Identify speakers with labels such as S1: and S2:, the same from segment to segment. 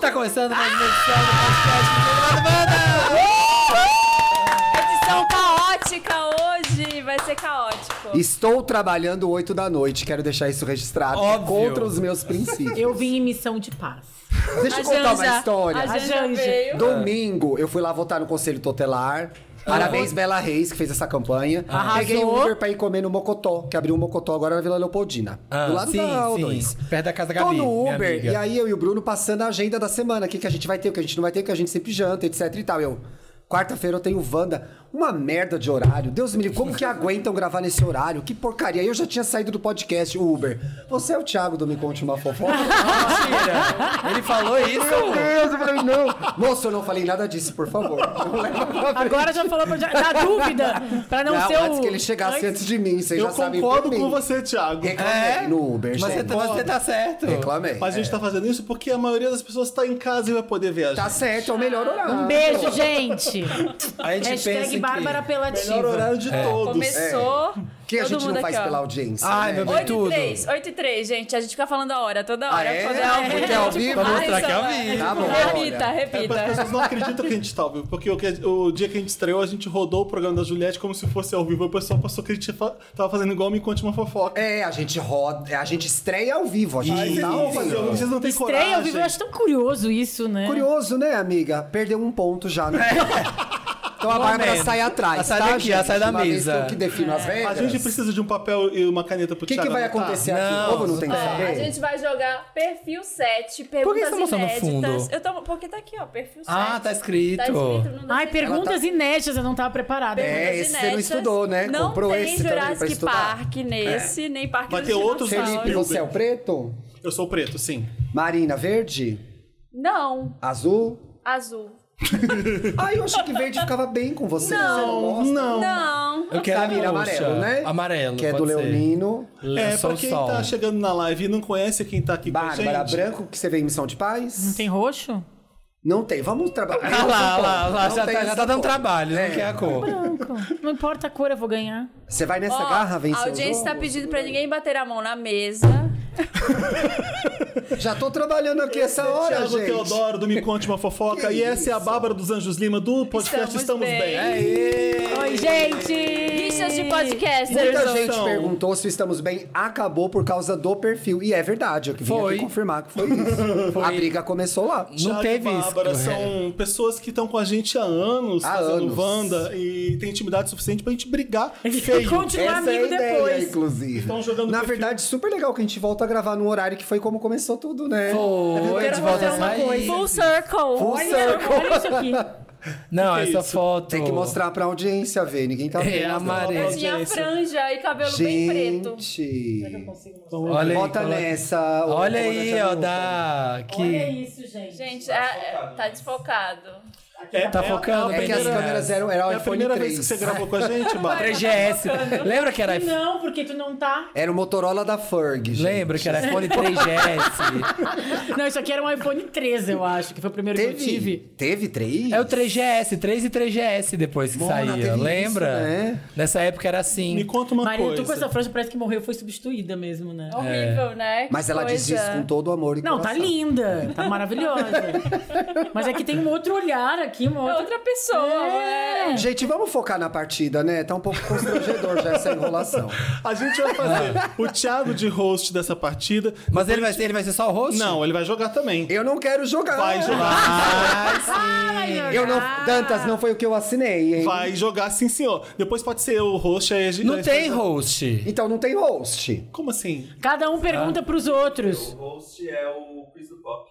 S1: Tá começando mais uma edição do podcast do Banda!
S2: Edição caótica hoje! Vai ser caótico.
S3: Estou trabalhando 8 da noite, quero deixar isso registrado.
S1: Óbvio.
S3: Contra os meus princípios.
S4: Eu vim em missão de paz.
S3: Deixa eu
S2: A
S3: contar
S2: Janja-
S3: uma história.
S2: A Janja
S4: Janja.
S2: veio.
S3: Domingo, eu fui lá votar no Conselho Tutelar. Parabéns, Bela Reis, que fez essa campanha. Peguei um Uber pra ir comer no Mocotó, que abriu um Mocotó agora na Vila Leopoldina. do lado
S1: Ah, sim,
S3: da
S1: sim.
S3: O2.
S1: Perto da casa da
S3: Tô
S1: Gabi,
S3: no
S1: minha
S3: Uber,
S1: amiga.
S3: e aí eu e o Bruno passando a agenda da semana. O que, que a gente vai ter, o que a gente não vai ter, o que a gente sempre janta, etc e tal. Eu, quarta-feira eu tenho Wanda. Uma merda de horário. Deus me livre, como que aguentam gravar nesse horário? Que porcaria. Eu já tinha saído do podcast, o Uber. Você é o Thiago do Me Conte Uma Fofoca?
S1: Mentira! Ele falou
S3: Meu
S1: isso!
S3: Deus, eu falei, não. Moço, eu não falei nada disso, por favor. Não leva pra frente.
S4: Agora já falou pra, já, na dúvida, pra não,
S3: Não,
S4: ser o...
S3: antes que ele chegasse antes, de mim, vocês
S5: Eu
S3: já sabem
S5: concordo
S3: por mim.
S5: com você, Thiago.
S1: É.
S3: Reclamei no Uber,
S1: Mas você,
S3: gente.
S1: tá- mas você tá certo.
S3: Reclamei. É.
S5: Mas a gente tá fazendo isso porque a maioria das pessoas tá em casa e vai poder viajar.
S3: Tá certo, é o melhor horário.
S4: Um beijo, gente!
S1: A gente pensa
S4: Hashtag
S1: que...
S4: Bárbara Apelativa.
S5: Melhor horário de
S1: É.
S5: todos.
S3: É.
S2: Começou.
S3: O que a
S2: todo
S3: gente
S2: mundo
S3: não faz
S2: aqui, ó.
S3: pela audiência,
S1: Ai,
S3: né?
S1: meu Deus.
S2: 8
S1: Tudo.
S2: e 3, 8 e 3, gente. A gente fica falando a hora, toda hora.
S3: Ah, é?
S2: Toda
S3: Ah,
S2: hora.
S3: porque é ao vivo?
S2: Tipo,
S1: Pra mostrar que é ao
S2: atenção,
S1: vivo.
S3: Tá bom,
S2: Repita,
S3: olha.
S5: É, mas as
S2: repita.
S5: pessoas não acreditam que a gente tá ao vivo, porque o, que- o dia que a gente estreou, a gente rodou o programa da Juliette como se fosse ao vivo. O pessoal passou que a gente fa- tava fazendo igual Me Conte Uma Fofoca.
S3: É, a gente roda, a gente estreia ao vivo, a gente tá ao
S5: Não, mas eu-
S3: vivo.
S1: um-
S5: vocês não têm coragem.
S4: Estreia ao vivo, eu acho tão curioso isso,
S2: É.
S4: né?
S3: Curioso, né, amiga? Perdeu um ponto já,
S1: É.
S3: né? Então a
S1: Pelo
S3: Bárbara
S1: menos.
S3: sai
S1: Ela
S3: atrás,
S1: sai
S3: tá,
S1: daqui, ela
S3: gente?
S1: sai da
S3: Uma vez
S1: mesa.
S3: que eu que defino
S2: É.
S3: as
S5: A
S3: regras.
S5: gente precisa de um papel e uma caneta pro
S3: O que,
S5: Thiago
S3: que vai
S5: anotar.
S3: acontecer aqui?
S1: Não,
S3: O povo não tem que saber?
S2: É, A gente vai jogar perfil 7, perguntas
S1: você tá mostrando o
S2: inéditas.
S1: fundo?
S2: Eu tô, porque tá aqui, ó, perfil 7.
S1: Ah, tá escrito.
S2: Tá escrito no
S4: Ai, perguntas inéditas, eu não tava preparada.
S3: É, esse você não
S2: inéditas.
S3: estudou, né?
S2: Não
S3: Comprou
S2: tem
S3: esse também pra
S2: Jurassic
S3: estudar.
S2: Park
S1: É.
S2: nesse, nem Parque
S5: Vai
S2: dos
S5: ter outros
S2: Dinossauros.
S3: Felipe,
S5: Felipe,
S3: você é o
S5: Uber.
S3: preto?
S5: Eu sou preto, sim.
S3: Marina, verde?
S2: Não,
S3: Azul?
S2: azul.
S3: Ai, eu achei que verde ficava bem com você.
S2: Não,
S3: você não gosta?
S2: Não.
S1: Eu quero
S3: Camila,
S1: roxa.
S3: amarelo, né?
S1: Amarelo,
S3: Que é do
S1: pode ser.
S3: Leonino.
S5: É,
S1: Só
S5: pra
S1: o
S5: quem
S1: sol.
S5: tá chegando na live e não conhece quem tá aqui com
S3: Bárbara
S5: a gente.
S3: Branco, que você veio em Missão de Paz?
S4: Não tem roxo?
S3: Não tem, vamos trabalhar.
S1: Ah lá, ah
S3: Não
S1: lá, ah lá,
S3: tem
S1: já, tá,
S3: essa
S1: já tá dando
S3: cor.
S1: trabalho, não quer a cor.
S4: Branco. Não importa a cor, eu vou ganhar.
S3: Você vai nessa
S2: Ó,
S3: garra, vem
S2: a
S3: seu
S2: audiência tá
S3: jogo?
S2: pedindo pra ninguém bater a mão na mesa.
S3: Já tô trabalhando aqui essa hora,
S5: Thiago
S3: gente.
S5: Teodoro do Me Conte Uma Fofoca e essa é a Bárbara dos Anjos Lima do podcast
S2: Estamos
S5: Estamos,
S2: bem.
S5: bem.
S1: É,
S4: Oi, gente!
S2: Guichas de podcasters.
S3: Muita
S5: Eles não
S3: gente
S5: são.
S3: perguntou se o Estamos Bem acabou por causa do perfil. E é verdade, eu que vim
S1: Foi.
S3: aqui confirmar que foi isso. A briga começou lá.
S1: Não
S5: Thiago
S1: teve
S5: e Bárbara
S1: isso.
S5: são pessoas que estão com a gente há anos
S3: Há
S5: fazendo
S3: anos.
S5: Wanda e tem intimidade suficiente pra gente brigar.
S4: E continuar
S3: Essa é a
S4: amigo
S3: ideia,
S4: depois.
S3: inclusive.
S5: Estão jogando
S3: Na
S5: perfil.
S3: verdade, super legal que a gente volta a gravar num horário que foi como começou tudo, né?
S1: Foi, de volta a
S4: fazer uma
S1: sair.
S4: coisa.
S2: Full circle.
S3: Full
S4: Olha,
S3: circle.
S4: olha isso aqui.
S1: Não,
S5: Que que é
S1: essa
S5: isso?
S1: foto.
S3: Tem que mostrar pra audiência ver, ninguém tá vendo.
S1: É amarelo.
S2: Eu tinha
S1: gente.
S2: franja e cabelo bem preto.
S3: Gente,
S1: Olha aí,
S3: bota
S1: coloca-
S3: nessa. ô,
S1: Olha
S3: ô,
S1: aí,
S3: Natália,
S1: ó,
S3: ô.
S1: da... Que...
S4: Olha isso, gente.
S2: Gente, é- é- tá desfocado.
S5: É,
S1: Tá
S5: é-
S1: focando
S5: é,
S3: É
S1: bem
S3: que as
S1: Primeira-
S3: câmeras eram, era o
S5: é a
S3: iPhone
S5: primeira vez
S3: 3.
S5: que você gravou com a gente,
S1: é-
S5: Bárbara.
S1: 3GS. Lembra que era iPhone?
S4: Tá Não, porque tu não tá...
S3: Era o Motorola da Ferg. gente.
S1: Lembra que era iPhone 3GS?
S4: Não, isso aqui era um iPhone 13, eu acho, que foi o primeiro que eu
S3: Teve,
S4: tive.
S3: teve três?
S1: é o 3GS, 3 e 3GS depois que
S3: Mona, teve
S1: saía.
S3: isso,
S1: Lembra?
S3: né?
S1: Nessa época era
S5: Me
S1: assim.
S5: conta uma
S4: Marina,
S5: coisa.
S4: tu com essa franja parece que morreu, foi substituída mesmo, né?
S2: Horrível, né? Que
S3: Mas ela diz
S2: coisa.
S3: isso com todo o amor e
S4: Não, tá
S3: coração.
S4: linda, tá maravilhosa. Mas é que tem um outro olhar aqui, uma
S2: É
S4: outra...
S2: outra pessoa,
S4: É.
S2: né?
S3: Gente, vamos focar na partida, né? Tá um pouco constrangedor já essa enrolação.
S5: A gente vai fazer o Thiago de host dessa partida.
S1: Ah. Mas ele vai, ser- ele vai ser Ah. só o host?
S5: Não, ele vai jogar também.
S3: Eu não quero jogar.
S5: Vai jogar.
S1: Ah,
S3: Eu não, Dantas, não foi o que eu assinei, hein?
S5: vai jogar, sim, senhor. Depois pode ser o host aí. a gente- a
S1: Não
S5: gente
S1: tem
S5: faz-
S1: host.
S3: Então não tem host.
S5: Como assim?
S4: Cada um
S1: Ah.
S4: pergunta pros outros.
S6: O host é o Quiz do Pop.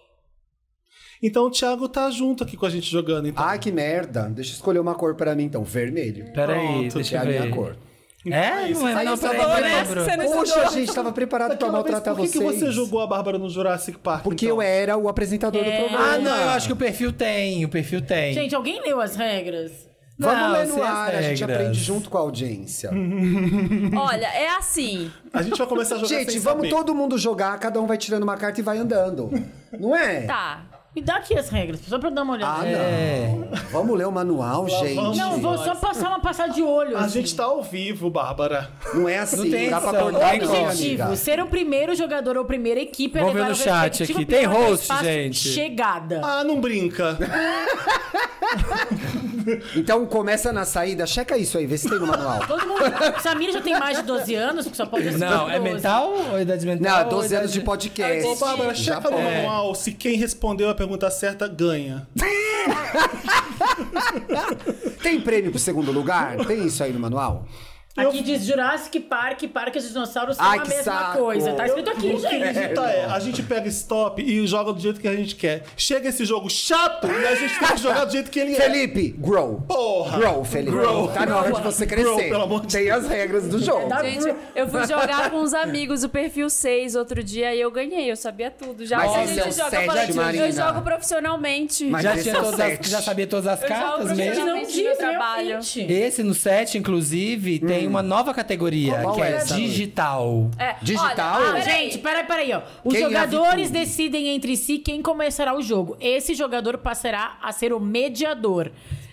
S5: Então o Thiago tá junto aqui com a gente jogando, então.
S3: Ai, que merda. Deixa eu escolher uma cor pra mim, então. Vermelho.
S1: Peraí,
S5: Pronto,
S1: deixa
S3: É
S1: eu
S3: a
S1: ver.
S3: minha cor.
S5: Então
S1: É? Não é?
S3: Aí
S1: Não,
S3: você
S1: peraí,
S3: falou,
S1: não
S2: né?
S1: lembro.
S2: Você não-
S3: Poxa, gente, tava preparada pra
S5: Daquela vez,
S3: maltratar
S5: por que, que
S3: vocês.
S5: você jogou a Bárbara no Jurassic Park?
S3: Porque
S5: então?
S3: eu era o apresentador do programa.
S1: Ah, não, eu acho que o perfil tem, o perfil tem.
S4: Gente, alguém leu as regras?
S3: Vamos
S1: Não,
S3: ler no
S1: sem as
S3: ar, a gente
S1: regras.
S3: aprende junto com a audiência.
S2: Olha, é assim.
S5: A gente vai começar a jogar
S3: gente,
S5: sem
S3: vamos
S5: saber.
S3: todo mundo jogar, cada um vai tirando uma carta e vai andando. Não é?
S2: Tá.
S4: Me dá aqui as regras, só pra eu dar uma olhada.
S3: Ah,
S1: É.
S3: não. Vamos ler o manual, gente.
S5: vamos.
S4: Não, vou só passar uma passada de olho.
S5: A
S1: Ah,
S4: assim.
S5: gente tá ao vivo, Bárbara.
S3: Não é assim.
S1: Não tem
S3: dá pra
S1: edição, não
S3: acordar, não,
S1: tem
S3: amiga.
S4: Objetivo, ser o primeiro jogador ou primeira equipe a
S1: Vamos ver
S4: levar
S1: no
S4: o
S1: chat
S4: respectivo
S1: aqui. Tem
S4: pior ao
S1: host,
S4: espaço de
S1: gente.
S4: Chegada.
S5: Ah, não brinca.
S3: Então começa na saída, checa isso aí, vê se tem no manual.
S4: Todo mundo. Samira já tem mais de 12 anos, porque só pode ser
S1: Não, é
S4: 12.
S1: mental ou idade mental?
S3: Não, 12
S1: ou
S3: anos de
S1: idade-
S3: podcast.
S5: Ô, Bárbara,
S3: Já é.
S5: checa no
S3: pode.
S5: manual. Se quem respondeu a pergunta certa, ganha.
S3: Tem prêmio pro segundo lugar? Tem isso aí no manual?
S4: Aqui diz Jurassic Park, Parque dos Dinossauros são
S3: Ai,
S4: a
S3: que
S4: mesma
S3: saco.
S4: coisa. Tá escrito aqui,
S5: O que
S4: gente.
S5: acredita é, a gente pega stop e joga do jeito que a gente quer. Chega esse jogo chato e a gente tem que jogar do jeito que ele é.
S3: Felipe, grow.
S5: Porra.
S3: Grow, Felipe.
S5: Grow.
S3: Tá na hora de você crescer.
S5: Grow, pelo amor de
S3: Tem as regras do jogo.
S4: da-
S2: Gente, eu fui jogar com uns amigos o perfil 6 outro dia e eu ganhei, eu sabia tudo. Já
S3: Mas
S2: hoje
S3: esse é
S2: a
S3: o
S2: gente joga,
S3: sete,
S2: eu, falei,
S3: Marina.
S2: eu jogo profissionalmente.
S3: Mas
S1: Já,
S3: esse
S1: tinha
S3: é o
S1: todas as-
S3: sete.
S1: já sabia todas as
S2: Eu já
S1: cartas
S2: aproveitei
S4: A gente
S1: mesmo?
S2: de-
S4: não
S2: Realmente
S4: diz
S2: meu trabalho.
S4: realmente.
S1: Esse no 7, inclusive, tem uma nova categoria,
S3: Hum. Qual
S1: que
S3: é
S1: é
S3: essa, Lu?
S1: digital.
S2: É,
S3: Digital?
S2: olha,
S4: Ah,
S2: peraí.
S4: gente, peraí, peraí, ó. Os
S3: Quem é
S4: jogadores
S3: avisa tudo?
S4: decidem entre si quem começará o jogo. Esse jogador passará a ser o mediador.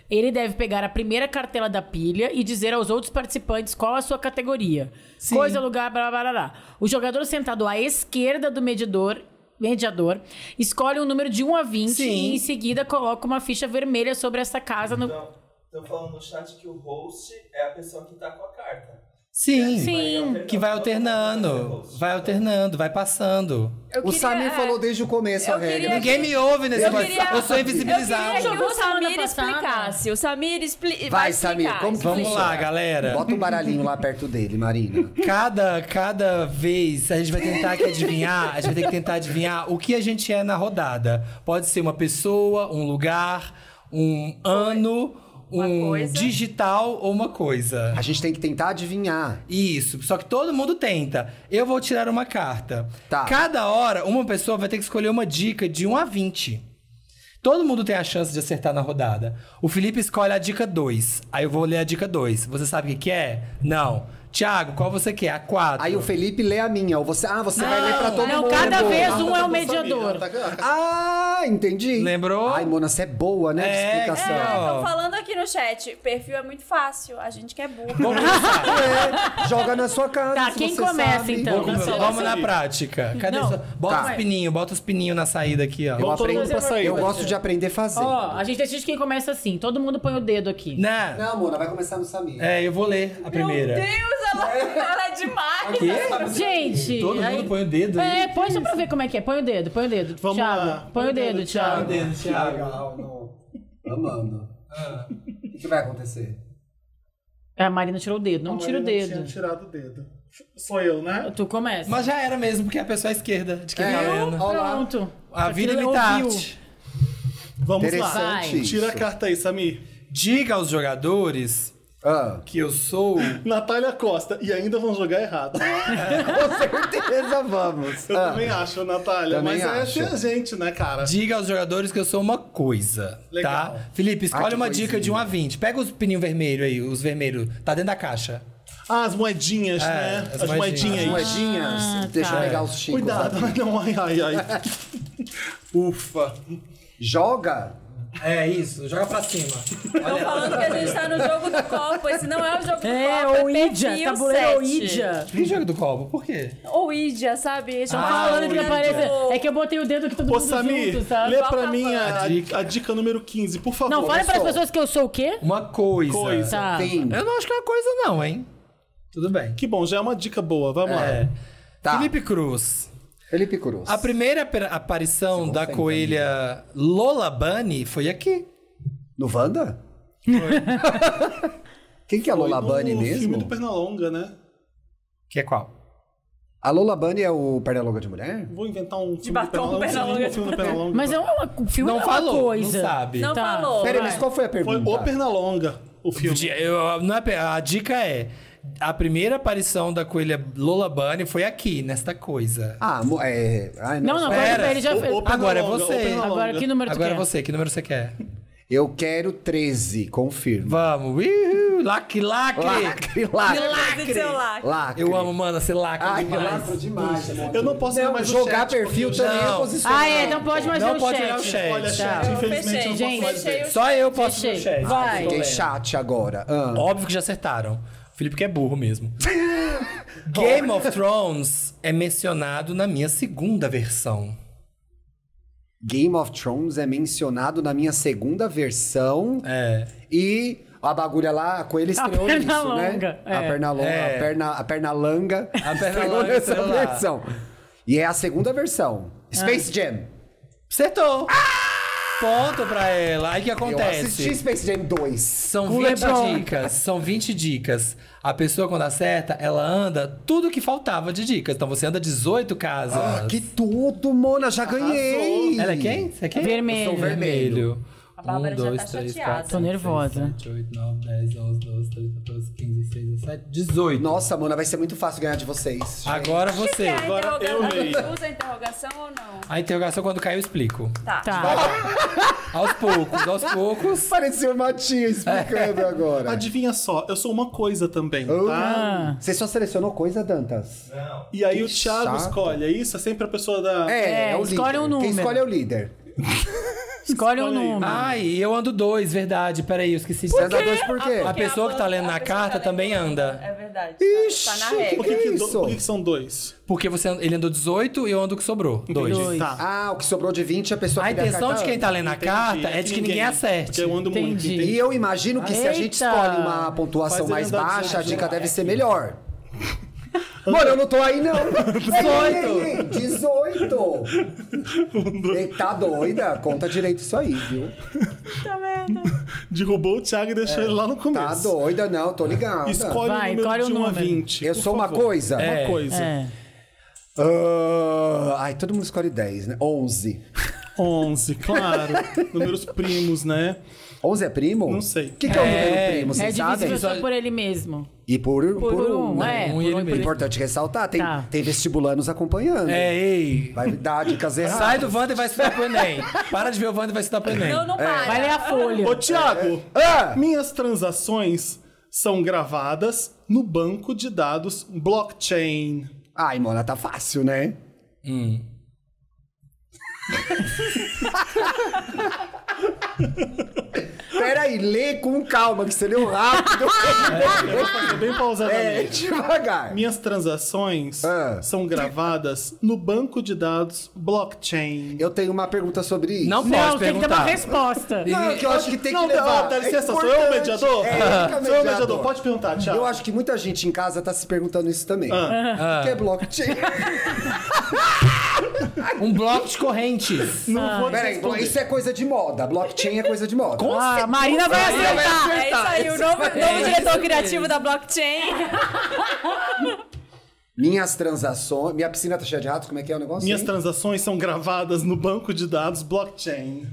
S4: Ele deve pegar a primeira cartela da pilha e dizer aos outros participantes qual a sua categoria.
S1: Sim.
S4: Coisa, lugar, blá, blá, blá, blá. O jogador sentado à esquerda do medidor, mediador, escolhe um número de 1 a 20
S1: Sim.
S4: e em seguida coloca uma ficha vermelha sobre essa casa no...
S6: Então, estão falando no chat que o host é a pessoa que tá com a carta.
S1: Sim,
S4: Sim.
S1: que vai alternando, vai alternando, vai passando.
S2: Eu
S3: O
S2: queria-
S3: Samir
S2: é,
S3: falou desde o começo a
S2: Eu
S3: regra.
S2: queria-
S1: Ninguém me ouve nesse
S2: Eu
S1: negócio.
S2: queria-
S1: Eu sou
S2: Eu
S1: invincibilizado.
S2: queria que
S4: Jogou
S2: o Samir
S4: semana passada.
S2: explicasse. O Samir expli...
S3: Vai, Samir, como que
S2: explica.
S1: Vamos lá, galera.
S3: Bota um baralhinho lá perto dele, Marina.
S1: Cada, cada vez a gente vai tentar aqui adivinhar, a gente vai ter que tentar adivinhar o que a gente é na rodada. Pode ser uma pessoa, um lugar, um ano,
S2: Uma
S1: um
S2: coisa.
S1: digital ou uma coisa.
S3: A gente tem que tentar adivinhar.
S1: Isso, só que todo mundo tenta. Eu vou tirar uma carta.
S3: Tá.
S1: Cada hora, uma pessoa vai ter que escolher uma dica de 1 a 20. Todo mundo tem a chance de acertar na rodada. O Felipe escolhe a dica 2. Aí eu vou ler a dica 2. Você sabe o que que é? Não. Tiago, qual você quer? A 4.
S3: Aí o Felipe lê a minha, ou você... Ah, você vai ler pra todo
S4: Não,
S3: mundo.
S4: cada vez um é o
S5: Família,
S4: mediador.
S5: tá com-
S3: Ah, entendi.
S1: Lembrou?
S3: Ai, Mona, você é boa, né, de
S1: É,
S3: explicação.
S1: cara.
S2: Estão falando aqui no chat, perfil é muito fácil, a gente que é burro.
S1: Vamos começar.
S3: É, joga na sua casa,
S4: Tá,
S3: se
S4: quem
S3: você
S4: começa,
S3: sabe.
S4: então?
S1: Vamos,
S5: Não,
S1: vamos
S5: não.
S1: na prática. Cadê?
S4: Não.
S1: só- Bota os
S3: Tá.
S1: pininhos, bota os pininhos na saída aqui, ó.
S3: Eu,
S5: Vamos todo
S3: aprendo-
S5: mundo pra sair,
S3: eu
S5: vai.
S3: gosto de aprender a fazer.
S4: Ó, a gente decide quem começa assim. Todo mundo põe o dedo aqui.
S1: Não.
S3: Não, Mona, vai começar no Samir.
S1: É, eu vou ler a primeira.
S2: Meu Deus, ela, ela é demais.
S4: Gente,
S1: Todo
S4: aí-
S1: mundo põe o dedo aí.
S4: É, põe só pra ver como é que é. Põe o dedo, põe o dedo.
S5: Vamos
S4: Thiago,
S5: lá.
S4: põe o dedo,
S1: Põe o
S4: Thiago.
S1: dedo, Thiago.
S3: Legal, não. Amando.
S1: Ah.
S3: O que, que vai acontecer?
S4: É, a Marina tirou o dedo, não tira o
S5: Marina tinha
S4: dedo.
S5: tirado o dedo. Sou eu, né?
S4: Tu começa.
S1: Mas já era mesmo, porque é a pessoa à esquerda de quem tá lendo.
S3: Olá.
S4: Pronto.
S1: A vida é
S4: Aquilo é
S1: imita
S4: ouviu.
S1: arte.
S5: Vamos lá.
S3: Interessante
S4: Vai.
S3: isso.
S5: Tira a carta aí, Samir.
S1: Diga aos jogadores
S3: Ah,
S1: que eu sou...
S5: Natália Costa. E ainda vão jogar errado.
S3: com certeza vamos.
S5: Eu
S3: Ah,
S5: também acho, Natália.
S3: Também
S5: mas é
S3: acho.
S5: ser a gente, né, cara?
S1: Diga aos jogadores que eu sou uma coisa,
S5: Legal.
S1: tá? Felipe,
S3: Ah,
S1: escolhe
S3: que
S1: uma
S3: coisinha.
S1: dica de 1 a 20. Pega os pininhos vermelhos aí, os vermelhos. Tá dentro da caixa.
S5: Ah, as moedinhas,
S1: É,
S5: né?
S1: as
S5: As, moedinhas.
S1: moedinhas.
S3: as
S5: aí.
S3: moedinhas.
S4: Ah,
S3: Deixa eu
S4: tá.
S3: pegar os chicos.
S5: Cuidado.
S3: aqui.
S5: Não, ai, ai, ai. Ufa.
S3: Joga.
S1: É isso, joga pra cima.
S2: Estão falando que a gente tá no jogo do copo, esse não é o jogo do
S4: É,
S2: copo,
S4: ou
S2: é
S4: Idia,
S2: perfil
S4: tabuleiro ou
S2: 7.
S4: Idia.
S1: Que jogo do copo? Por quê?
S2: Ou Idia, sabe? Eles estão
S1: Ah,
S2: falando
S4: Tá Falando que
S2: que
S1: ou
S4: aparece.
S2: apareceu.
S4: É que eu botei o dedo que todo
S5: Ô,
S4: mundo
S5: Samir,
S4: junto,
S3: tá?
S4: sabe?
S5: lê pra
S2: Qual
S5: mim a,
S1: a dica?
S5: a dica número 15, por favor.
S4: Não, fala pras
S5: Pessoal.
S4: pessoas que eu sou o quê?
S1: Uma coisa.
S5: Coisa.
S4: Tá.
S3: Tem.
S1: Eu não acho que é uma coisa não, hein? Tudo bem.
S5: Que bom, já é uma dica boa, vamos
S1: É.
S5: lá.
S3: Tá.
S1: Felipe Cruz. é
S3: Felipe Cruz.
S1: A primeira apa- aparição da coelha Lola Bunny foi aqui.
S3: No Wanda? Quem que é a Lola Bunny
S5: No um filme do
S3: mesmo?
S5: Pernalonga, né?
S1: Que é qual?
S3: A Lola Bunny é o Pernalonga de Mulher?
S5: Vou inventar um filme
S2: batom,
S5: do Pernalonga.
S2: Pernalonga.
S5: um filme do Pernalonga.
S4: Mas é uma, o filme
S1: não
S4: é uma
S1: falou,
S4: coisa.
S1: não sabe.
S2: Não
S4: Tá.
S2: falou.
S3: Peraí,
S2: vai.
S3: mas qual foi a
S5: Foi
S3: pergunta?
S5: o Pernalonga, o filme.
S1: Eu- não é pe- a dica é, a primeira aparição da coelha Lola Bunny foi aqui, nesta coisa.
S3: Ah, mo- é... Ai,
S4: Não,
S3: nossa.
S4: não, agora
S1: Pera,
S4: ele já
S5: o-
S4: fez.
S5: o-
S1: Agora é
S5: Pernalonga, o
S1: você.
S5: Pernalonga.
S4: Agora, que número tu
S1: Agora é
S4: quer?
S1: você, que número você quer?
S3: Eu quero 13, confirmo.
S1: Vamos. Uhul. Ui, lacre, lacre.
S3: Lacre, lacre.
S1: Lacre.
S7: Seu lacre.
S3: Lacre.
S1: Eu amo, mano, ser lacre
S3: Ai, que
S1: demais.
S3: lacre demais. né?
S5: Eu não posso ler mais o
S3: jogar
S5: chat, tipo,
S3: perfil
S5: porque eu já-
S3: também é
S1: Não.
S3: posição.
S4: Ah, é, não pode mais
S1: Não
S4: ver o
S1: pode
S4: chat.
S1: olhar o chat.
S5: Olha, chat,
S4: Tchau.
S5: infelizmente eu não
S7: Fechei,
S5: posso mais
S7: fechei
S5: ver.
S7: o-
S1: Só eu posso ver o
S4: Fechei.
S1: chat.
S7: Vai.
S1: Eu tô
S3: Fiquei
S1: lendo.
S3: chat agora. Ah.
S1: Óbvio que já acertaram. O Felipe que é burro mesmo. Game of Thrones é mencionado na minha segunda versão.
S3: Game of Thrones é mencionado na minha segunda versão.
S1: É.
S3: E a bagulha lá, com ele estreou
S4: perna
S3: nisso,
S4: longa,
S3: né?
S4: é.
S3: A perna longa.
S1: É.
S3: A perna, a perna langa.
S1: perna
S3: estreou
S1: longa
S3: nessa
S1: estreou lá.
S3: versão. E é a segunda versão. Space Jam.
S1: Acertou! Ponto pra ela. Aí o que
S3: Eu
S1: acontece?
S3: assisti Space Jam 2.
S1: São
S4: Com
S1: 20
S4: Lebron.
S1: dicas. São 20 dicas. A pessoa, quando acerta, ela anda tudo que faltava de dicas. Então você anda 18 casas.
S3: Ah, que tudo, Mona, já ganhei.
S1: Ela é quem? Você é quem?
S4: Vermelho.
S1: Eu sou vermelho. Um,
S7: A Bárbara já tá chateada.
S1: quatro,
S4: Tô
S1: cinco,
S4: nervosa.
S1: seis, sete, oito, nove, dez, onze, doze, treze, 14, 15, 16, 17, 18.
S3: Nossa, Mona, vai ser muito fácil ganhar de vocês.
S1: Agora você.
S5: Agora eu leio.
S7: Usa a interrogação ou não?
S1: A interrogação, quando cai, eu explico.
S7: Tá.
S4: Tá.
S1: Aos poucos, aos poucos.
S3: Pareceu uma tia
S1: É.
S3: explicando agora.
S5: Adivinha só, eu sou uma coisa também, tá?
S3: Ah, Você só selecionou coisa, Dantas?
S6: Não.
S5: E aí
S3: que
S5: o Thiago
S3: chato.
S5: escolhe, é isso? É sempre a pessoa da...
S4: É, escolhe um número.
S3: Quem escolhe é o líder.
S4: Escolhe um
S5: Escolhe aí.
S4: número.
S1: Ai, eu ando dois, verdade. Peraí, eu esqueci de
S3: Você anda dois por quê?
S1: A pessoa que tá lendo na
S7: a pessoa
S1: carta
S7: que tá
S1: também
S7: lendo-
S1: anda.
S7: É verdade.
S3: Ixi,
S7: tá, tá na
S3: que
S5: Por
S7: regra.
S5: que, que,
S3: Que
S5: do-
S3: é isso?
S5: por que que são dois?
S1: Porque você, ele andou 18 e eu ando o que sobrou. Dois.
S4: Dois.
S5: Tá.
S3: Ah, o que sobrou de 20 a pessoa
S1: A
S3: que der
S1: intenção de
S3: cartão.
S1: quem tá lendo a carta é de que ninguém
S5: Porque
S1: acerte.
S5: eu ando muito,
S4: Entendi.
S5: entendi.
S3: E eu imagino que se a gente
S4: Eita!
S3: escolhe uma pontuação
S5: Faz ele
S3: mais
S5: andar
S3: baixa, a
S5: 18
S3: dica deve ser melhor. Mano, eu não tô aí, não. 18. 18. Ei, tá doida? Conta direito isso aí, viu?
S5: Derrubou o Thiago e deixou ele lá no
S3: Tá
S5: começo.
S3: doida, não. Tô ligado.
S5: Escolhe
S4: Vai,
S5: o número
S4: escolhe
S5: de
S4: o
S5: 1 a
S4: número.
S5: 20.
S3: Eu
S5: por
S3: sou uma
S5: favor.
S3: coisa?
S5: Uma coisa.
S4: É.
S3: Ah, ai, todo mundo escolhe 10, né? 11.
S5: 11, claro. Números primos, né?
S3: 11 é primo?
S5: Não sei.
S3: O que, que é o
S1: É,
S3: número primo,
S4: É
S3: vocês sabem?
S4: difícil você por ele mesmo.
S3: E por,
S4: Por, um,
S3: né?
S4: é.
S1: Um e
S4: por
S1: ele
S4: por
S1: mesmo.
S3: Importante ressaltar, tem,
S4: Tá.
S3: tem vestibulanos acompanhando.
S1: É, ei.
S3: Vai dar dicas erradas.
S1: Sai do Wanda e vai estudar pro Enem. Para de ver o Wanda e vai estudar pro Enem.
S7: Não, não para.
S4: Vai ler a folha.
S5: Ô, Thiago,
S3: Ah!
S5: minhas transações são gravadas no banco de dados blockchain.
S3: Ai, Mona, tá fácil, né? Peraí, lê com calma, que você leu rápido.
S5: Eu vou fazer bem
S3: é,
S5: pausadamente.
S3: devagar.
S5: Minhas transações
S3: Ah.
S5: são gravadas no banco de dados blockchain.
S3: Eu tenho uma pergunta sobre isso.
S1: Não
S4: Não,
S1: pode
S4: tem que ter uma
S1: perguntar.
S4: resposta.
S3: Não, é que eu acho que tem
S5: Não,
S3: que levar.
S5: não, dá
S3: É
S5: licença, sou eu o
S3: importante.
S5: mediador?
S3: É, eu que
S5: Sou eu o
S3: mediador.
S5: mediador, pode perguntar, Thiago.
S3: Eu acho que muita gente em casa tá se perguntando isso também.
S5: Ah.
S3: O
S4: Ah.
S3: que é blockchain?
S1: Um bloco de correntes.
S5: Não vou te
S3: Peraí,
S5: responder.
S3: isso é coisa de moda. Blockchain é coisa de moda.
S4: Ah, Marina vai
S7: Marina vai
S4: acertar.
S7: É isso aí, o novo, novo diretor criativo da blockchain.
S3: Minhas transações. Minha piscina tá cheia de ratos, como é que é o negócio?
S5: assim. Minhas
S3: hein?
S5: transações são gravadas no banco de dados blockchain.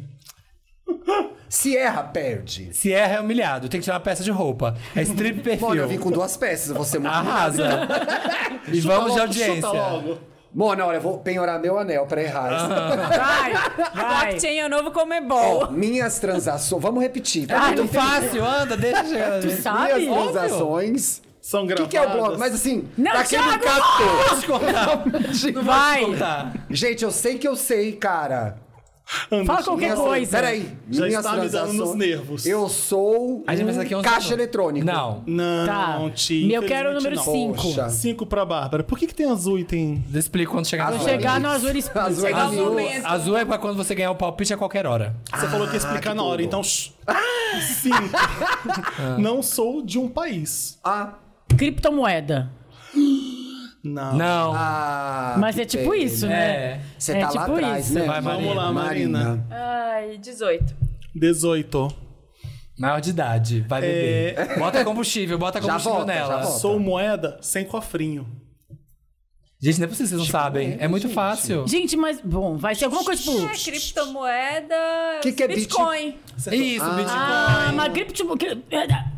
S3: Se erra, perde.
S1: Se erra, é humilhado. Tem que tirar uma peça de roupa. É strip perfil.
S3: Mona, eu vim com duas peças, você muito.
S1: Arrasa. e
S5: Chuta
S1: vamos de
S5: logo,
S1: audiência.
S5: Chuta logo.
S3: Mona, olha, eu vou penhorar meu anel pra errar.
S4: Vai, vai.
S7: Blockchain é o novo Comebol.
S4: Ah.
S3: Ó, minhas transações. Vamos repetir.
S1: É
S3: Tá?
S1: muito fácil, anda, deixa eu chegar. na gente.
S4: sabe?
S3: Minhas transações.
S5: São
S3: O que,
S5: gravadas.
S3: que é o bloco? Mas assim,
S4: Não,
S3: pra quem não
S4: Thiago!
S3: captou.
S1: Pode contar.
S4: Vai.
S1: Tá.
S3: Gente, eu sei que eu sei, cara.
S4: Fala qualquer
S3: Minhas-
S4: coisa.
S3: Peraí.
S5: Já
S3: minhas
S5: está me dando nos nervos.
S3: Eu sou
S1: A gente pensa que é
S3: um
S1: um
S3: caixa eletrônico.
S1: Não.
S5: Não,
S4: Tá.
S5: Ti.
S4: Eu quero o número
S5: infelizmente
S4: 5.
S5: não.
S3: Poxa.
S5: Cinco pra Bárbara. Por que, que tem azul e tem.
S1: Eu Explico quando chegar na
S3: Azul.
S1: hora.
S4: Chegar no azul espírito.
S3: Azul é
S7: Chegar o
S3: azul.
S7: momento.
S1: Azul é pra quando você ganhar o palpite a qualquer hora.
S5: Você falou que ia explicar
S3: Ah, que
S5: na hora,
S3: tudo. Ah.
S5: então. shh. Cinco. Não sou de um país.
S3: Ah,
S4: Criptomoeda.
S5: Não.
S1: Não.
S3: ah,
S4: Mas
S3: que
S4: é tipo
S3: pena.
S4: isso,
S1: é.
S4: né?
S3: Você
S4: É
S3: tá lá
S4: tipo
S3: atrás,
S4: isso.
S3: né?
S1: Vai, Vamos
S5: Marina. lá, Marina.
S7: Ai, 18.
S5: 18.
S1: Maior de idade, vai beber. Bota combustível, bota
S3: Já
S1: combustível
S3: volta,
S1: nela.
S3: já volta.
S5: Sou moeda sem cofrinho.
S1: Gente, não é possível, vocês não
S3: Tipo,
S1: sabem. É muito fácil.
S4: Gente, mas, bom, vai ser alguma coisa
S7: É,
S4: tipo...
S7: criptomoeda.
S3: Que que é
S7: Bitcoin?
S1: Isso,
S4: Ah, mas cripto... cri-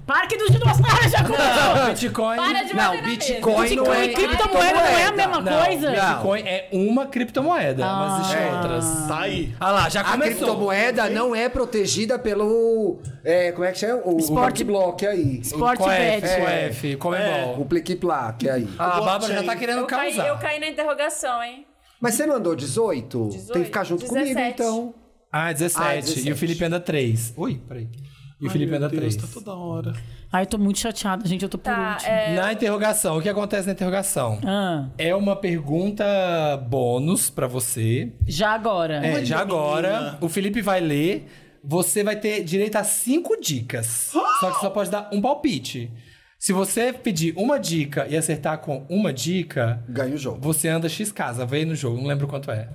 S4: Parque dos dinossauros já
S1: Bitcoin.
S4: começou. Tipo,
S1: Bitcoin.
S7: Para de
S3: Não,
S7: bater na mesa.
S3: Bitcoin não é
S4: Criptomoeda não é a mesma mesma
S1: Não,
S4: coisa?
S1: Bitcoin é uma criptomoeda, mas
S3: É.
S1: existem outras.
S5: Tá aí.
S1: Ah lá, já
S3: A
S1: começou.
S3: criptomoeda não é protegida pelo. é, como é que chama? O
S4: Esporte-
S3: Sport Block aí.
S4: Sport
S1: Qual é?
S4: Bet.
S1: Qual é? F? Como é
S3: O
S1: bom?
S3: Plique Plaque aí.
S1: Ah, a Bárbara já tá
S5: blockchain.
S1: querendo
S7: Eu caí,
S1: causar.
S7: eu caí na interrogação, hein?
S3: Mas você não andou 18? Tem que ficar junto
S7: 18,
S3: comigo,
S7: 17.
S3: então.
S1: Ah, 17.
S3: Ah, 17.
S1: E o Felipe anda 3. Ui, peraí. E o
S5: Ai,
S1: Felipe
S5: meu
S1: anda 3.
S5: Deus, Tá toda hora.
S4: Ai, eu tô muito chateada, gente. Eu tô por
S7: Tá,
S4: último.
S7: é,
S1: Na interrogação, o que acontece na interrogação?
S4: Ah,
S1: É uma pergunta bônus pra você.
S4: já agora.
S1: É, já agora,
S5: menina.
S1: o Felipe vai ler. Você vai ter direito a cinco dicas. Só que só pode dar um palpite. Se você pedir uma dica e acertar com uma dica,
S3: Ganha o jogo.
S1: você anda X casa, vem no jogo, não lembro quanto é.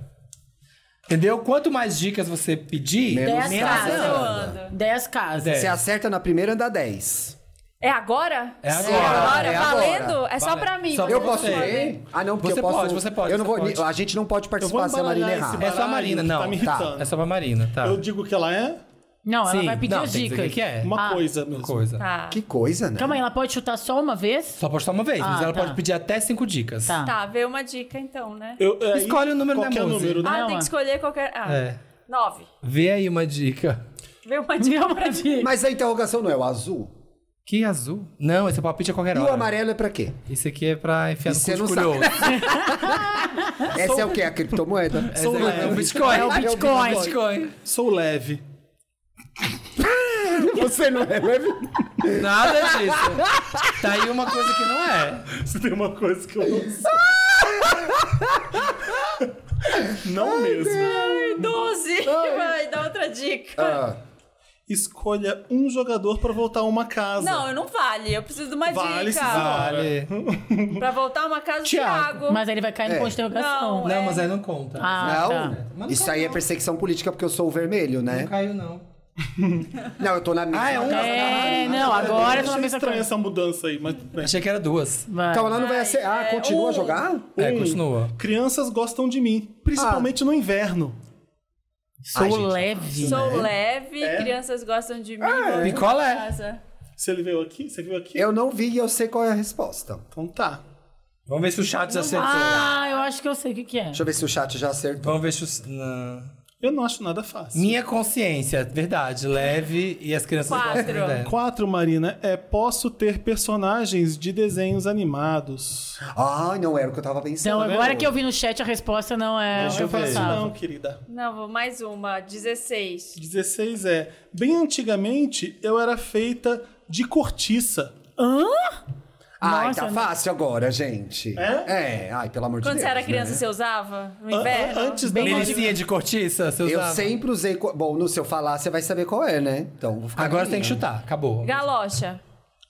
S1: Entendeu? Quanto mais dicas você pedir, é
S3: Menos
S4: Dez
S3: casa.
S7: casa eu
S4: casas.
S7: ando.
S4: Dez casas.
S1: Dez.
S3: Você acerta na primeira, anda 10.
S7: É agora?
S1: É agora,
S7: agora,
S3: é agora.
S7: valendo? É só
S1: Vale.
S7: pra mim.
S1: Só
S7: mas
S1: pra
S3: Eu
S7: não
S3: posso
S1: você.
S7: vou
S3: ler? Ah, não, porque
S1: Você
S3: eu posso.
S1: pode, você pode,
S3: Eu não
S1: você
S3: vou.
S1: pode.
S3: A gente não pode participar se a Marina
S5: embaralhar
S3: errar.
S5: esse
S1: é só a
S5: baralho
S1: Marina,
S5: que
S1: não.
S5: Tá me
S3: Tá,
S5: irritando.
S1: é só pra Marina, tá?
S5: Eu digo que ela é
S4: Não, ela
S1: Sim,
S4: vai pedir
S1: não,
S4: as
S1: tem que dizer
S4: dicas.
S1: o que é.
S5: uma
S4: Ah.
S5: coisa mesmo.
S1: coisa.
S7: Tá.
S3: Que coisa, né?
S4: Calma aí, ela pode chutar só uma vez?
S1: Só pode só uma vez, mas
S4: Ah,
S1: ela
S4: tá.
S1: pode pedir até cinco dicas.
S4: Tá.
S7: Tá, vê uma dica então, né?
S5: Eu- é,
S1: Escolhe
S5: e
S1: o número da
S5: qualquer
S1: música.
S5: número, né?
S7: Ah,
S4: Não,
S7: tem
S4: ah.
S7: que escolher qualquer. Ah,
S1: É.
S7: nove.
S1: Vê aí uma dica.
S7: Vê uma dica pra mim.
S3: Mas a interrogação não é o azul?
S1: Que azul? Não, esse é palpite a qualquer
S3: E
S1: hora.
S3: o amarelo é pra quê?
S1: Isso aqui é pra enfiar
S3: E
S1: no
S3: cê
S1: cu de
S3: não
S1: curioso.
S3: Essa é o quê? A criptomoeda?
S1: Essa é, é o Bitcoin.
S4: É o Bitcoin.
S1: É o Bitcoin.
S5: Sou leve.
S3: Você não é leve?
S1: Nada disso. Tá aí uma coisa que não é.
S5: Se tem uma coisa que eu não sou. não mesmo.
S7: Doze. Vai, dá outra dica.
S3: Ah,
S5: Escolha um jogador pra voltar a uma casa.
S7: Não, eu não vale. Eu preciso de uma
S5: Vale,
S7: dica.
S5: sim, vale.
S1: Vale.
S7: Pra voltar uma casa,
S1: Thiago.
S7: Thiago. Thiago.
S4: Mas aí ele vai cair no
S3: É.
S4: ponto de interrogação.
S7: Não,
S1: Não, mas aí não conta.
S4: Ah,
S3: não.
S4: tá.
S3: Isso aí é perseguição política porque eu sou o vermelho,
S1: Não
S3: né?
S1: caiu, não.
S3: Não, eu tô na mesma.
S1: Ah, é um?
S4: É, não, agora eu tô na
S5: Achei
S4: mesma
S5: estranha
S4: coisa.
S5: essa mudança aí, mas né. bem.
S1: Achei que era duas.
S4: Vai.
S3: Então ela não vai acertar. Ah, continua
S7: um.
S3: a jogar?
S1: É,
S5: Um,
S1: continua.
S5: Crianças gostam de mim, principalmente no inverno.
S4: Sou
S3: Ai, gente,
S4: leve.
S7: Sou leve, crianças gostam de mim. vou
S1: Picola
S7: pra
S1: é.
S7: casa.
S5: Você veio aqui? Você viu aqui?
S3: Eu não vi e eu sei qual é a resposta.
S5: Então tá.
S1: Vamos ver se o chat já acertou.
S4: Ah, eu acho que eu sei o que, que é.
S3: Deixa eu ver se o chat já acertou.
S1: Vamos ver se o... não.
S5: Eu não acho nada fácil.
S1: Minha consciência, verdade, leve e as crianças
S7: Quatro.
S1: gostam dela.
S5: Quatro, Marina, é posso ter personagens de desenhos animados.
S3: Ah, não era o que eu tava pensando.
S4: Então, agora
S5: vendo?
S4: que eu vi no chat, a resposta não
S1: Ah,
S4: é.
S5: Deixa
S4: o
S5: eu
S4: que eu
S5: ver. Isso
S4: pensava.
S5: não, querida.
S7: Não, vou mais uma. 16.
S5: 16 é. Bem antigamente eu era feita de cortiça.
S3: Ai,
S4: Nossa,
S3: tá
S4: né?
S3: fácil agora, gente. É? É, ai, pelo amor de
S7: Quando
S3: Deus.
S7: você era
S3: né?
S7: criança, você usava? No
S5: An-
S7: inverno?
S5: an- antes da
S1: Bem Melicinha de cortiça, seus
S3: Eu sempre usei. co- Bom, no se eu falar, você vai saber qual é, né? Então, vou ficar
S1: Agora
S3: na
S1: tem que
S3: minha.
S1: chutar, acabou.
S7: Galocha.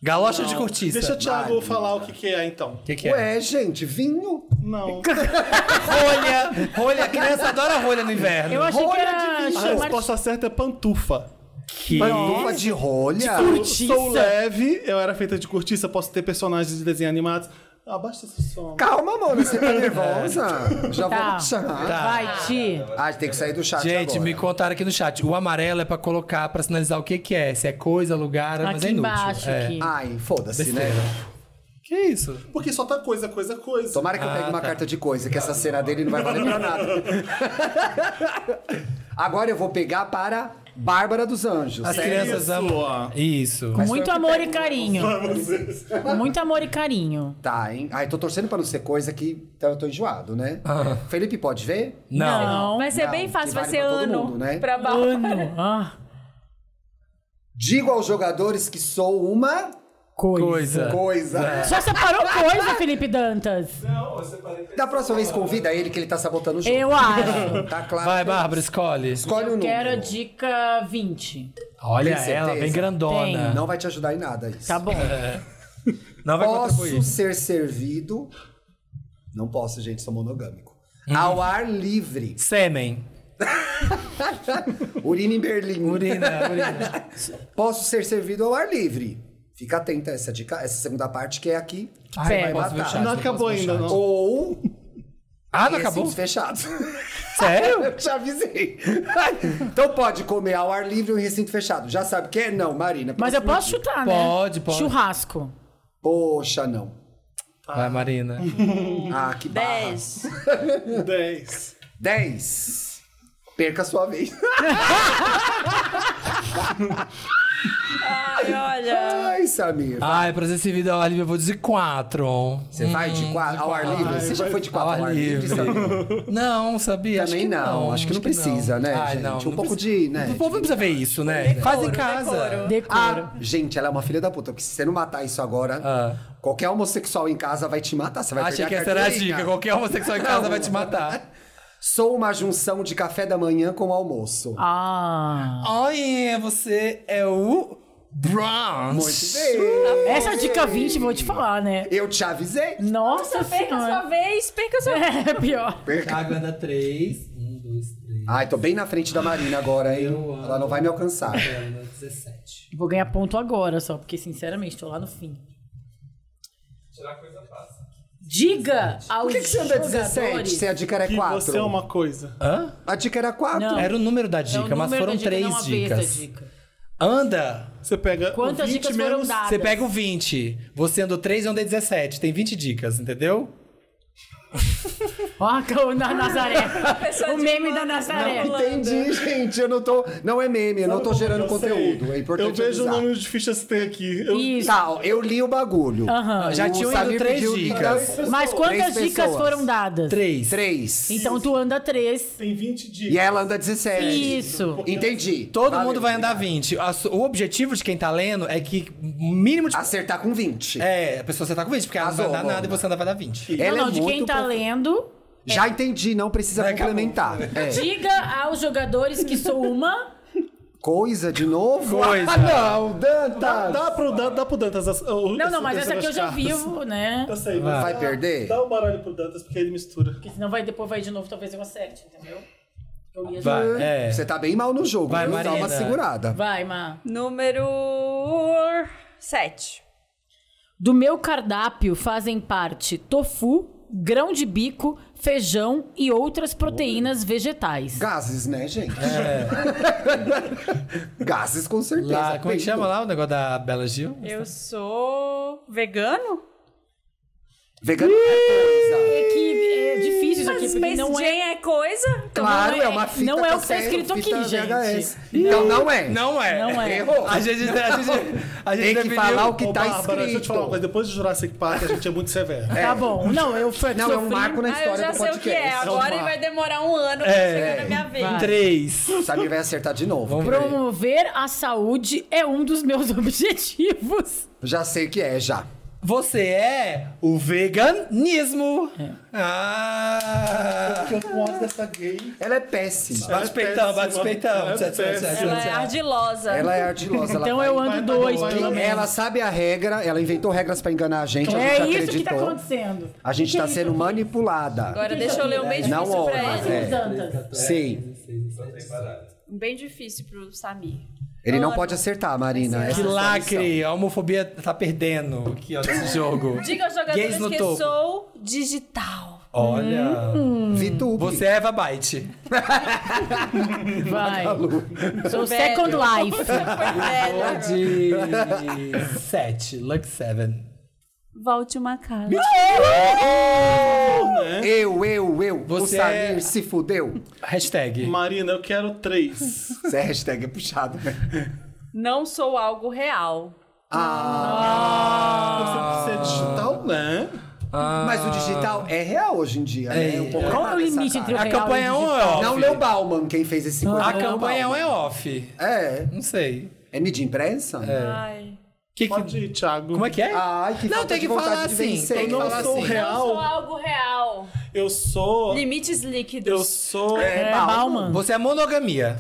S1: Galocha de cortiça.
S5: Deixa o Thiago
S3: Marina.
S5: falar o que, que é então.
S1: O que, que é?
S3: Ué, gente, vinho.
S5: Não.
S1: Rolha! Rolha, a criança adora rolha no inverno.
S4: Eu achei que
S5: Olha
S4: era
S5: de bicho. A
S4: chamar de
S5: resposta certa é pantufa.
S1: Que...
S3: Pantufa de rolha.
S4: cortiça.
S5: Sou leve, eu era feita de cortiça, posso ter personagens de desenho animados. Abaixa esse som.
S3: Calma, mano, você
S1: É.
S3: tá nervosa? Já
S4: Tá.
S3: vou te chamar.
S4: Vai, Ti.
S3: Ah, tem que sair do chat
S1: Gente,
S3: agora.
S1: me contaram aqui no chat. O amarelo é pra colocar, pra sinalizar o que que é. Se é coisa, lugar, mas é
S4: Aqui
S1: inútil.
S4: embaixo.
S1: é.
S4: Aqui.
S3: Ai, foda-se, né?
S1: Besteira. Que isso?
S5: Porque só tá coisa, coisa, coisa.
S3: Tomara
S1: Ah,
S3: que eu pegue uma
S1: tá.
S3: carta de coisa, que essa cena dele não vai valer pra nada. agora eu vou pegar para Bárbara dos Anjos.
S5: É
S1: As
S3: certo?
S1: crianças amam.
S5: ó.
S1: Isso.
S4: Com muito
S3: foi o que
S4: amor e carinho. Com muito amor e carinho.
S3: Tá, hein? Ai, tô torcendo pra não ser coisa que então eu tô enjoado, né?
S1: Ah.
S3: Felipe, pode ver?
S1: Não.
S4: Não.
S7: Vai ser
S3: Não,
S7: bem fácil,
S3: que
S7: vai
S3: vale
S7: ser
S3: pra todo
S7: ano.
S3: mundo, né?
S7: Pra baixo.
S4: Ano. Ah,
S3: Digo aos jogadores que sou uma
S4: coisa.
S1: Coisa.
S3: coisa.
S1: É.
S4: Só separou coisa, Felipe Dantas.
S3: Da próxima vez convida ele que ele tá sabotando o jogo.
S4: Eu acho.
S3: Tá claro.
S1: Vai,
S3: que-
S1: Bárbara, escolhe.
S3: Escolhe um
S4: Eu quero a
S3: número.
S4: dica 20.
S1: Olha
S3: Tem
S1: ela, bem
S3: certeza?
S1: grandona.
S4: Tem.
S1: Não,
S3: Não vai te ajudar em nada isso.
S4: Tá bom.
S1: vai contribuir.
S3: Posso ser servido? Não posso, gente, sou monogâmico.
S1: Uhum.
S3: Ao ar livre.
S1: Sêmen.
S3: Urina em Berlim.
S1: Urina, urina.
S3: Posso ser servido ao ar livre. Fica atenta a essa dica, essa segunda parte que é aqui.
S1: Ai,
S4: Pera.
S1: posso ver o chat,
S5: Não
S1: posso
S5: acabou
S1: ver o
S5: ainda,
S1: chat.
S5: não.
S3: Ou
S1: Ah, não acabou?
S3: recintos fechados.
S1: Sério?
S3: Eu te avisei. então pode comer ao ar livre ou em recinto fechado. Já sabe o que é? Não, Marina.
S4: Mas eu
S3: próxima
S4: posso
S3: dica.
S4: chutar, né?
S1: Pode, pode.
S4: Churrasco.
S3: Poxa, não.
S1: Vai, Marina.
S3: Ah, que barra.
S7: 10.
S5: 10.
S3: 10. Perca a sua vez.
S7: Ai,
S4: É.
S7: olha.
S3: Ai, Samir.
S1: Ai, pra ser servida ao livre, eu vou dizer quatro.
S3: Você vai de quatro ao ar livre? Você já foi de quatro ao ar livre, Samir?
S1: Não, sabia? Acho
S3: Também
S1: que não.
S3: não. Acho que não precisa, né,
S1: Ai,
S3: gente?
S1: não.
S3: Um pouco de, né,
S1: O povo não precisa ver isso, né? Faz em casa.
S7: decoro.
S4: Decoro.
S3: Ah, gente, ela é uma filha da puta, porque se você não matar isso agora,
S1: Ah.
S3: qualquer homossexual em casa vai te matar. Você vai
S1: Achei
S3: perder
S1: que
S3: a
S1: essa era a
S3: carteirinha.
S1: dica. Qualquer homossexual em casa
S3: Não.
S1: vai te matar.
S3: Sou uma junção de café da manhã com almoço.
S4: Ah.
S1: Olha, você é o
S3: Muito
S1: Bronze.
S3: bem.
S4: Essa dica 20, vou te falar, né?
S3: Eu te avisei.
S4: Nossa
S7: Perca a
S4: senhora.
S7: sua vez, perca a sua vez.
S4: É pior.
S1: Água da Um, 3. 1, 2, 3.
S3: Ai, tô bem na frente da Marina agora, hein?
S1: Eu amo.
S3: Ela não vai me alcançar.
S1: 17.
S4: Vou ganhar ponto agora só, porque sinceramente, tô lá no fim.
S6: Tirar coisa fácil.
S4: Diga
S3: Por
S4: aos
S3: que, que você anda 17
S4: jogadores-
S3: se a dica era
S5: Que
S3: 4?
S5: você é uma coisa.
S1: Hã?
S3: A dica era 4.
S4: Não.
S1: Era o número da
S4: É o
S1: dica, mas
S4: número da
S1: foram
S4: dica,
S1: três
S4: não a vez da
S1: dicas.
S4: dica.
S1: Anda!
S5: Você pega o
S4: Quantas
S5: 20
S4: dicas foram
S5: menos...
S4: dadas?
S1: Você pega o 20, você andou 3 e eu andei 17. Tem 20 dicas, entendeu?
S4: Ó, a cão da Nazaré.
S7: pessoa
S4: o
S7: de
S4: meme da
S7: Irlanda.
S4: Nazaré.
S7: Não,
S3: Entendi, gente. Eu não tô. Não é meme, eu não tô gerando
S5: Eu
S3: conteúdo.
S5: sei.
S3: É importante.
S5: Eu vejo
S3: avisar.
S5: o número de fichas que tem aqui. Eu...
S4: Isso.
S3: Tá, ó, eu li o bagulho.
S4: Aham.
S1: Já
S3: O
S1: tinham ido
S3: Samir
S1: 3
S3: pediu
S1: dicas.
S5: dicas.
S4: Mas quantas
S3: Três
S4: dicas
S3: pessoas.
S4: foram dadas?
S1: 3.
S3: Três.
S4: Então tu anda três.
S5: Tem 20 dicas.
S3: E ela anda 17.
S4: Isso.
S3: Entendi.
S1: Todo
S3: Valeu,
S1: mundo vai andar
S3: obrigado.
S1: 20. A su- O objetivo de quem tá lendo é que o mínimo de.
S3: Acertar com 20.
S1: É, a pessoa você tá com 20, porque ela não vai
S3: Azul,
S1: dar nada e
S3: Amanda.
S1: você ainda vai dar 20.
S3: Ela
S4: não, não,
S3: é
S4: de
S3: muito
S4: quem tá
S3: prof-
S4: lendo.
S3: Já entendi, não precisa
S1: Acabou.
S3: complementar. É.
S4: Diga aos jogadores que sou uma.
S3: Coisa de novo?
S1: Coisa.
S3: Ah, não,
S5: Dá,
S3: Dantas!
S5: dá, pro, dá, dá pro Dantas. as- o-
S4: Não, não, mas
S5: essas
S4: essa aqui eu já
S5: cartas.
S4: vivo, né?
S5: Eu sei,
S1: Vai.
S5: mas
S3: Vai
S5: dá-
S3: perder?
S5: Dá um baralho pro Dantas, porque ele mistura.
S4: Porque senão vai, depois vai de novo, talvez eu acerte, entendeu? Eu ia
S1: Vai, é.
S3: Você tá bem mal no jogo.
S1: Vai,
S3: viu? Dá uma
S1: Marina.
S3: segurada.
S4: Vai, Má.
S7: Número 7.
S4: Do meu cardápio fazem parte tofu, grão de bico, feijão e outras proteínas vegetais.
S3: Gases, né, gente? Gases, com certeza.
S1: É. Lá, como é que
S3: Peito.
S1: chama lá o negócio da Bela Gil?
S7: Eu sou vegano?
S3: Vegano é coisa.
S4: É que é difícil isso aqui,
S7: Mas
S4: porque
S7: Space
S4: não é...
S7: Jam é, coisa? Então
S3: Claro,
S4: não
S3: é,
S4: é-
S3: uma fita
S4: não é o que tá
S3: cassete,
S4: escrito
S3: fita
S4: aqui, gente.
S3: VHS. Então não é.
S1: Não é.
S4: Não é.
S3: Errou.
S1: A gente, a gente, a gente
S3: Tem que
S1: definiu-
S3: falar o que
S5: Ô,
S3: tá
S5: Bárbara, Deixa eu te falar uma
S3: escrito.
S5: coisa. Depois de Jurassic Park, a gente é muito severo.
S4: Tá bom. Não, eu fui
S3: Não, é um
S4: sofri.
S3: marco na
S7: Ah, eu
S3: história
S7: já
S3: do
S7: sei o que
S3: podcast.
S7: é. Agora
S3: um
S7: ele vai
S3: marco.
S7: demorar um ano pra
S1: É.
S7: chegar na minha vez.
S4: Vai.
S1: Três.
S3: Samir vai acertar de novo.
S1: Vamos ver.
S4: Promover a saúde é um dos meus objetivos.
S3: Já sei o que é, já.
S1: Você é o veganismo.
S7: É.
S1: Ah!
S5: Que eu gosto dessa gay.
S3: Ela é péssima.
S1: Bate peitão, bate peitão.
S5: É
S1: Tchau, tchau, tchau,
S5: péssima.
S1: tchau,
S7: Ela é
S1: tchau.
S7: ardilosa.
S3: Ela é ardilosa.
S4: Então
S3: ela
S4: eu
S3: vai-
S4: ando
S5: vai,
S4: dois,
S5: vai,
S4: pelo
S5: vai.
S4: menos.
S3: Ela sabe a regra, ela inventou regras pra enganar a gente, a gente
S4: É
S3: acreditou.
S4: isso que tá acontecendo.
S3: A gente tá sendo manipulada.
S7: Agora deixa eu ler um bem
S3: Não
S7: difícil pra
S3: olha,
S7: ele.
S3: né? É.
S4: Dantas.
S3: Sim.
S7: Um bem difícil pro Samir.
S3: Ele não pode acertar, Marina. essa
S1: Que
S3: é a sua missão.
S1: lacre! A homofobia tá perdendo aqui, ó, nesse jogo.
S7: Diga aos
S1: Gays
S7: jogadores
S1: no
S7: que
S1: topo.
S7: sou digital.
S1: Olha.
S7: hum.
S3: Vitube.
S1: Você é Eva Byte.
S3: tá
S4: Vai. Sou
S7: Velho.
S4: Second Life.
S7: Foi velho agora.
S1: De 7, Luck 7.
S7: Volte uma casa.
S3: Eu, eu, eu.
S1: Você
S3: o Samir
S1: é-
S3: se fudeu.
S1: Hashtag.
S5: Marina, eu quero três.
S3: Essa hashtag é puxado, né?
S7: Não sou algo real.
S3: Ah,
S4: Ah.
S5: Você é digital, né?
S3: Mas o digital é real hoje em dia, né?
S1: É.
S3: Um pouco
S4: Qual é o
S3: errado
S4: limite
S3: essa
S4: entre o
S1: A
S4: real
S1: campanha
S4: e
S1: é um
S4: o digital?
S1: é
S3: cara.
S1: off.
S3: Não, Leo Bauman, quem fez esse
S1: A
S3: conteúdo.
S1: campanha é um
S3: é...
S1: é off.
S3: É.
S1: Não sei.
S3: É mídia imprensa?
S2: É.
S7: Ai.
S1: Que que-
S5: Pode ir, Thiago.
S1: Como é que é?
S4: Ah.
S3: Ai, que
S1: Não,
S3: falta
S1: tem que
S3: de vontade
S1: falar
S3: de
S1: assim,
S3: vencer.
S1: tem que
S5: Eu não
S1: falar
S5: sou
S1: assim.
S7: Não sou
S5: real.
S7: algo real.
S5: Eu sou...
S7: Limites
S5: Eu
S7: líquidos.
S5: sou...
S4: É, Bauman.
S1: Você é monogamia.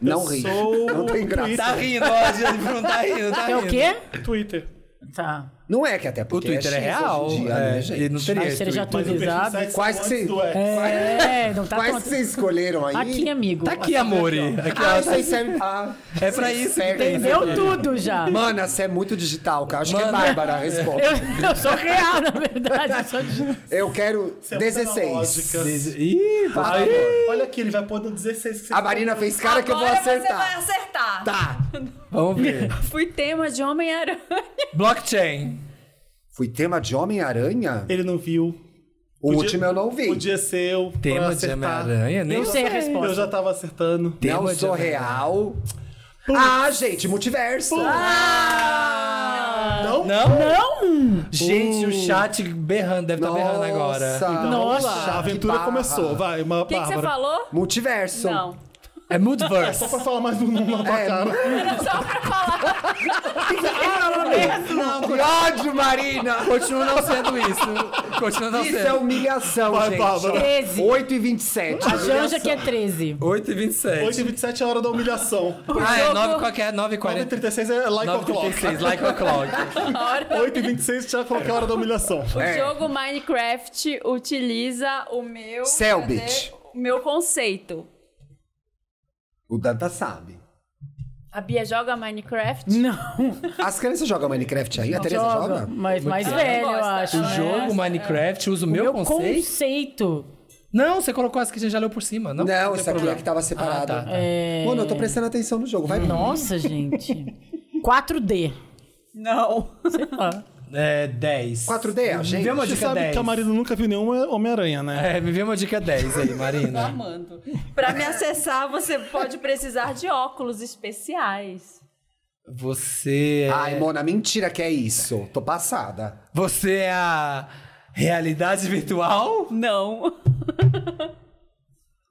S3: Não
S5: eu
S3: ri.
S5: sou
S3: Não tem graça.
S1: Tá rindo, ó, gente, não tá rindo, tá
S4: É
S1: rindo.
S4: o quê?
S3: né?
S5: Twitter.
S4: Tá.
S3: Não é que até
S1: O
S3: porque
S1: Twitter é,
S3: X
S1: real.
S3: hoje em dia,
S1: é,
S3: né, gente?
S1: ele não teria.
S4: Mas ele já
S1: Twitter.
S5: Mas
S3: um
S5: eu vejo
S4: Autorizado.
S5: sites que
S3: Quais
S5: são
S3: que
S5: antes
S3: você-
S5: do X.
S4: É, não tá
S3: Quais
S4: conta.
S3: vocês escolheram aí?
S4: Tá aqui, amigo.
S1: Tá aqui, amore. Aqui, ó.
S3: Ah, isso aí serve. Ah,
S1: É pra isso que
S3: Entendeu?
S1: tem. isso
S4: Entendeu
S1: aqui.
S4: tudo já.
S3: Mana, você é muito digital, cara. Acho que é
S1: Mana.
S3: Bárbara a resposta.
S4: Eu, eu sou real, na verdade. Eu sou digital.
S3: Eu quero
S5: Você é muito
S3: 16.
S5: analógica.
S1: Ih,
S3: Por
S1: vai.
S3: favor.
S5: Olha aqui, ele vai pôr no 16 que você tá-
S3: A Marina fez cara que eu vou
S7: Agora você vai
S3: acertar.
S7: acertar.
S3: Tá.
S1: Vamos ver.
S7: Fui tema de Homem-Aranha.
S1: Blockchain.
S3: Fui tema de Homem-Aranha?
S5: Ele não viu.
S3: O último eu não vi.
S5: Podia ser eu. pra
S1: Tema de
S5: acertar.
S1: Homem-Aranha? Nem
S4: Eu sei a resposta.
S5: Eu já tava acertando.
S1: Tema
S3: não
S1: de
S3: sou
S1: Homem-Aranha.
S3: real. Ah, gente, multiverso.
S5: Não?
S1: Não? Não! Gente, o chat berrando, deve estar Tá berrando agora. Então.
S4: Nossa,
S5: Então, A aventura
S3: que barra.
S5: começou. Vai, uma
S2: O que, que você
S5: Bárbara.
S2: falou?
S3: Multiverso.
S2: Não.
S1: É Moodverse.
S5: Só pra falar mais um nome na tua
S3: É,
S5: cara.
S2: Era só pra falar.
S3: Não, que ódio, Marina.
S1: Continua não sendo isso. Continua não
S3: Isso é
S1: sendo.
S3: humilhação,
S5: Vai,
S3: gente.
S5: Bárbara.
S4: 13.
S3: 8 e 27.
S4: A Janja que é 13.
S1: 8h27.
S5: 8h27 é a hora da humilhação.
S1: Ah, é
S2: jogo-
S1: 9 qualquer, 9h40.
S5: 9h36 é like o clock.
S1: 9h36, like a clock.
S2: Hora.
S5: 8h26 já coloquei a hora da humilhação.
S3: É.
S2: O jogo Minecraft utiliza o meu.
S3: Selbit.
S2: cadê? O meu conceito.
S3: O Danta sabe.
S2: A Bia joga Minecraft?
S4: Não.
S3: As crianças jogam Minecraft aí? A Tereza É joga?
S4: Joga, mas mais
S2: bem.
S4: velho, eu
S2: Ela gosta,
S4: acho.
S1: O
S2: ela
S1: jogo Minecraft usa o meu,
S4: Meu
S1: conceito?
S4: conceito.
S1: Não, você colocou as que a gente já leu por cima, não?
S3: Não,
S1: tem
S3: isso aqui é
S1: problema.
S3: que tava
S1: Ah,
S3: separado.
S1: tá.
S3: Mano, eu tô prestando atenção no jogo. Vai
S4: Nossa, gente. 4D.
S7: Não.
S4: Sei lá.
S1: É, 10.
S3: 4D, ó,
S1: Me
S3: gente.
S1: vê uma
S5: é Você
S1: dica
S5: sabe
S1: 10.
S5: que a Marina nunca viu nenhuma Homem-Aranha, né?
S1: É, me vê uma dica 10 aí, Marina.
S7: Amando.
S2: Pra me acessar, você pode precisar de óculos especiais.
S1: Você é...
S3: Ai, Mona, mentira que é isso. Tô passada.
S1: Você é a realidade virtual?
S7: Não.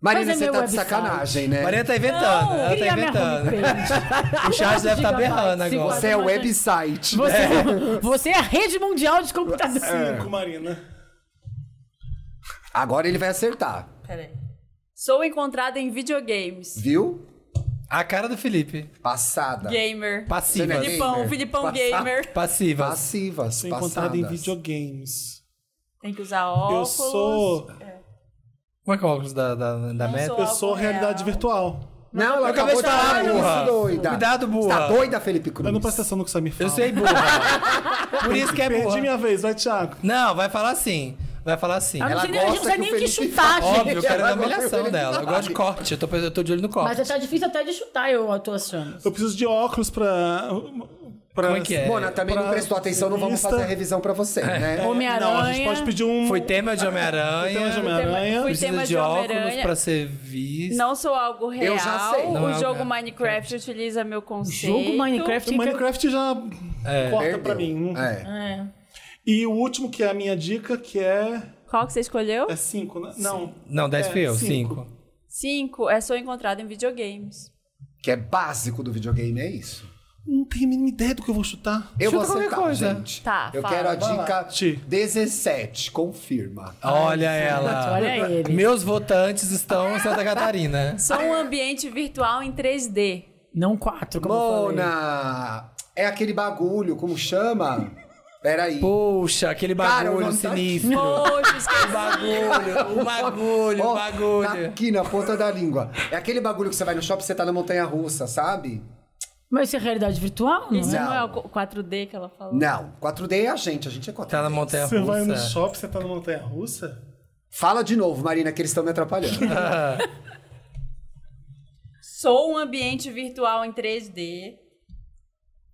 S3: Marina,
S4: Mas é
S3: você
S4: meu
S3: tá de
S4: website.
S3: sacanagem,
S5: É.
S3: né?
S1: Marina tá inventando, ela tá
S4: Cria minha
S1: inventando.
S4: homepage.
S1: O chat deve estar tá
S4: Gigabyte,
S1: berrando
S4: se
S1: agora.
S3: Você é o website.
S4: Você, você é a rede mundial de computador.
S1: É.
S3: É.
S5: Com Marina.
S3: Agora ele vai acertar,
S7: Peraí.
S2: Sou encontrada em videogames.
S3: viu?
S1: A cara do Felipe.
S3: Passada.
S2: Gamer.
S1: Passiva.
S3: Você não é
S2: Filipão,
S3: gamer.
S2: Filipão
S3: Passa-
S2: Gamer.
S1: Passiva.
S3: Passivas,
S5: Sou
S3: passadas.
S5: encontrada em videogames.
S2: Tem que usar
S5: Eu
S2: óculos.
S5: sou.
S1: Como é que é o óculos da, da, da meta?
S2: sou.
S5: Eu sou realidade virtual.
S3: Não, ela
S1: Eu acabei
S3: acabou
S1: de falar,
S3: isso,
S1: burra.
S3: doida.
S1: Cuidado, burra.
S3: Você tá doida, Felipe Cruz?
S5: Eu não presto atenção no que o Samir fala.
S1: Eu sei burra. Por isso que é
S5: Perdi
S1: burra.
S5: minha vez, vai, Thiago.
S1: Não, vai falar assim. Vai falar assim.
S4: Ah, não
S3: Ela
S4: sei nem- a gente
S3: gosta
S4: não
S3: que
S4: nem
S3: o
S4: que
S3: Felipe
S4: chutar,
S3: fala.
S4: gente.
S1: Óbvio, eu quero
S3: Ela
S1: da humilhação
S3: gosta que
S1: dela. Eu gosto de corte. Eu tô, eu tô de olho no corte.
S4: Mas já tá difícil até de chutar, eu tô achando.
S5: Eu preciso de óculos pra. pra
S1: Como é que é?
S3: Mona, também não
S5: Pra-
S3: prestou atenção, não vamos
S5: Lista.
S3: fazer a revisão pra você, né?
S5: Não, a gente
S4: Homem-Aranha.
S5: pode pedir um.
S1: Foi tema de
S5: Foi tema de
S1: Homem-Aranha.
S5: Homem-Aranha.
S2: Fui-
S1: Precisa
S2: Tema
S1: de,
S2: de
S1: óculos
S2: Homem-Aranha.
S1: pra ser visto.
S2: Não sou algo real.
S3: Eu já sei.
S1: Não é
S2: o jogo
S1: algo-
S2: Minecraft utiliza meu conceito.
S4: Jogo Minecraft.
S5: O um Minecraft já corta
S3: Perdeu.
S5: pra mim.
S3: É.
S4: É.
S5: E o último, que é a minha dica, que é.
S2: Qual que você escolheu?
S5: É 5, né? Não.
S1: Não, 10
S5: É,
S1: fui eu,
S5: cinco.
S1: 5.
S2: Cinco. É sou encontrada em videogames.
S3: Que é básico do videogame, é isso.
S5: Não tenho a mínima ideia do que eu vou chutar.
S3: Eu
S1: Chuta
S3: vou
S1: qualquer
S3: acertar,
S1: coisa.
S3: gente.
S2: Tá,
S3: Eu
S2: fala.
S3: quero a
S5: Vai lá.
S3: dica
S5: Ti.
S3: 17, confirma.
S1: Olha ela.
S4: Olha ele.
S1: Meus votantes estão em Santa Catarina.
S2: Sou um ambiente virtual em 3D.
S4: Não quatro, como eu falei.
S3: Mona! É aquele bagulho, como chama? Peraí.
S1: Puxa, aquele
S3: Cara, o
S1: bagulho
S3: nome tá
S1: sinistro.
S2: Poxa, esqueci.
S1: Bagulho, o bagulho, o
S3: Ó, Tá
S1: bagulho.
S3: aqui na ponta da língua. É aquele bagulho que você vai no shopping e você tá na montanha russa, sabe?
S4: Mas isso é realidade virtual? Não
S2: Isso
S4: é?
S3: Não.
S2: não é o co- 4D que ela falou?
S3: Não, 4D é a gente, a gente é 4D.
S1: Tá na montanha
S5: Você vai no
S1: russa.
S5: shopping, você tá na montanha russa?
S3: Fala de novo, Marina, que eles estão me atrapalhando.
S2: Sou um ambiente virtual em 3D.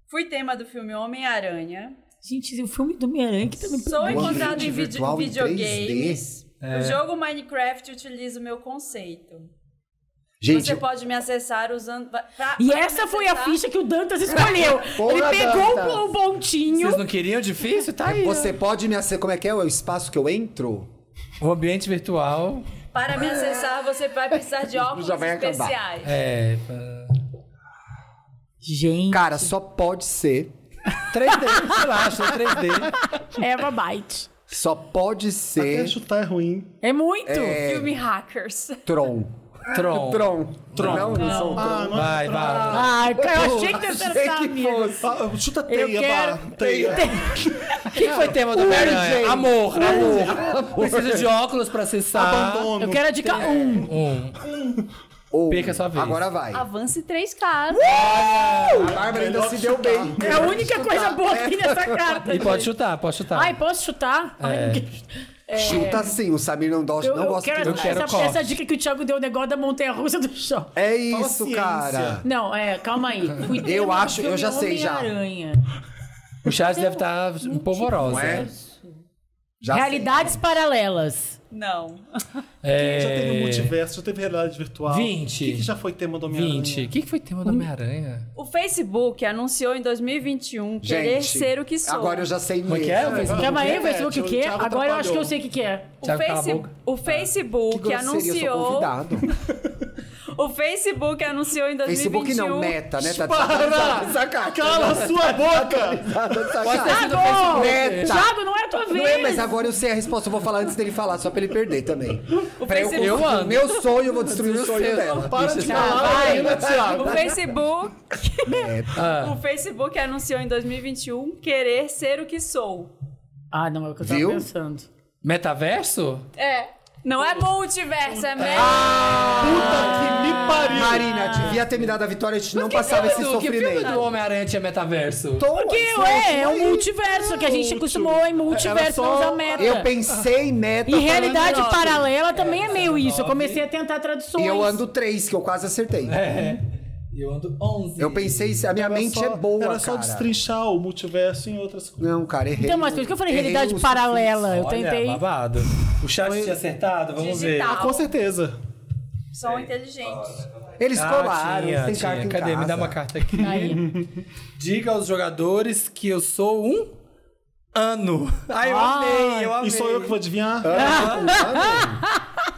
S2: Fui tema do filme Homem-Aranha.
S4: Gente, e o filme do Homem-Aranha que tá também.
S2: Sou encontrado
S3: Um ambiente
S2: em vide-
S3: virtual em É.
S2: videogames. O jogo Minecraft utiliza o meu conceito.
S3: Gente,
S2: Você pode me acessar usando. pra- pra
S4: E
S2: me
S4: essa foi a
S2: acessar,
S4: ficha que o Dantas escolheu.
S3: Porra,
S4: Ele pegou
S3: Dantas.
S4: o pontinho.
S1: Vocês não queriam difícil? Tá aí. ó.
S3: você
S4: né?
S3: pode me acessar. Como é que é? É o espaço que eu entro?
S1: O ambiente virtual
S2: Para me acessar, você vai precisar de óculos
S3: Já vai acabar.
S2: especiais.
S1: é.
S4: Gente,
S3: Cara, só pode ser.
S1: 3D, relaxa, 3D.
S4: Eva Byte.
S3: Só pode
S5: Até
S3: ser
S5: chutar é ruim.
S4: É muito.
S2: Filme Hackers.
S3: Tron.
S1: Tron.
S3: Tron. Tron. Não, não sou Tron.
S5: Ah, não é
S1: Vai, vai.
S4: Ah, cara, eu achei que
S3: Eu
S4: deve
S3: achei
S4: ser
S3: que
S4: amigo.
S3: fosse.
S5: Ah, chuta teia,
S4: Eu quero.
S5: vá. Teia.
S1: O que foi tema do Homem-Aranha? Amor, amor. Precisa de óculos pra acessar.
S5: Abandono.
S4: Eu quero a dica 1. Um.
S1: Um.
S3: Ou-
S1: Perca sua vez.
S3: Agora vai.
S4: Ah,
S3: A
S2: Avance 3 caras.
S3: Bárbara ainda
S5: Melhor
S3: se deu bem.
S4: É a única coisa boa
S3: É,
S4: que tem nessa carta.
S1: E pode
S4: gente.
S1: chutar, pode chutar. É.
S4: Ai, posso chutar? Ai, não quero chutar.
S3: Chuta sim, o Samir não, gosta-
S4: É. Eu,
S3: não
S4: eu
S3: gosta
S4: quero,
S3: que não-
S1: eu quero
S4: essa,
S1: corte.
S4: essa dica que o Thiago deu, o negócio da montanha russa do chão.
S3: É isso,
S5: Paciência.
S3: cara.
S4: Não, é, calma aí. Fui
S3: Eu
S4: tema do
S3: acho- eu
S4: filme
S3: já sei já.
S4: Homem-Aranha.
S1: O chat deve estar polvorosa.
S3: é? Já
S4: Realidades paralelas.
S2: Não.
S1: É,
S5: Já teve multiverso, já teve realidade virtual.
S1: 20.
S5: O que, que já foi tema do Homem-Aranha?
S1: 20. O que, que foi tema do Homem-Aranha?
S2: O Facebook anunciou em 2021
S4: é
S3: Gente,
S2: querer ser o que sou.
S3: Agora eu já sei tá
S1: Como é que
S3: mesmo.
S1: é? O Facebook?
S4: Calma aí, o
S5: o que é?
S4: Facebook o
S5: Thiago-
S4: quê?
S5: Thiago
S4: Agora eu acho que eu
S5: atrapalhou.
S4: sei o que, que é.
S2: O,
S1: Thiago, cala a
S2: Face-
S1: boca.
S2: o Facebook
S3: grosseria, Ah, Eu sou
S2: anunciou.
S3: convidado.
S2: O Facebook anunciou em 2021.
S3: Facebook não, meta, né? Tá
S5: Para! Cala a sua boca!
S3: Pode
S4: Thiago!
S3: Meta.
S4: Thiago, não é a tua vez!
S3: Não é, mas agora eu sei a resposta, eu vou falar antes dele falar, só pra ele perder também. Pra eu,
S2: Facebook-
S1: Eu
S3: o é
S1: ando.
S3: meu sonho, eu vou destruir o sonho dela.
S5: Para de
S4: Thiago,
S5: falar
S4: vai.
S5: ainda, Thiago!
S3: Tá-
S2: O Facebook,
S1: Ah,
S2: o Facebook anunciou em 2021 querer ser o que sou.
S4: Ah, não, é o que eu tava
S3: Viu?
S4: pensando.
S1: metaverso?
S2: É. Não é multiverso, é meta.
S5: Puta que me pariu!
S3: Marina, devia ter me dado a vitória, a gente não passava esse
S1: do, que filme do
S3: sofrimento.
S1: Homem-Aranha tinha metaverso?
S3: Tô-
S4: Porque
S3: isso
S4: é, é
S3: isso
S4: um
S3: aí.
S4: multiverso que a gente acostumou em
S5: Era
S4: multiverso
S5: só-
S4: não usar meta.
S3: Eu pensei em meta.
S4: E realidade
S3: falando
S4: paralela também é meio isso. Eu comecei a tentar traduções.
S3: em- E eu ando três, que eu quase acertei.
S1: É. Eu ando 11.
S3: Eu pensei, a minha
S5: Era
S3: mente
S5: só-
S3: é boa,
S5: Era só
S3: cara.
S5: destrinchar o multiverso em outras coisas.
S3: Não, cara, errei.
S4: Então, mas por isso que eu falei
S3: Errei
S4: realidade
S3: o
S4: paralela. Eu
S1: Olha,
S4: tentei.
S1: babado. O chat tinha acertado? Vamos
S2: Digital.
S1: ver.
S5: Com certeza.
S2: São inteligentes.
S3: Eles
S1: Ah,
S3: colaram,
S1: tinha,
S3: eles têm
S1: tinha.
S3: carta em
S1: Cadê? Me
S3: casa.
S1: dá uma carta aqui.
S4: Aí.
S1: Diga aos jogadores que eu sou um ano. Ai, eu
S4: Ah,
S1: amei, eu amei.
S5: E sou eu que vou adivinhar?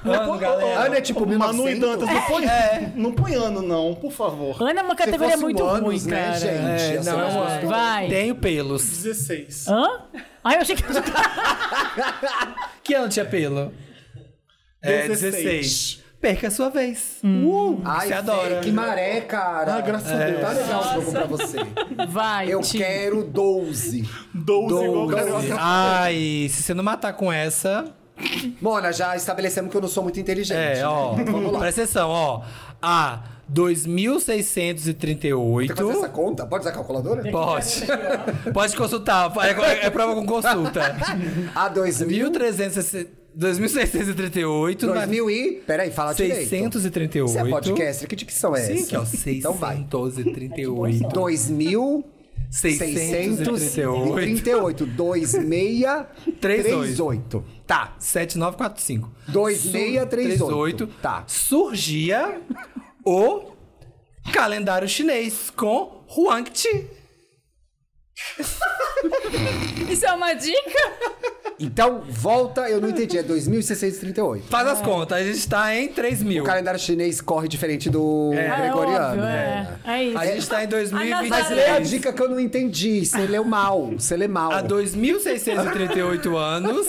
S1: Ano, galera.
S3: Ana é tipo
S5: Manu e
S3: 1900.
S5: Dantas, não põe,
S1: É.
S5: não põe ano, não, por favor.
S4: Ana é uma categoria
S3: fosse
S4: muito
S3: humanos,
S4: ruim,
S3: né,
S4: cara.
S3: gente?
S1: É,
S3: Essa
S1: não,
S3: é
S1: é um
S3: uma-
S1: ano.
S4: Vai.
S1: Tenho pelos.
S5: 16.
S4: Hã? Ah, eu achei que.
S1: Que ano tinha pelo? É, 16. Perca a sua vez. Uh,
S3: Ai,
S1: você adora.
S3: Fê, que maré, cara.
S5: Ah, graças a Deus.
S3: Tá legal o jogo pra você.
S4: Vai.
S3: Eu
S4: Ti.
S3: quero 12.
S5: 12, igual o
S1: Doze.
S5: Carioca.
S1: Ai, se você não matar com essa.
S3: Mona, já estabelecemos que eu não sou muito inteligente.
S1: É, ó.
S3: Vamos lá.
S1: presta atenção, ó. A.
S3: Tem que fazer
S1: 2638.
S3: essa conta? Pode usar a calculadora?
S1: Pode. Pode consultar. É, é prova com consulta.
S3: A 2000.
S1: 1360 2638.
S3: 2000 e... Peraí, fala direito.
S1: 638.
S3: ah, Isso é podcast? Que dicção é
S1: Sim,
S3: essa?
S1: que é o 638.
S3: Então vai.
S1: 638.
S3: 2000...
S1: 638.
S3: 2638. Tá.
S1: 7945.
S3: 2638.
S1: Tá.
S3: Tá.
S1: Surgia o calendário chinês com Huangti.
S2: Isso é uma dica?
S3: Então, volta, eu não entendi. É 2638.
S1: Faz as contas, a gente tá em 3 mil.
S3: O calendário chinês corre diferente do
S4: Ah, é
S3: gregoriano.
S4: óbvio, é. É
S1: A
S4: isso.
S1: gente tá em
S3: Mas lê a
S1: 2023.
S3: dica que eu não entendi. Você leu mal. Você lê mal.
S1: Há 2638 anos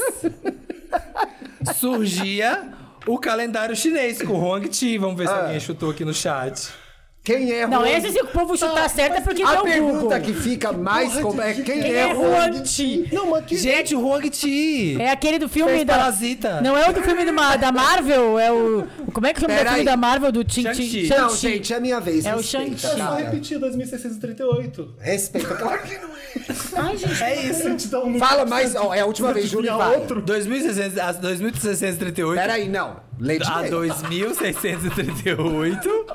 S1: surgia o calendário chinês com Huangti. Vamos ver se
S3: Ah.
S1: alguém chutou aqui no chat.
S3: Quem é
S4: Não,
S3: Huang-
S4: esse se o povo chutar certo é porque
S3: A
S4: deu Google.
S3: pergunta que fica mais com... é quem,
S4: Quem
S3: é
S4: é
S3: Huang?
S4: Juan Ti?
S5: Não, mas que...
S1: Gente, o Huangti
S4: É aquele do filme
S1: fez
S4: da.
S1: Parasita.
S4: Não é o do filme do Ma- da Marvel? É o. Como é que chama o
S3: Pera
S4: filme
S3: aí.
S4: da Marvel? Do Tim
S1: Shang-Chi.
S4: Tim.
S3: Não, gente, é minha vez.
S4: É o
S3: Respeita,
S5: É
S4: Shang-Chi.
S5: só
S3: cara.
S5: repetir 2638.
S3: Respeita, claro que não é.
S4: Ai, gente.
S1: É isso.
S5: Você te dá um
S3: Fala mais, ó, é a última vez, Júlio,
S5: Júlia,
S3: vai.
S5: outro.
S1: 2600 a 2638
S3: Peraí, não. Lê
S1: a
S3: direito.
S1: 2638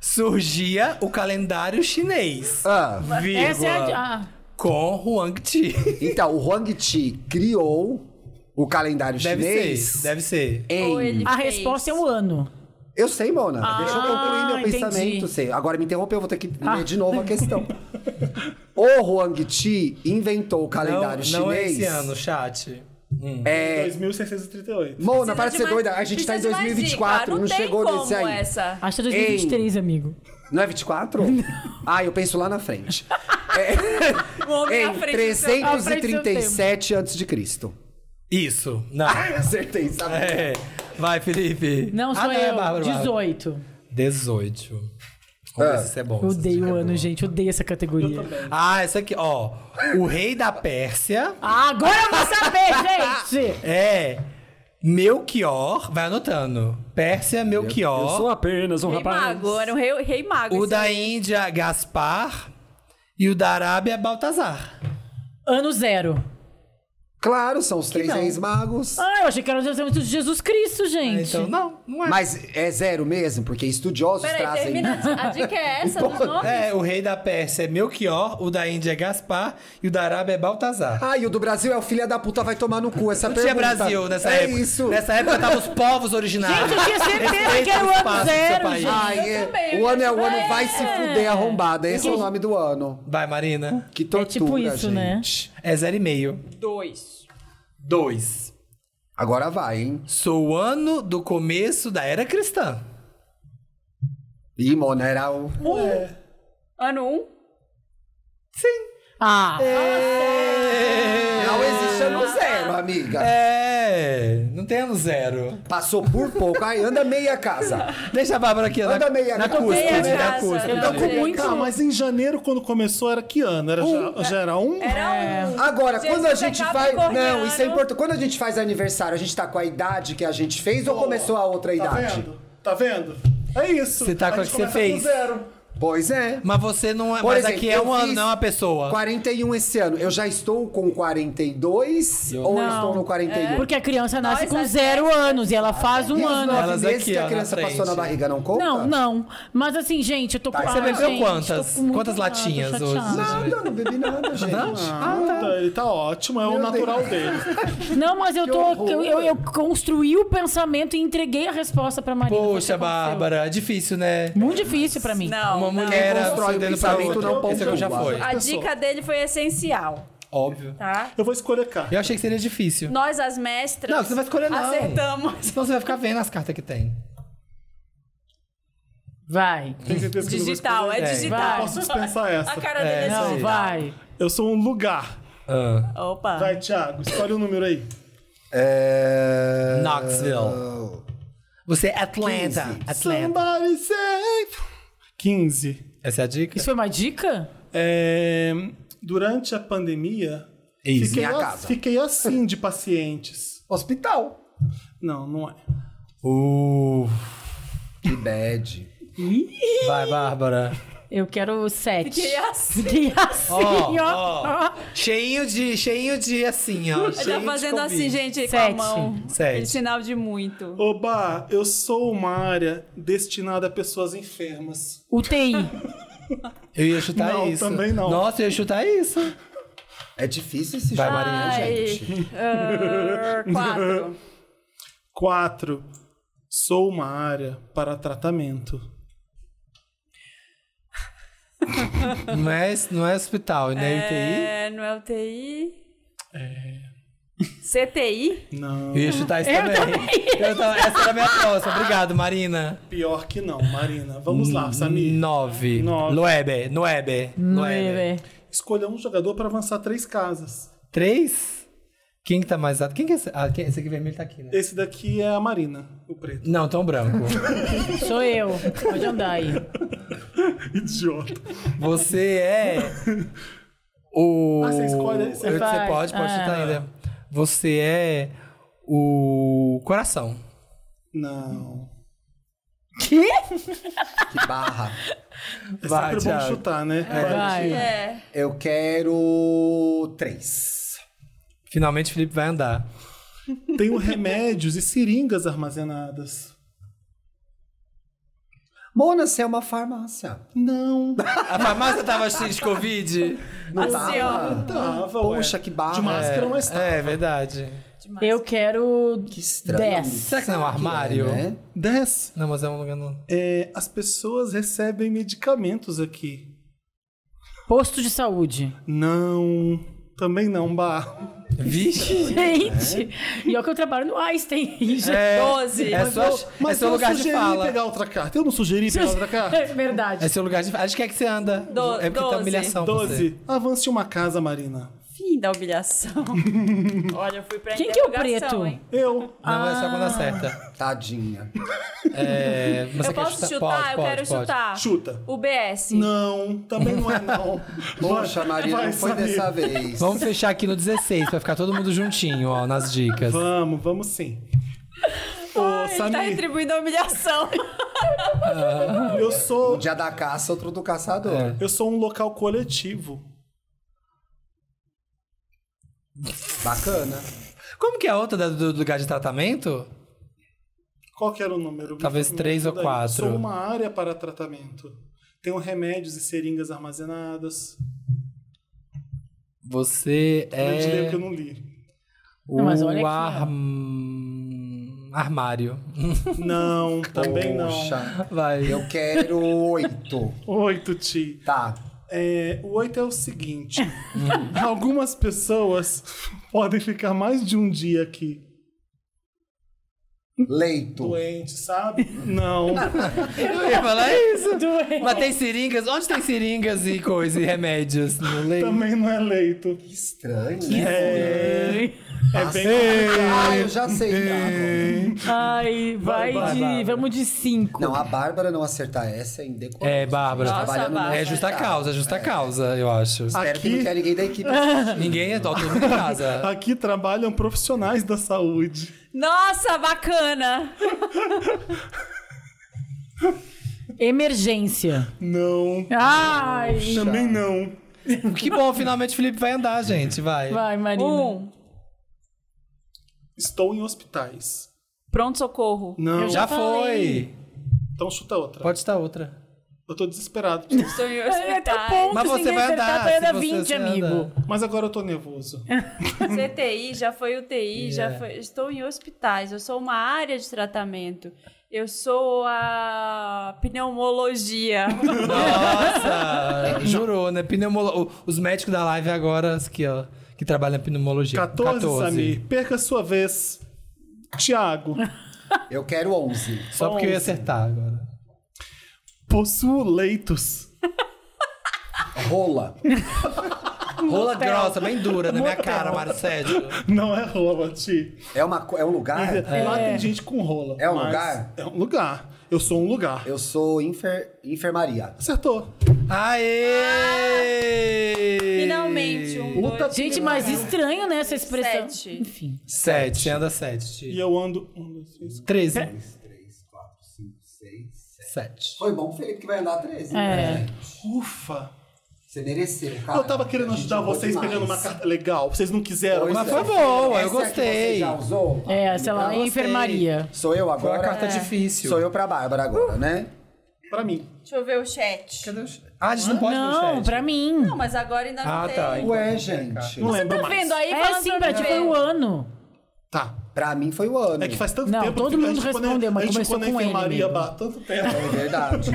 S1: surgia o calendário chinês.
S3: Ah,
S1: Vírgula,
S4: Essa é a. Ah.
S1: Com Huangti.
S3: então, o Huang Ti criou o calendário
S1: Deve
S3: chinês
S1: ser, deve ser.
S2: Ou
S3: em...
S2: ele Ah,
S4: A
S2: fez?
S4: resposta é o ano.
S3: Eu sei, Mona. Deixa eu concluir meu
S4: entendi.
S3: pensamento. Sei. Agora me interrompeu, vou ter que
S2: Ah.
S3: ler de novo a questão. o Huang Ti inventou o
S1: Não,
S3: calendário
S1: não é
S3: chinês.
S1: esse ano, chat.
S3: É,
S5: 2638.
S3: Mona,
S2: Precisa
S3: para de
S2: de
S3: ser
S2: mais-
S3: doida. A gente tá em
S2: precisa de mais
S3: 2024,
S2: dica.
S3: não,
S2: tem
S3: chegou
S2: como
S3: nesse aí.
S2: Essa.
S4: Acho que é 2023, amigo.
S3: Não é 24? ah, eu penso lá na frente.
S2: O Um homem à
S3: Em
S2: frente do seu-
S4: à frente do seu
S3: 337 a.C.
S1: Isso, não.
S3: Acertei, sabe?
S1: É. Vai, Felipe.
S4: Não sou
S1: ah, é
S4: eu.
S1: Bárbara, Bárbara.
S4: 18.
S1: 18. Vamos ver se isso é bom.
S4: Eu
S1: se isso
S4: odeio
S1: é
S4: o ano,
S1: bom.
S4: gente. eu Odeio essa categoria.
S1: Ah, essa aqui, ó. O rei da Pérsia
S4: Ah, agora eu vou saber, gente!
S1: é Melchior. Vai anotando. Pérsia, Melchior.
S3: apenas um
S2: Rei mago, era um rei, rei mago.
S1: O
S2: isso
S1: da
S2: aí.
S1: Índia, Gaspar. E o da Arábia, Baltazar.
S4: Ano zero.
S3: Claro, são os três
S1: não.
S3: reis magos.
S4: Ah, eu achei que era o testamento de Jesus Cristo, gente.
S1: Então, não, não é.
S3: Mas é zero mesmo, porque estudiosos
S2: Peraí,
S3: trazem.
S2: termina. a di- A dica é essa dos nomes?
S1: É, o rei da Pérsia é Melchior, o da Índia é Gaspar e o da Arábia é Baltazar.
S3: Ah, e o do Brasil é o filho da puta vai tomar no cu. Essa
S1: Não tinha
S3: pergunta.
S1: Brasil nessa
S3: é
S1: época.
S3: isso.
S1: Nessa época tava os povos originários.
S4: Gente, eu tinha certeza
S1: Respeita
S4: que era o
S1: os
S4: ano
S1: passos do seu
S4: zero,
S1: país.
S4: gente.
S3: Ai, é-
S2: Eu também,
S3: o
S2: eu
S3: ano é
S2: já
S3: o ano vai se fuder arrombada. Esse é o
S4: Porque-
S3: nome do ano.
S1: Vai, Marina.
S3: Que tortura,
S4: tipo isso, né?
S3: gente.
S1: É zero e meio.
S2: Dois.
S1: Dois.
S3: Agora vai, hein?
S1: Sou o ano do começo da era cristã.
S3: Ih, mano, era o...
S2: Ano um.
S4: Ah,
S3: Não existe ano zero, amiga.
S1: É, não tem ano zero.
S3: Passou por pouco. Ai, anda meia casa.
S1: Deixa a Bárbara aqui,
S3: Anda
S1: na,
S3: meia né?
S1: na
S3: casa.
S1: cúspide,
S2: Meia
S1: na
S2: casa,
S1: cúspide.
S2: não.
S5: Então,
S2: Não,
S5: com
S2: gente.
S5: muito... Ah, mas em janeiro, quando começou, era que ano? Era, já, já era um?
S2: Era um.
S3: Agora,
S2: Jesus
S3: quando a
S2: é
S3: gente faz. Não, isso é
S2: capricorniano.
S3: importante. Quando a gente faz aniversário, a gente tá com a idade que a gente fez ou começou a outra
S5: Tá
S3: idade?
S5: vendo? Tá vendo? É isso.
S1: Você tá com a
S5: gente
S1: que você
S5: começa
S1: fez.
S5: com zero.
S3: Pois é.
S1: Mas você não é.
S3: Por
S1: mas
S3: exemplo,
S1: aqui é
S3: eu
S1: um ano,
S3: fiz
S1: não é uma pessoa.
S3: 41 esse ano. Eu já estou com 42 ou eu
S4: Não.
S3: estou no
S1: É,
S3: 41?
S4: porque a criança nasce
S2: Nós,
S4: com
S2: as
S4: zero
S2: crianças,
S4: anos e ela faz
S3: E
S4: um
S3: os
S4: ano.
S3: nove
S1: Elas
S3: meses
S1: aqui,
S3: que
S1: ó,
S3: a
S1: na
S3: criança
S1: frente.
S3: passou na barriga não conta?
S4: Não, não. Mas assim, gente, eu tô com.
S3: Tá,
S1: você
S4: Ah,
S1: bebeu
S4: gente,
S1: quantas?
S4: tô muito
S1: Quantas
S4: mal, tô
S1: latinhas hoje?
S4: chateada.
S3: Nada, não bebi nada, gente.
S5: Ah, tá, Ele tá ótimo, é o
S3: Meu
S5: natural
S3: Deus.
S5: dele.
S4: Não, mas eu
S3: Que
S4: tô.
S3: horror.
S4: Eu, eu- eu construí o pensamento e entreguei a resposta pra Marina. Foi o que
S1: Poxa,
S4: aconteceu.
S1: Bárbara, é difícil, né?
S4: Muito difícil pra mim.
S2: Não,
S1: Uma
S2: não. É,
S1: mulher
S3: Quem constrói
S1: acendendo
S3: o
S1: pra
S3: pensamento
S1: outra.
S3: não
S1: Esse aqui já
S3: pontua.
S1: foi.
S2: A dica dele foi essencial,
S1: Óbvio.
S2: tá?
S5: Eu vou escolher cá.
S1: Eu achei que seria difícil.
S2: Nós, as mestras,
S1: Não, você não vai escolher, não.
S2: acertamos.
S1: Senão você vai ficar vendo as cartas que tem.
S4: Vai.
S5: Tenho certeza que eu não vou
S2: Digital, é
S1: É,
S5: escolher.
S2: digital.
S5: Posso dispensar
S2: A
S5: essa.
S2: cara dele é
S1: É,
S4: Não,
S1: Sim.
S2: digital.
S4: vai.
S5: Eu sou um lugar.
S1: Ah.
S2: Opa.
S5: Vai, Thiago, escolhe um número aí.
S3: É...
S1: Knoxville. Você é Atlanta. Atlanta.
S5: Somebody save. 15.
S1: Essa é a dica?
S4: Isso foi uma dica?
S5: É, durante a pandemia,
S1: Isso.
S5: fiquei,
S3: Minha
S5: a-
S3: casa.
S5: fiquei assim de pacientes.
S3: Hospital.
S5: Não, não é.
S1: Uh,
S3: Que bad.
S1: vai, Bárbara.
S4: Eu quero sete.
S2: Fiquei assim.
S4: Fiquei assim,
S1: Ó,
S4: ó.
S1: ó. Cheinho de, cheinho de assim, ó.
S2: Ele tá
S1: Cheio
S2: fazendo
S1: de
S2: assim, gente,
S4: Sete.
S2: com a mão.
S1: Sete.
S2: Ele é sinal de muito.
S5: Oba, eu sou uma área destinada a pessoas enfermas.
S4: UTI.
S1: Eu ia chutar
S5: Não,
S1: isso.
S5: também não.
S1: Nossa, eu ia chutar isso.
S3: É difícil esse
S1: Vai,
S3: jogo, né,
S2: Ai,
S3: gente.
S2: ah, quatro.
S5: 4. Sou uma área para tratamento.
S1: Não é, não é hospital, né?
S2: É, não é UTI? É. CTI?
S5: Não.
S1: UTI. Eu ia chutar isso também. Eu tava- Essa era a minha próxima. Obrigado, Marina.
S5: Pior que não, Marina. Vamos
S1: Hum,
S5: lá, Samir.
S1: Nove.
S5: Nove.
S1: Noebe. Noebe. Noebe.
S4: Nueve.
S5: Escolha um jogador para avançar três casas.
S1: Três? Quem que tá mais alto? Quem que é esse? Ah, quem- esse aqui vermelho tá aqui, né?
S5: Esse daqui é a Marina, o preto.
S1: Não, tão branco.
S4: Sou eu. Pode andar aí.
S5: Idiota.
S1: Você é. O.
S5: Ah, você escolhe- você
S1: Eu-
S4: vai.
S1: pode, pode
S4: Ah.
S1: chutar ainda. Você é. O. Coração.
S5: Não.
S4: Que?
S3: Que barra.
S5: É
S1: Vai,
S5: sempre bom
S1: Thiago.
S5: chutar, né?
S4: Vai.
S2: É.
S3: Eu quero três.
S1: Finalmente o Felipe vai andar.
S5: Tenho remédios e seringas armazenadas.
S3: Mona, você é uma farmácia.
S5: Não.
S1: A farmácia tava cheia de Covid?
S3: Não
S2: Assim,
S1: um
S3: tava?
S5: Tava, ué.
S3: Poxa, que barra.
S5: De máscara, mas tava.
S1: É, verdade.
S4: Eu quero.
S3: Que estranho.
S4: Dez.
S1: Será que não é um armário?
S3: É, né?
S5: Desce.
S1: Não, mas é um lugar no.
S5: É, as pessoas recebem medicamentos aqui.
S4: Posto de saúde.
S5: Não, também não, Barro.
S1: Vixe!
S4: Gente! E olha que eu trabalho no Einstein.
S1: É,
S2: Doze.
S1: É só, é seu
S5: eu
S1: lugar de
S5: sugeri
S1: fala.
S5: pegar um- outra carta. Eu não sugeri pegar outra
S4: É
S5: carta.
S4: verdade.
S1: É seu lugar de fala. Acho que é que você anda.
S2: Do-
S1: é porque tá
S2: doze.
S1: humilhação. pra você.
S5: 12. Avance uma casa, Marina.
S2: Fim da humilhação. Olha, eu fui pra
S4: Quem que é o
S2: interrogação,
S4: preto?
S2: hein?
S5: Eu.
S1: Não, é
S2: Ah.
S1: só quando acerta.
S3: Tadinha.
S1: É, mas você
S2: Eu
S1: quer
S2: posso chutar?
S1: Pode,
S2: eu
S1: pode,
S2: quero
S1: pode.
S2: chutar.
S5: Chuta.
S2: O BS.
S5: Não, também não é não.
S3: Poxa, Maria,
S5: vai
S3: não foi
S5: saber.
S3: dessa vez.
S1: Vamos fechar aqui no 16 pra ficar todo mundo juntinho, ó, nas dicas.
S5: Vamos, vamos sim. Ô,
S2: Ele tá
S5: Samir,
S2: retribuindo a humilhação.
S5: eu
S3: Um
S5: sou,
S3: dia da caça, outro do
S5: É.
S3: caçador.
S5: eu sou um local coletivo.
S3: Bacana.
S1: Como que é a outra da- do do lugar de tratamento?
S5: Qual que era o número?
S1: Talvez três ou
S5: Daí,
S1: quatro.
S5: Sou uma área para tratamento. Tenho remédios e seringas armazenadas.
S1: Você
S5: Eu te lembro
S1: é
S5: que eu não li.
S1: o
S4: Não, mas olha aqui, ó.
S1: arm- armário.
S5: Não, também não.
S3: Poxa,
S1: Vai.
S3: Eu quero oito.
S5: Oito, Ti.
S3: Tá.
S5: É, o oito é o seguinte. Algumas pessoas podem ficar mais de um dia aqui
S3: Leito.
S5: doente, sabe? Não.
S1: Eu ia falar isso. Mas tem seringas? Onde tem seringas e coisa e remédios? No leito?
S5: Também não é leito.
S3: Que estranho. né?
S5: É, é bem
S3: Ah, eu já sei. Thiago.
S4: Ai, vai,
S1: vai,
S4: de.
S1: Bárbara.
S4: Vamos de cinco.
S3: Não, a Bárbara não acertar essa é indecorante.
S1: É, Bárbara.
S2: Nossa,
S3: Trabalhando
S2: Bárbara.
S1: É justa causa, é justa causa, eu acho.
S3: Espero que não
S5: Aqui-
S3: tenha ninguém da equipe. assistindo.
S1: Ninguém é todo mundo em casa.
S5: Aqui trabalham profissionais da saúde.
S7: Nossa, bacana!
S4: Emergência.
S5: Não.
S4: Ai.
S5: Também não.
S1: Que bom, finalmente o Felipe vai andar, gente. Vai.
S4: Vai, Marina.
S7: Um.
S5: Estou em hospitais.
S2: Pronto-socorro.
S5: Não.
S1: Já
S4: falei.
S1: foi.
S5: Então chuta outra.
S1: Pode estar outra.
S5: Eu tô desesperado.
S2: Estou em
S4: É até
S2: hospitais.
S4: ponto,
S1: Mas
S4: se
S1: você vai
S4: acertar,
S1: andar,
S4: tu
S1: se
S4: anda
S1: você
S4: 20,
S1: anda.
S4: amigo.
S5: Mas agora eu tô nervoso.
S2: CTI, já foi UTI,
S1: Yeah.
S2: já foi. Estou em hospitais. Eu sou uma área de tratamento. Eu sou a pneumologia.
S1: Nossa! jurou, né? Pneumolo... o- Os médicos da live agora, aqui, ó, que trabalham em pneumologia.
S5: 14, Samir. Perca a sua vez. Tiago,
S3: Eu quero onze.
S1: Só porque eu ia
S5: 11.
S1: acertar agora.
S5: possuo leitos.
S3: Rola.
S1: Rola grossa, bem dura, na minha cara, Mário Sérgio.
S5: Não é rola, Ti.
S3: É, uma, co- é um lugar?
S5: Lá tem gente com rola.
S3: É um
S5: mas
S3: lugar?
S5: É um lugar. Eu sou um lugar.
S3: Eu sou infer- enfermaria.
S5: Acertou.
S1: Aê!
S2: Finalmente, um.
S5: Puta
S2: dois,
S4: Gente,
S2: três,
S4: mas estranho, né, essa expressão.
S2: Sete.
S4: Enfim.
S1: Sete, anda sete.
S5: E eu ando. Um, dois, três.
S1: Treze.
S3: Três, quatro, cinco, seis.
S1: Sete.
S3: Foi bom pro Felipe que vai andar 13.
S4: É.
S3: né?
S5: Ufa!
S3: Você mereceu, cara.
S5: Eu tava querendo
S3: A gente
S5: ajudar
S3: jogou
S5: vocês
S3: demais.
S5: pegando uma carta legal. Vocês não quiseram.
S3: Pois
S1: Mas
S3: é.
S1: foi boa, eu
S3: Essa é a que
S1: gostei.
S3: você já usou? Então,
S4: É, sei lá,
S1: gostei.
S4: enfermaria.
S3: Sou eu
S1: Foi
S3: agora? É.
S1: uma carta é difícil.
S3: Sou eu pra Bárbara agora, né?
S5: Pra mim.
S2: Deixa eu ver o chat.
S1: Cadê o chat? Ah, a gente não pode ver o
S4: Não,
S1: chat.
S4: pra mim.
S2: Não, mas agora ainda não
S1: Ah,
S2: tem.
S1: tá.
S3: Ué, gente.
S5: Não lembro
S7: Tá
S5: mais.
S7: vendo aí?
S4: É
S7: falando
S4: sim,
S7: sobre
S4: pra ti foi o
S7: ver.
S4: ano.
S5: Tá.
S3: Pra mim foi o ano.
S5: É que faz tanto
S4: Não,
S5: tempo
S4: todo
S5: que a
S4: mundo
S5: gente, quando
S4: respondeu,
S5: a-
S4: mas
S5: a gente,
S4: começou
S5: quando a
S4: com N,
S5: enfermaria
S4: amigo.
S5: bate tanto tempo.
S3: É verdade.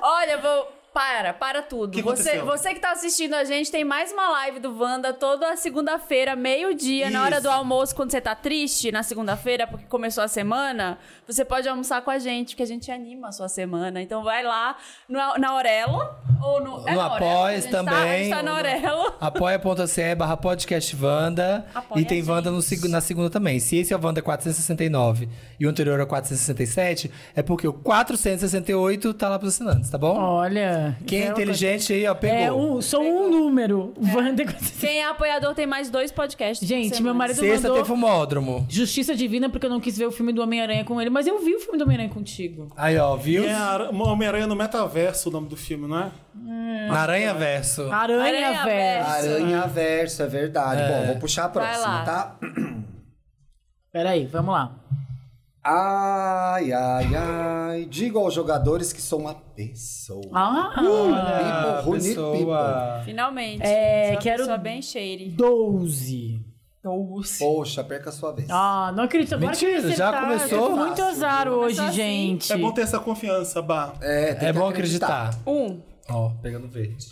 S7: Olha, eu vou. Para, para tudo.
S5: Que
S7: você,
S5: aconteceu?
S7: você que tá assistindo a gente, tem mais uma live do Wanda toda segunda-feira, meio-dia, na hora
S5: Isso.
S7: do almoço, quando você tá triste na segunda-feira, porque começou a semana, você pode almoçar com a gente, que a gente anima a sua semana. Então vai lá no, na Orelo ou no. é
S1: No
S7: na Orelo que
S1: Apoia
S7: a gente tá?
S1: também,
S7: A gente tá na
S1: ou no-
S7: Orelo.
S1: Apoia.se barra podcast Wanda.
S7: Apoia
S1: e tem
S7: a
S1: Wanda no seg- na segunda também. Se esse é o Wanda 469 e o anterior é o 467, é porque o 468 tá lá pros assinantes, tá bom?
S4: Olha.
S1: Quem é
S4: uma coisa-
S1: inteligente aí, ó, pegou.
S4: É um, só um número. Wanda.
S7: Quem é apoiador tem mais dois podcasts. por
S4: Gente, meu
S7: semana.
S4: marido
S1: Sexta
S4: mandou
S1: teve fumódromo.
S4: Justiça Divina porque eu não quis ver o filme do Homem-Aranha com ele, mas eu vi o filme do Homem-Aranha contigo.
S1: Aí, ó, viu?
S5: É a- Homem-Aranha no Metaverso, o nome do filme, não é?
S1: Na Aranha Verso.
S4: Aranha,
S7: Aranha
S4: velho.
S7: Verso.
S3: Aranha verso, é verdade. Bom, vou puxar a
S7: Vai
S3: próxima,
S7: lá.
S3: tá?
S4: Peraí, vamos lá.
S3: Ai, ai, ai. Digo aos jogadores que sou uma pessoa.
S4: Ah,
S1: Ah,
S3: People who need
S1: pessoa.
S2: Finalmente.
S4: É,
S2: Sou uma
S4: quero-
S2: pessoa bem cheire.
S4: 12. 12.
S3: Poxa, perca a sua vez.
S4: Ah, não acredito. Agora que
S1: Mentira,
S4: me
S1: já
S4: acertaram.
S1: começou?
S4: Eu tô muito azar hoje,
S2: assim.
S4: gente.
S5: É bom ter essa confiança, Bah.
S3: É, tem
S1: É
S3: que
S1: bom acreditar.
S2: Um.
S1: Ó, pegando verde.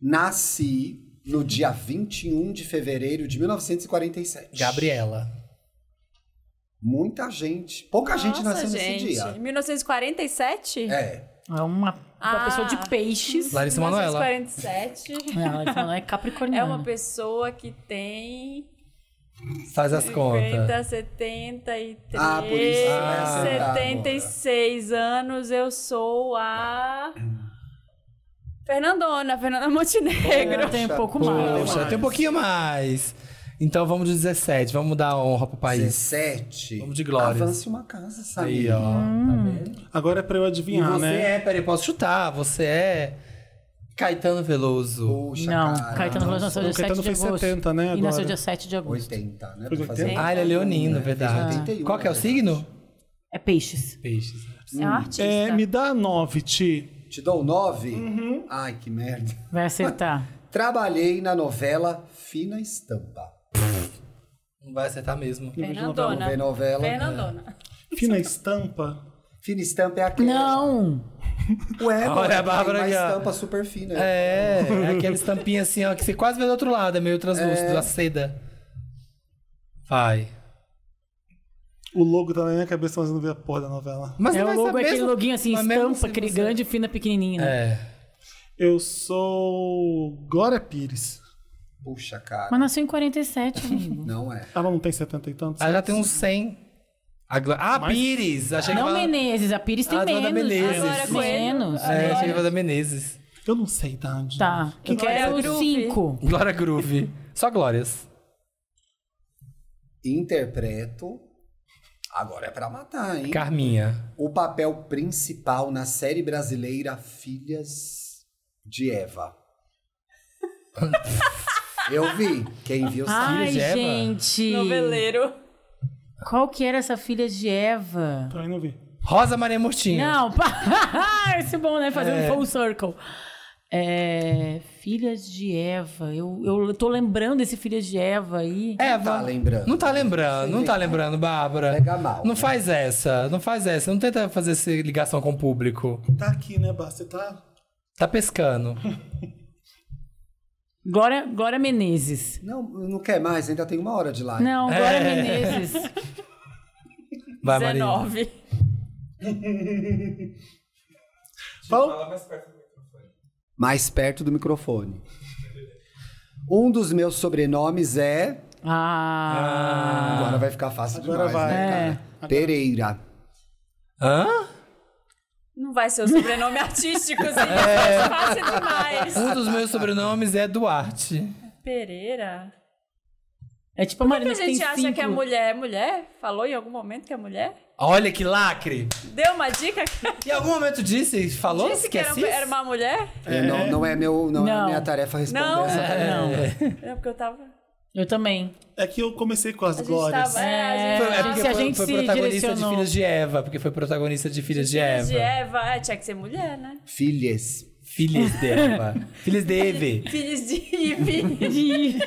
S3: Nasci no dia 21 de fevereiro de 1947.
S1: Gabriela.
S3: Muita gente. Pouca gente nasceu nesse dia.
S2: 1947?
S3: É.
S4: É uma, uma
S2: Ah.
S4: pessoa de
S7: Uhum.
S4: peixes.
S1: Larissa Manoela.
S2: 1947
S4: Não, ela falou, é capricorniana.
S2: é uma pessoa que tem
S1: Faz as contas.
S2: 50, 73,
S3: Ah, por isso você
S1: vai
S3: acertar
S2: 76 anos. Eu sou a Fernandona, Fernanda Montenegro.
S4: Eu tenho um
S3: Poxa,
S4: pouco mais.
S1: Poxa, tem um pouquinho mais. Então vamos de 17. Vamos mudar a honra pro país.
S3: 17.
S1: Vamos de glórias.
S3: Avance uma casa, sabe?
S1: Aí, ó. tá
S4: hum.
S5: Agora é pra eu
S1: E
S5: adivinhar,
S1: você
S5: né?
S1: é, peraí, posso chutar. Você é Caetano Veloso.
S3: Puxa,
S4: Não,
S3: cara.
S4: Caetano Veloso nasceu
S5: o
S4: dia 7
S5: Caetano assim,
S4: de
S5: tá fez
S4: agosto.
S5: 70, né,
S4: E nasceu
S5: agora.
S4: dia 7 de agosto.
S3: 80, né?
S5: Foi
S3: Pra fazer-
S5: 80?
S1: Ah, ele é
S4: né?
S1: leonino, verdade.
S3: 81,
S1: Qual que é o
S3: né?
S1: signo?
S4: É peixes.
S1: Peixes.
S7: É um artista.
S5: É, me dá nove, Ti.
S3: Te dou um 9? Ai, que merda.
S4: Vai acertar.
S3: Trabalhei na novela Fina Estampa.
S1: Não vai acertar mesmo.
S7: Fernandona.
S3: Vê novela.
S7: Fernandona.
S5: Fina estampa.
S3: Fina Estampa é aquela.
S4: Não!
S3: Ué,
S1: Olha
S3: mano,
S1: a Bárbara
S3: tem
S1: aqui, ó.
S3: uma estampa super fina.
S1: É, é aquela estampinha assim, ó, que você quase vê do outro lado, é meio translúcido, a seda. Vai.
S5: O logo tá na minha cabeça, mas eu não vi a porra da novela.
S1: Mas
S4: é
S1: não
S4: o
S1: vai
S4: logo,
S1: saber
S4: aquele
S1: se-
S4: loguinho assim,
S1: mas mesmo
S4: estampa,
S1: se
S4: aquele
S1: você-
S4: grande, fina, pequenininho. né?
S1: É.
S5: Eu sou. Glória Pires.
S3: Puxa, cara.
S4: Mas nasceu em 47, amigo.
S3: Não é.
S5: Ela não tem setenta e tantos?
S1: Ela já tem um- uns 100. A Glo- Ah, Pires! Achei
S4: Não
S1: que ela...
S4: Menezes, a Pires tem
S1: Ah, Dona
S4: menos.
S1: Menezes.
S7: Agora com ele.
S4: menos.
S1: É, achei que era da Menezes.
S5: Eu não sei da onde.
S4: Tá, eu
S7: Glória
S4: quero
S7: Groove.
S4: 5.
S1: Glória é Groove. Só glórias.
S3: Interpreto. Agora é pra matar, hein?
S1: Carminha.
S3: O papel principal na série brasileira Filhas de Eva. Eu vi. Quem viu sabe.
S4: Ai,
S1: de Eva?
S4: gente.
S7: Noveleiro.
S4: Qual que era essa filha de Eva?
S5: Também não vi.
S1: Rosa Maria Murtinho.
S4: Não, pá. Esse bom, né? Fazendo full circle. É, Filhas de Eva. Eu, eu tô lembrando desse Filhas de Eva aí.
S1: Eva.
S3: Tá lembrando.
S1: Não tá lembrando, não tá lembrando, Bárbara.
S3: Pega mal,
S1: Não
S3: né?
S1: faz essa, não faz essa. Não tenta fazer essa ligação com o público.
S5: Tá aqui, né, Bá? Você tá.
S1: Tá pescando.
S4: Glória, Glória Menezes.
S3: Não, não quer mais, ainda tem uma hora de live.
S4: Não,
S5: É.
S4: Glória Menezes.
S1: Vai, Maria.
S7: 19.
S5: Fala.
S3: Mais perto do microfone. Um dos meus sobrenomes é.
S4: Ah.
S3: Agora vai ficar fácil
S5: Agora
S3: demais,
S5: vai.
S3: né, cara? Pereira.
S1: Hã?
S7: Não vai ser o sobrenome artístico, assim. É. Fácil demais.
S1: Um dos meus sobrenomes é Duarte.
S7: Pereira.
S4: É tipo a
S7: Por que
S4: Marina
S7: a
S4: que tem
S7: gente acha
S4: cinco.
S7: que é mulher? É Mulher? Falou em algum momento que é mulher?
S1: Olha que lacre!
S7: Deu uma dica?
S1: Em algum momento disse, falou
S7: Disse que
S1: que é
S7: era,
S1: cis?
S7: era uma mulher?
S3: É, Não, não é meu, não,
S4: Não.
S3: é minha tarefa responder
S7: Não.
S3: essa pergunta.
S7: É porque eu tava.
S4: Eu também.
S5: É que eu comecei com as
S7: A gente
S5: glórias.
S7: tava. É, a
S4: É,
S1: Foi,
S7: gente
S1: é porque
S4: se a
S1: foi,
S4: gente
S1: foi
S4: se
S1: protagonista de
S4: direcionou.
S1: Filhas de Eva, porque foi protagonista de Filhas de
S7: Filhas
S1: Eva.
S7: de Eva. É, tinha que ser mulher, né?
S3: Filhas.
S1: Filhas de Eva. Filhas de Eve.
S7: Filhos de Ive.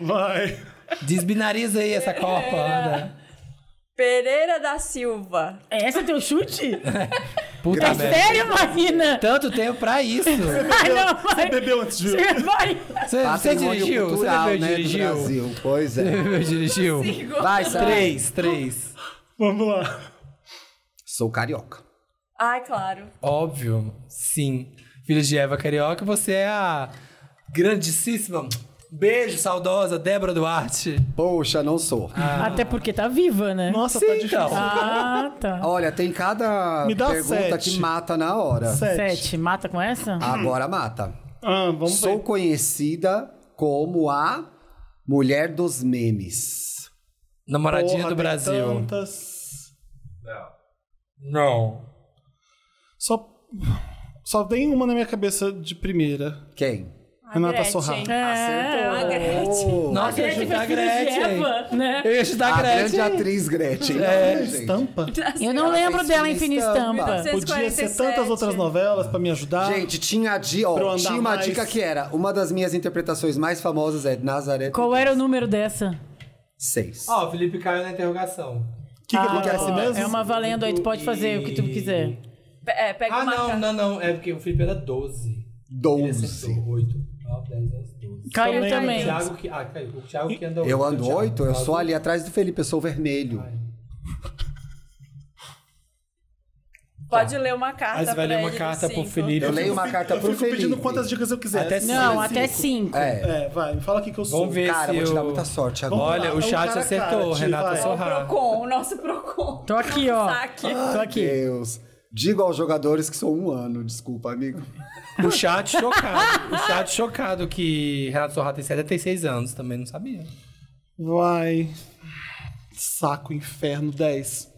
S5: Vai.
S1: Desbinariza aí essa copa,
S7: É.
S1: anda.
S7: Pereira da Silva.
S4: É esse teu chute?
S1: Puta
S3: Tá
S4: É
S1: merda.
S4: sério,
S5: Tá
S4: Marina?
S1: Tanto tempo pra isso.
S4: Ai, não,
S5: Você
S4: vai.
S5: bebeu antes de ver.
S4: Você vai.
S1: Você, você
S3: Patrimônio
S1: dirigiu? Você
S3: um cultural,
S1: bebeu e
S3: né, do
S1: dirigiu?
S3: Brasil. Pois é.
S1: Você bebeu e dirigiu?
S3: Vai, Sara.
S1: Três, três.
S5: Vamos lá.
S3: Sou carioca.
S7: Ai, claro.
S1: Óbvio, sim. Filhas de Eva Carioca, você é a grandíssima. Beijo, saudosa, Débora Duarte.
S3: Poxa, não sou.
S4: Até porque tá viva, né?
S5: Ah. Nossa,
S1: Sim,
S5: tá difícil.
S1: então.
S4: Ah, tá.
S3: Olha, tem cada
S5: Me dá
S3: pergunta
S5: sete.
S3: que mata na hora.
S5: Sete.
S4: Sete. Mata com essa?
S3: Agora mata.
S5: Ah, vamos
S3: Sou
S5: ver.
S3: conhecida como a mulher dos memes.
S1: Namoradinha
S5: Porra,
S1: do
S5: tem
S1: Brasil.
S5: tantas.
S1: Não.
S5: Só. Só tem uma na minha cabeça de primeira.
S3: Quem?
S5: Renata
S7: Gretchen. É,
S5: Sorra.
S7: A
S3: Oh,
S7: Gretchen.
S2: É tipo
S1: Nossa, eu ia chutar a
S2: assim,
S1: Gretchen.
S4: né?
S1: Eu ia chutar
S3: a
S1: a
S3: grande
S1: Gretchen.
S3: atriz Gretchen. Não, gente.
S5: Estampa?
S4: Eu não
S3: Ela
S4: lembro
S3: fez
S4: dela em
S3: Fina
S4: Fina
S3: Estampa.
S4: Estampa.
S2: é-
S5: Podia ser
S7: 1947.
S5: tantas outras novelas pra me ajudar.
S3: Gente, tinha, a di... ó,
S5: Ah. Pra eu andar
S3: tinha uma
S5: mais.
S3: dica que era. Uma das minhas interpretações mais famosas é Nazaré.
S4: Qual era o número dessa?
S3: Seis.
S1: Ó, o Felipe caiu na interrogação.
S5: o que, que
S4: Ah,
S5: acontece
S4: ó,
S5: mesmo?
S4: É uma valendo aí, tu pode fazer o que tu quiser.
S7: Pe- É, pega
S1: Ah,
S7: uma
S1: não,
S7: ca-
S1: não, não. É porque o Felipe era 12. Ele
S3: Doze.
S1: acertou 8, 9, 10, 11, 12.
S4: Caio
S5: Também.
S4: também.
S1: O Thiago que, ah, caiu. O Thiago que andou
S3: Eu
S1: oito,
S3: ando
S1: o Thiago.
S3: oito, eu sou ali atrás do Felipe, eu sou vermelho.
S7: Pode ler uma carta
S1: Aí você vai
S7: pra
S1: ler uma
S7: ele
S1: carta
S7: do
S1: pro
S7: cinco.
S1: Felipe.
S3: Eu leio uma carta
S5: Eu
S3: pro
S5: fico pedindo
S3: Felipe.
S5: quantas dicas eu quiser.
S1: Até
S5: Sim.
S4: Não,
S1: Sim,
S4: até cinco.
S3: É.
S5: É, vai, me fala o que, que eu sou.
S1: Vamos ver
S3: Cara,
S1: se
S3: vou te dar
S1: eu-
S3: muita sorte agora.
S1: Olha,
S5: lá,
S1: o
S5: é um
S1: chat
S5: cara a cara,
S1: acertou,
S5: tio,
S1: Renata
S5: vai.
S1: Sorra.
S7: Procon, É o nosso Procon.
S4: Tô aqui, ó.
S7: Saque.
S1: tá
S4: Tô aqui.
S3: Deus. Digo aos jogadores que sou um ano, desculpa, amigo.
S1: O chat chocado. o chat chocado que Renato Sorra tem 76 anos, também não sabia.
S5: Vai. Saco, inferno, 10.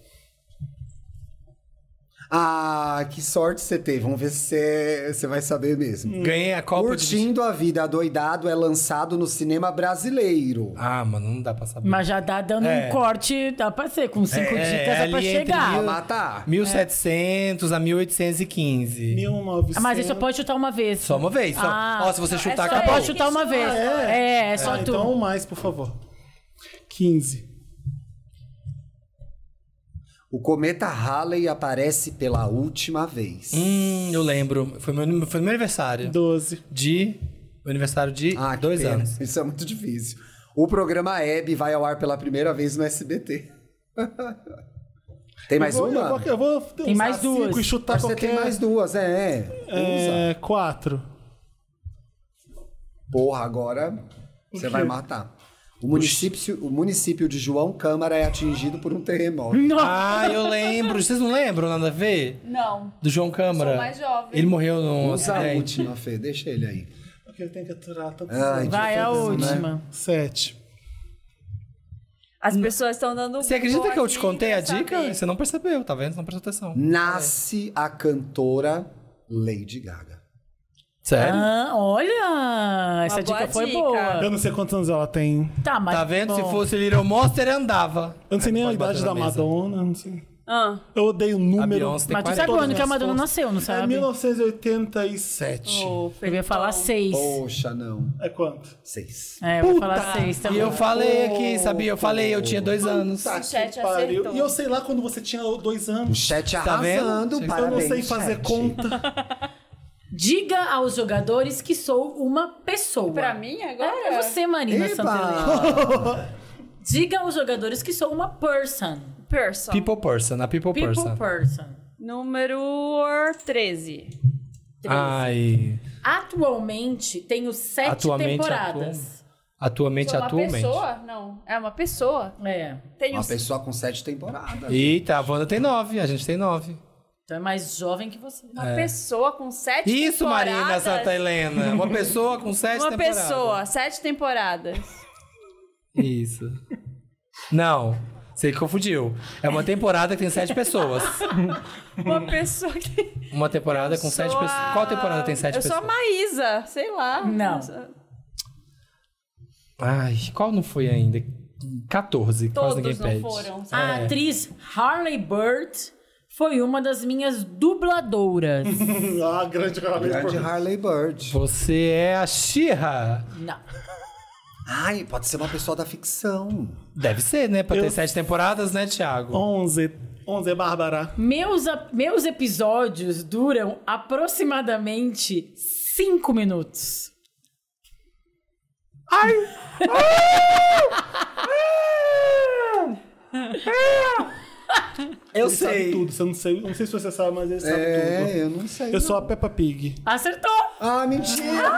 S3: Ah, que sorte você teve. Vamos ver se você- você vai saber mesmo.
S1: Ganhei a Copa de...
S3: Curtindo a Vida Adoidado é lançado no cinema brasileiro.
S1: Ah, mano, não dá pra saber.
S4: Mas já tá dando
S1: É.
S4: um corte, dá pra ser, com cinco
S1: É, é,
S4: dicas dá pra
S1: ali entre
S4: chegar.
S1: mil-
S3: Ah, tá.
S1: 1700 a 1815.
S5: 1900.
S4: Ah, mas aí só pode chutar uma vez.
S1: Só uma vez. Só...
S4: Ah.
S1: Ó, se você chutar,
S4: Só
S1: acabou.
S4: pode chutar uma vez. É, é, só
S5: Ah,
S4: tu.
S5: Então mais, por favor. 15.
S3: O cometa Halley aparece pela última vez.
S1: Hum, eu lembro. Foi meu, foi meu aniversário.
S5: 12.
S1: De... Meu aniversário de
S3: Ah, que
S1: dois
S3: pena.
S1: anos.
S3: Isso é muito difícil. O programa Hebe vai ao ar pela primeira vez no SBT. tem mais
S5: eu vou,
S3: uma?
S5: Eu vou, eu vou usar
S4: mais duas.
S5: cinco e chutar
S3: Acho que Você
S5: qualquer...
S3: tem mais duas, é. é.
S5: É, 4.
S3: Porra, agora você vai matar. O município, o município de João Câmara é atingido por um terremoto.
S5: Hum,
S4: Nossa.
S1: Ah, eu lembro. Vocês não lembram nada a ver?
S2: Não.
S1: Do João Câmara.
S2: Sou mais jovem.
S1: Ele morreu num
S3: Usa a
S1: acidente.
S3: última, Fê. Deixa ele aí.
S5: Porque eu tenho que aturar. Tô
S3: Ai,
S4: Vai a última.
S5: 7.
S2: As pessoas estão dando.
S1: Você acredita
S2: Google
S1: que eu te
S2: aqui
S1: contei
S2: pra
S1: a dica?
S2: saber.
S1: Você não percebeu, tá vendo? Você não prestou atenção.
S3: Nasce a cantora Lady Gaga.
S1: Sério?
S4: Ah, olha! Essa dica
S2: boa
S4: foi
S2: dica.
S4: boa.
S5: Eu não sei quantos anos ela tem.
S4: Tá, mas.
S1: Tá vendo? Se
S4: bom.
S1: fosse Little Monster, andava.
S5: Eu não sei nem a
S1: Pode bater
S5: idade
S1: na
S5: da
S1: mesa.
S5: Madonna, não sei.
S2: Ah,
S5: Eu odeio número.
S1: A Beyoncé tem
S4: Mas tu
S1: 40.
S4: sabe o ano que a
S5: Todas
S4: Madonna
S5: as
S4: nasceu, não
S5: É
S4: sabe? Oh.
S5: 1987.
S2: o
S4: Eu ia falar
S2: Felipão.
S4: seis.
S3: Poxa, não.
S5: É quanto?
S3: Seis.
S4: É, eu ia falar seis
S1: E
S4: também.
S1: eu falei aqui, sabia? Eu falei, eu tinha dois anos.
S2: O chat
S5: Pariu.
S2: acertou.
S5: E eu sei lá quando você tinha dois
S3: O
S5: anos.
S3: chat
S1: Tá vendo?
S3: Um arrasando,
S1: Eu não
S5: Eu não
S3: parabéns.
S5: sei fazer
S3: chat.
S5: conta.
S4: Diga aos jogadores que sou uma pessoa.
S2: Pra mim agora?
S4: É você, Marina Santelena.
S3: Eba!
S4: Diga aos jogadores que sou uma person.
S2: Person.
S1: People person, a people,
S4: People person.
S1: person.
S2: Número 13.
S1: Ai.
S4: Atualmente tenho sete
S1: Atualmente,
S4: temporadas.
S1: Atualmente,
S2: Sou uma
S1: atualmente.
S2: pessoa? Não. É uma pessoa. um
S4: É.
S2: Tenho
S3: Uma pessoa com sete temporadas.
S1: Eita, a Wanda tem nove, a gente tem nove.
S4: Então é mais jovem que você.
S2: uma pessoa com sete
S1: é. Isso,
S2: temporadas.
S1: Marina Santa Helena. Uma pessoa com sete
S2: Uma
S1: temporadas.
S2: pessoa, sete temporadas.
S1: Isso. Não, você que confundiu. É uma temporada que tem sete pessoas.
S2: Uma pessoa que.
S1: Uma temporada com sete
S2: Sou a-
S1: pessoas. Qual temporada tem sete
S2: eu
S1: pessoas?
S2: sou a Maísa, sei lá.
S4: Não.
S1: Ai, qual não foi ainda? 14, quase ninguém Ah.
S2: Todos não
S1: pede.
S2: foram. sabe?
S1: É.
S4: A atriz Harley Bird foi uma das minhas dubladoras.
S5: ah, grande
S3: Grande
S5: realmente.
S3: Harley Bird.
S1: Você é a Xirra.
S4: Não.
S3: Ai, pode ser uma pessoa da ficção.
S1: Deve ser, né? Pra
S5: Eu-
S1: ter sete temporadas, né, Thiago?
S5: 11. 11 é Bárbara.
S4: Meus, a- meus episódios duram aproximadamente cinco minutos.
S1: Eu
S5: Ele sabe tudo. Você não, sei, não sei se você sabe, mas ele sabe tudo.
S3: É, eu não sei.
S5: Eu
S3: não.
S5: sou a Peppa Pig.
S4: Acertou!
S3: Ah, mentira!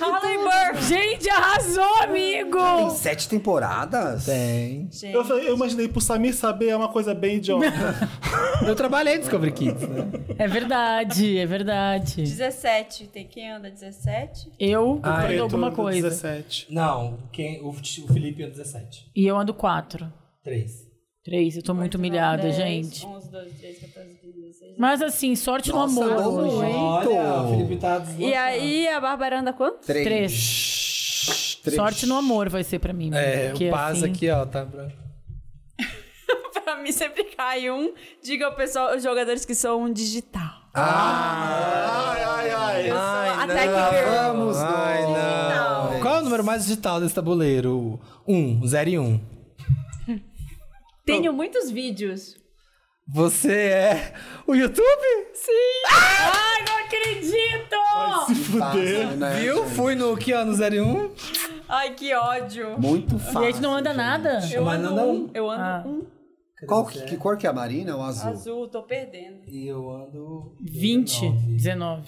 S4: Harley Bird! Gente, arrasou, amigo!
S3: Tem sete temporadas?
S1: Tem.
S4: É.
S2: Gente.
S5: Eu, falei- eu imaginei pro Samir saber é uma coisa bem idiota.
S1: Eu trabalhei no Discovery Kids, né?
S4: É verdade, é verdade.
S2: 17. Tem quem anda 17?
S4: Eu
S1: Ah,
S4: ando
S1: eu
S4: alguma
S5: Preto,
S4: coisa.
S5: 17.
S1: Não, quem, o, o Felipe é 17.
S4: E eu ando quatro.
S1: 3.
S4: Três, eu tô muito humilhada,
S2: 10,
S4: gente.
S2: 11, 12, 13, 14, 15, 16.
S4: Mas assim, sorte
S3: Nossa,
S4: no amor.
S3: boa.
S4: hoje.
S1: Olha,
S3: Muito.
S1: o Felipe tá
S2: E
S1: desbotado.
S2: aí, a Bárbara anda quanto?
S3: Três.
S4: Três.
S3: Três.
S4: Sorte no amor vai ser pra mim.
S1: É,
S4: porque
S1: o Paz
S4: assim-
S1: aqui, ó, tá branco.
S2: pra mim sempre cai um. Diga ao pessoal, os jogadores que são um digital.
S5: Ah. Ai, ai, ai.
S2: Eu sou
S1: Ai,
S2: até
S1: não.
S2: que girl.
S3: Vamos,
S1: Ai,
S3: nós.
S1: não. Qual é o número mais digital desse tabuleiro? 1, 0 e 1. Um.
S2: Tenho muitos vídeos.
S1: Você é o YouTube? Sim.
S4: Ai, não Oh! acredito!
S3: Fácil, né,
S1: Viu?
S3: gente?
S1: Fui no que ano 0 e 1? Um.
S2: Ai, que ódio.
S3: Muito fácil.
S4: E a gente não anda
S3: gente.
S4: nada.
S2: Eu
S1: Mas
S2: ando
S1: não dá
S2: um.
S1: um.
S2: Eu ando
S4: Ah.
S2: um
S3: Qual que, que cor que é a marina? O azul.
S2: azul, tô perdendo.
S1: E eu ando...
S4: 20, 19.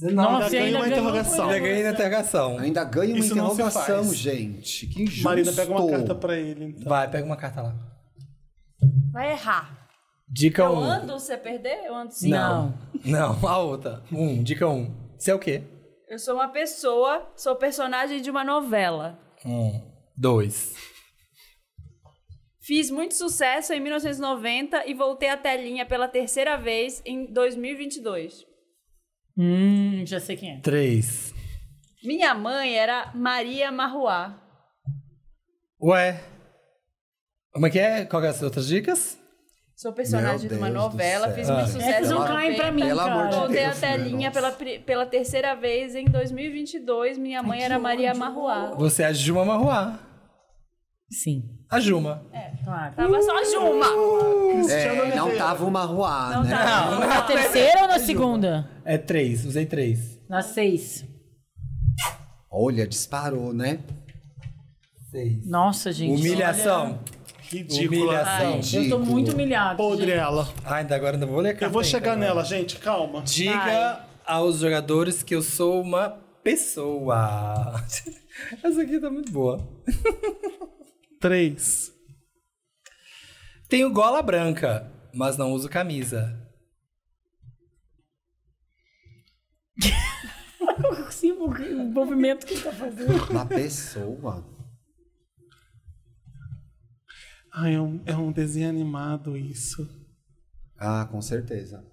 S5: Ainda
S4: Nossa, e
S5: ganha
S4: ainda
S5: uma
S4: ganhou.
S5: interrogação.
S1: Ainda ganhei na interrogação.
S3: Ainda ganha uma
S5: Isso não se
S3: interrogação,
S5: faz.
S3: gente. Que injusto.
S5: Marina, pega uma carta pra ele. Então.
S1: Vai, pega uma carta lá.
S2: Vai errar.
S1: Dica
S2: Eu
S1: 1. Um.
S2: ando, você perder? Eu ando sim.
S1: Não. Não, a outra. 1, um, dica 1. Um. Você é o quê? Um,
S2: Eu sou uma pessoa, sou personagem de uma novela.
S1: Dois.
S7: Fiz muito sucesso em 1990 e voltei à telinha pela terceira vez em 2022.
S4: Hum, já sei quem é.
S1: Três.
S7: Minha mãe era Maria Marruá.
S1: Ué. Como é que é? Qual que é as outras dicas?
S7: Sou personagem
S3: Meu
S7: de uma
S3: Deus do
S7: novela,
S3: céu.
S7: fiz
S1: Ah.
S7: muito
S1: É,
S7: sucesso.
S4: não
S7: em
S4: caem
S7: 90.
S4: pra mim,
S3: Pelo amor de
S4: cara.
S3: Deus.
S7: Voltei à
S3: né?
S7: telinha pela,
S3: Nossa.
S7: pri- pela terceira vez em 2022. Minha mãe era Maria Marruá.
S1: Você é a Juma Marruá.
S4: Sim,
S1: A Juma.
S4: claro.
S7: Tava só a Juma.
S3: É, não tava uma rua, né?
S7: Tava.
S4: Na terceira ou na segunda?
S1: É três, usei três.
S4: Na seis.
S3: Olha, disparou, né?
S1: Seis.
S4: Nossa, gente.
S1: Humilhação.
S5: Ridícula.
S1: Humilhação.
S4: olha, Eu tô muito humilhado.
S5: Podre
S4: gente.
S5: ela.
S1: Ai, ainda agora não vou ler a
S5: Eu vou
S1: carta
S5: chegar
S1: ainda.
S5: nela, gente, calma.
S1: Diga aos jogadores que eu sou uma pessoa. Essa aqui tá muito boa.
S5: Três.
S1: Tenho gola branca, mas não uso camisa.
S4: Sim, o o movimento que ele tá fazendo.
S3: Uma pessoa.
S5: Ai, é um, é um desenho animado isso.
S3: Ah, com certeza.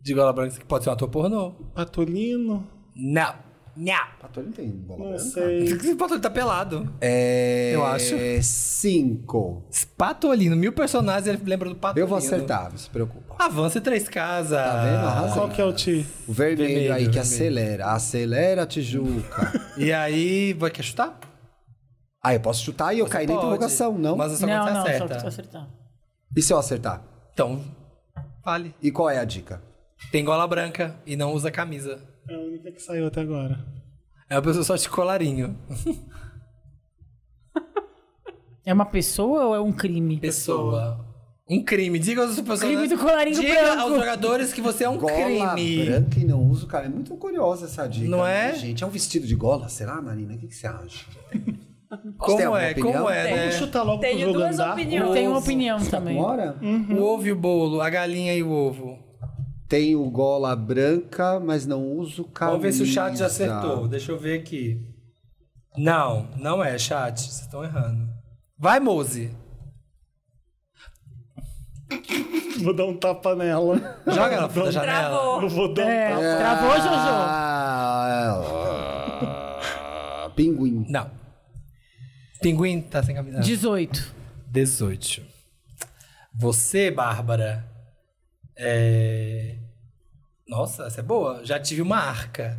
S1: De gola branca, que pode ser um ator pornô.
S5: Patolino?
S1: Não. Não.
S3: Patolino tem Ah, bola
S5: Não
S3: branca?
S5: sei.
S1: Esse Patolino tá pelado.
S3: É...
S1: Eu acho.
S3: Cinco.
S1: Patolino, mil personagens, ele lembra do Patolino.
S3: Eu vou acertar, não se preocupa.
S1: Avance três casas.
S3: Tá vendo? Arrasou.
S5: Qual que é o ti?
S3: O vermelho,
S1: Vermelho,
S3: aí que
S1: vermelho.
S3: acelera. Acelera, Tijuca.
S1: E aí, vai quer chutar?
S3: ah, eu posso chutar e eu caí na
S1: Pode.
S3: interrogação, não?
S1: Mas é só
S4: Não,
S1: quando
S4: não,
S1: você
S4: só que
S1: acerta.
S4: tu acertar.
S3: E se eu acertar?
S1: Então, fale.
S3: E qual é a dica?
S1: Tem gola branca e não usa camisa.
S5: É a única que saiu até agora.
S1: É uma pessoa só de colarinho.
S4: É uma pessoa ou é um crime?
S1: Pessoa. Um crime. Diga aos personagens.
S4: Crime do colarinho
S1: Diga
S4: branco.
S1: aos jogadores que você é um
S3: Gola
S1: crime.
S3: branca e não uso, cara. É muito curiosa essa dica.
S1: Não
S3: né,
S1: é?
S3: Gente, é um vestido de gola? Será, Marina? O que, que você acha? Você tem
S1: Como
S3: alguma
S1: é?
S3: opinião?
S1: Como é, né?
S5: Vamos chutar logo pro
S7: Tenho
S5: jogo
S7: duas
S5: andar.
S4: Eu
S7: opiniões.
S4: tenho uma opinião
S3: tá
S4: também.
S3: Bora?
S1: O ovo e o bolo, a galinha e o ovo.
S3: Tenho gola branca, mas não uso camisa.
S1: Vamos ver se o chat já acertou. Deixa eu ver aqui. Não, não é, chat. Vocês estão errando. Vai, Mose.
S5: Vou dar um tapa nela.
S1: Joga ela da janela.
S5: Eu
S2: Travou.
S5: vou dar
S4: É,
S5: um tapa.
S4: travou, Jojo?
S3: Ah, ah, pinguim.
S1: Não. Pinguim tá sem camisa.
S4: 18.
S1: 18. Você, Bárbara, é... Nossa, essa é boa. Já tive uma arca.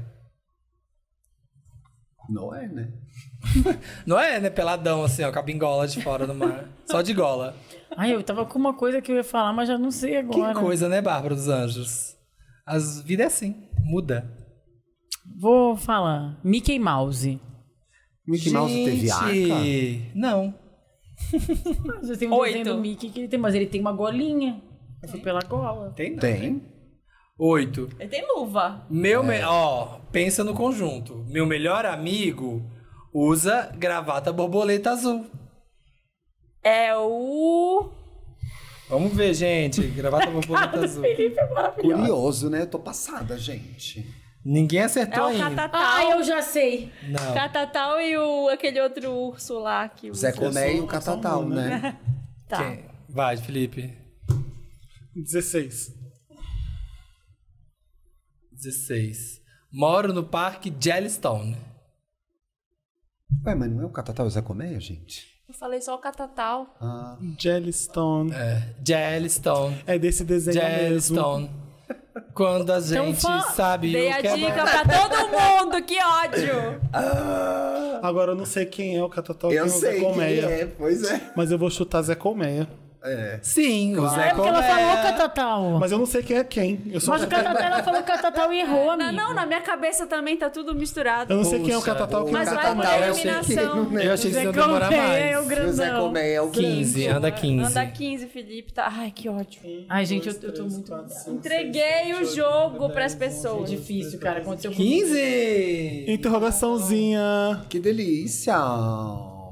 S3: Não é, né?
S1: Não é, né? Peladão, assim, ó, com a bingola de fora do mar. Só de gola.
S4: Ai, eu tava com uma coisa que eu ia falar, mas já não sei
S1: Que
S4: agora.
S1: coisa, né, Bárbara dos Anjos? As vida é assim, muda.
S4: Vou falar. Mickey Mouse.
S3: Mickey Mouse teve arca?
S1: Gente, Não.
S4: Mas eu tenho um
S2: Oito.
S4: desenho do Mickey que ele tem, mas ele tem uma golinha. Eu fui pela gola.
S1: Tem não.
S3: Tem.
S1: Oito.
S2: Ele tem luva.
S1: Meu, me- ó, pensa no conjunto. Meu melhor amigo usa gravata borboleta azul.
S2: É o.
S1: Vamos ver, gente. Gravata borboleta azul.
S3: Curioso, né? Eu tô passada, gente.
S1: Ninguém
S2: É
S1: acertou
S2: o
S1: ainda.
S2: Catatal.
S4: Ah, eu já sei.
S1: Não.
S2: Catatal e o, aquele outro urso lá que usa.
S3: Zé Comé e
S5: sou-
S3: o
S5: eu
S3: Catatal,
S5: sou um, né?
S3: né?
S2: Tá.
S1: Quem? Vai, Felipe.
S5: 16.
S1: 16. Moro no parque Jellystone.
S3: Ué, mas não é o Catatal e o Zé Comé, gente?
S2: Eu falei só o Catatal.
S3: Ah,
S5: Jellystone.
S1: É, Jellystone.
S5: É desse desenho mesmo.
S1: Jellystone. Quando a
S7: Então
S1: gente
S4: fa-
S1: sabe
S2: Dei
S1: o
S2: Então a
S1: que é
S2: dica pra todo mundo, que ódio!
S5: Agora eu não sei quem é o Catatal quem é
S3: eu
S5: o Zé
S3: sei quem
S5: Colmeia.
S3: é, pois é.
S5: Mas eu vou chutar Zé Colmeia.
S3: É.
S1: Sim, o Zé
S4: É porque ela
S1: Colmeia.
S4: falou Catatal. Mas,
S5: Mas eu não sei quem é quem. Eu, só
S4: o Catatal, ela falou Catatal e errou,
S2: Não,
S4: amigo.
S2: não, na minha cabeça também tá tudo misturado.
S5: eu não sei quem é o
S1: Poxa,
S5: Catatal quem é o
S2: Mas
S5: Zé
S2: vai por
S5: Colmeia.
S3: eu sei
S2: eliminação.
S3: que-
S1: Eu achei que isso
S4: Zé
S1: ia demorar
S4: Colmeia é
S1: mais.
S4: o
S3: O Zé
S4: grandão.
S3: Colmeia é o
S1: 15, anda 15.
S2: Anda 15, Felipe. Tá... Ai, que ótimo.
S4: Ai, gente, eu, eu tô muito...
S2: Entreguei o jogo pras
S4: É
S2: pessoas.
S4: difícil, cara. Aconteceu comigo.
S1: 15!
S5: Interrogaçãozinha.
S3: Que delícia!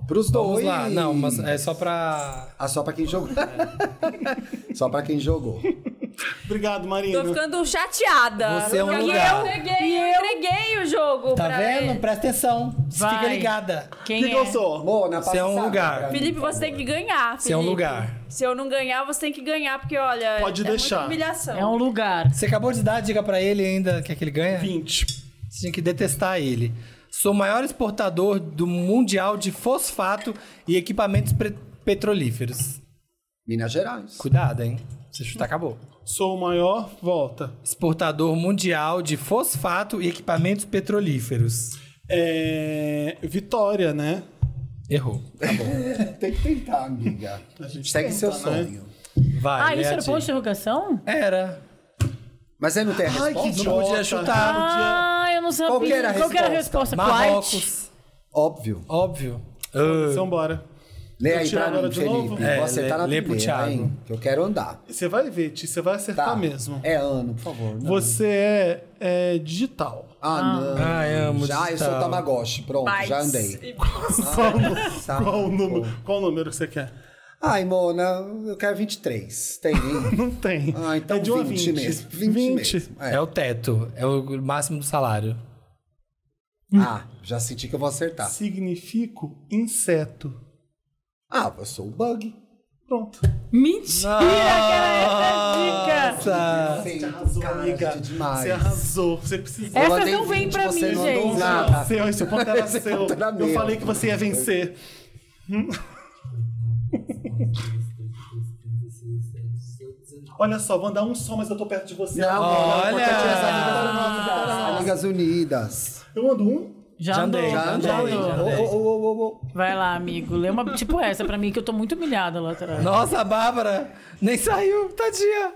S3: Pros
S1: Vamos
S3: dois.
S1: lá. Não, é- mas é só pra...
S3: Ah, só pra quem jogou. só pra quem jogou.
S5: Obrigado, Marina.
S7: Tô ficando chateada.
S1: Você é um
S7: E
S1: lugar.
S7: eu entreguei, eu entreguei o jogo
S1: Tá
S7: pra
S1: vendo?
S7: ele.
S1: Presta atenção.
S4: Vai.
S1: Fica ligada.
S4: Quem
S5: que, que
S4: é?
S5: eu sou?
S3: Amor, na
S1: Você é um
S3: passada,
S1: lugar.
S3: cara.
S7: Felipe, você tem que ganhar,
S1: Você é um
S7: Felipe.
S1: lugar.
S7: Se eu não ganhar, você tem que ganhar, porque olha,
S5: Pode
S7: é
S5: deixar.
S7: muita humilhação.
S4: É um lugar.
S1: Você acabou de dar a dica pra ele ainda, quer que ele ganha?
S5: 20.
S1: Você tinha que detestar ele. Sou o maior exportador do mundial de fosfato e equipamentos pre- petrolíferos.
S3: Minas Gerais.
S1: Cuidado, hein? Você chutar, acabou.
S5: Sou o maior, volta.
S1: Exportador mundial de fosfato e equipamentos petrolíferos.
S5: É... Vitória, né?
S1: Errou. Tá
S3: Tem que tentar, amiga.
S5: A gente
S3: Segue seu
S5: tenta, né?
S3: sonho.
S1: Vai.
S4: Ah,
S1: lê
S4: isso
S1: a
S4: era ponto de
S1: dica.
S4: interrogação?
S1: Era.
S3: Mas aí não tem a resposta?
S1: que Não podia chutar.
S4: Ah, eu não sabia.
S3: Qual que era a
S4: que era a
S3: resposta?
S4: resposta? Quiet?
S1: Marrocos.
S3: Óbvio.
S1: Óbvio.
S5: Então bora.
S3: Lê
S5: Eu
S3: aí
S5: tiro
S3: pra
S5: agora
S3: mim,
S5: de novo?
S3: Felipe.
S1: É,
S3: Você
S1: lê-
S3: tá na
S1: lê pro
S3: primeira,
S1: Thiago.
S3: hein? Que eu quero andar.
S5: Você vai ver, Ti, você vai acertar
S3: Tá.
S5: mesmo.
S3: É ano, por favor. não.
S5: Você é, é digital.
S3: Ah, não.
S1: Ai, amo
S3: Já, eu sou
S1: digital.
S3: Tamagotchi. Pronto, já
S7: Bytes.
S3: andei. Ah, tá.
S7: E-
S3: Sabe?
S5: Qual o número? Qual o número que você quer?
S3: Ai, Mona, eu quero 23. Tem, hein?
S5: Não tem.
S3: Ah, então
S5: é de 1 a
S3: 20
S5: 20.
S3: mesmo. 20 mesmo.
S1: É. o teto. É o máximo do salário.
S5: um-
S3: Ah, já senti que eu vou acertar.
S5: Significo inseto.
S3: Ah, eu sou o Bug.
S5: Pronto.
S4: Mentira, que
S7: é
S4: era essa dica.
S1: Nossa.
S3: Perfeito,
S5: Ah, arrasou,
S3: cara,
S5: amiga.
S3: gente, demais.
S5: Você arrasou. Você precisa.
S4: Essa
S3: Eu andei
S4: não vem
S3: 20,
S4: pra
S3: você tá?
S4: mim,
S3: não andou
S4: gente.
S3: nada.
S5: Seu, esse ponto era
S3: Esse
S5: seu.
S3: ponto era
S5: Eu
S3: meu.
S5: falei que você ia vencer. Olha só, vou andar um só, mas eu tô perto de você.
S3: Não,
S1: Olha!
S3: não, não. Amigas Unidas.
S5: Eu ando um.
S4: Já
S1: Já
S4: andou,
S1: andei, já
S4: já
S1: andei,
S4: andou.
S1: já
S3: Ô,
S1: andei.
S3: ô, ô, ô, ô, ô.
S4: Vai lá, amigo. Lê uma tipo essa pra mim, que eu tô muito humilhada lá atrás.
S1: Nossa, a Bárbara nem saiu, tadinha.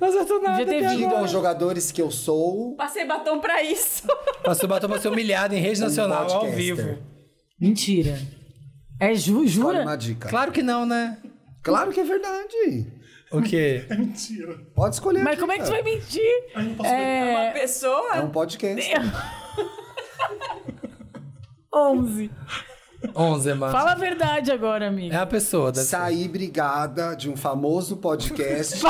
S1: Não acertou nada.
S4: Devia ter
S1: até agora.
S4: vindo
S3: Diga aos jogadores que eu sou.
S7: Passei batom pra isso.
S1: Passou batom pra ser humilhado em rede nacional, ao
S3: podcaster.
S1: vivo.
S4: Mentira. É ju,
S3: Olha
S4: jura?
S3: uma dica.
S1: Claro que não, né?
S3: Claro que é verdade.
S1: O quê?
S5: É Mentira.
S3: Pode escolher.
S4: Mas
S3: aqui,
S4: como é que você vai
S3: cara.
S4: mentir?
S5: Ai, não posso
S4: É...
S7: Uma pessoa.
S3: É um podcast.
S4: 11.
S1: Onze, mano.
S4: Fala a verdade agora, amigo.
S1: É a pessoa. Deve ser.
S3: Saí brigada de um famoso podcast.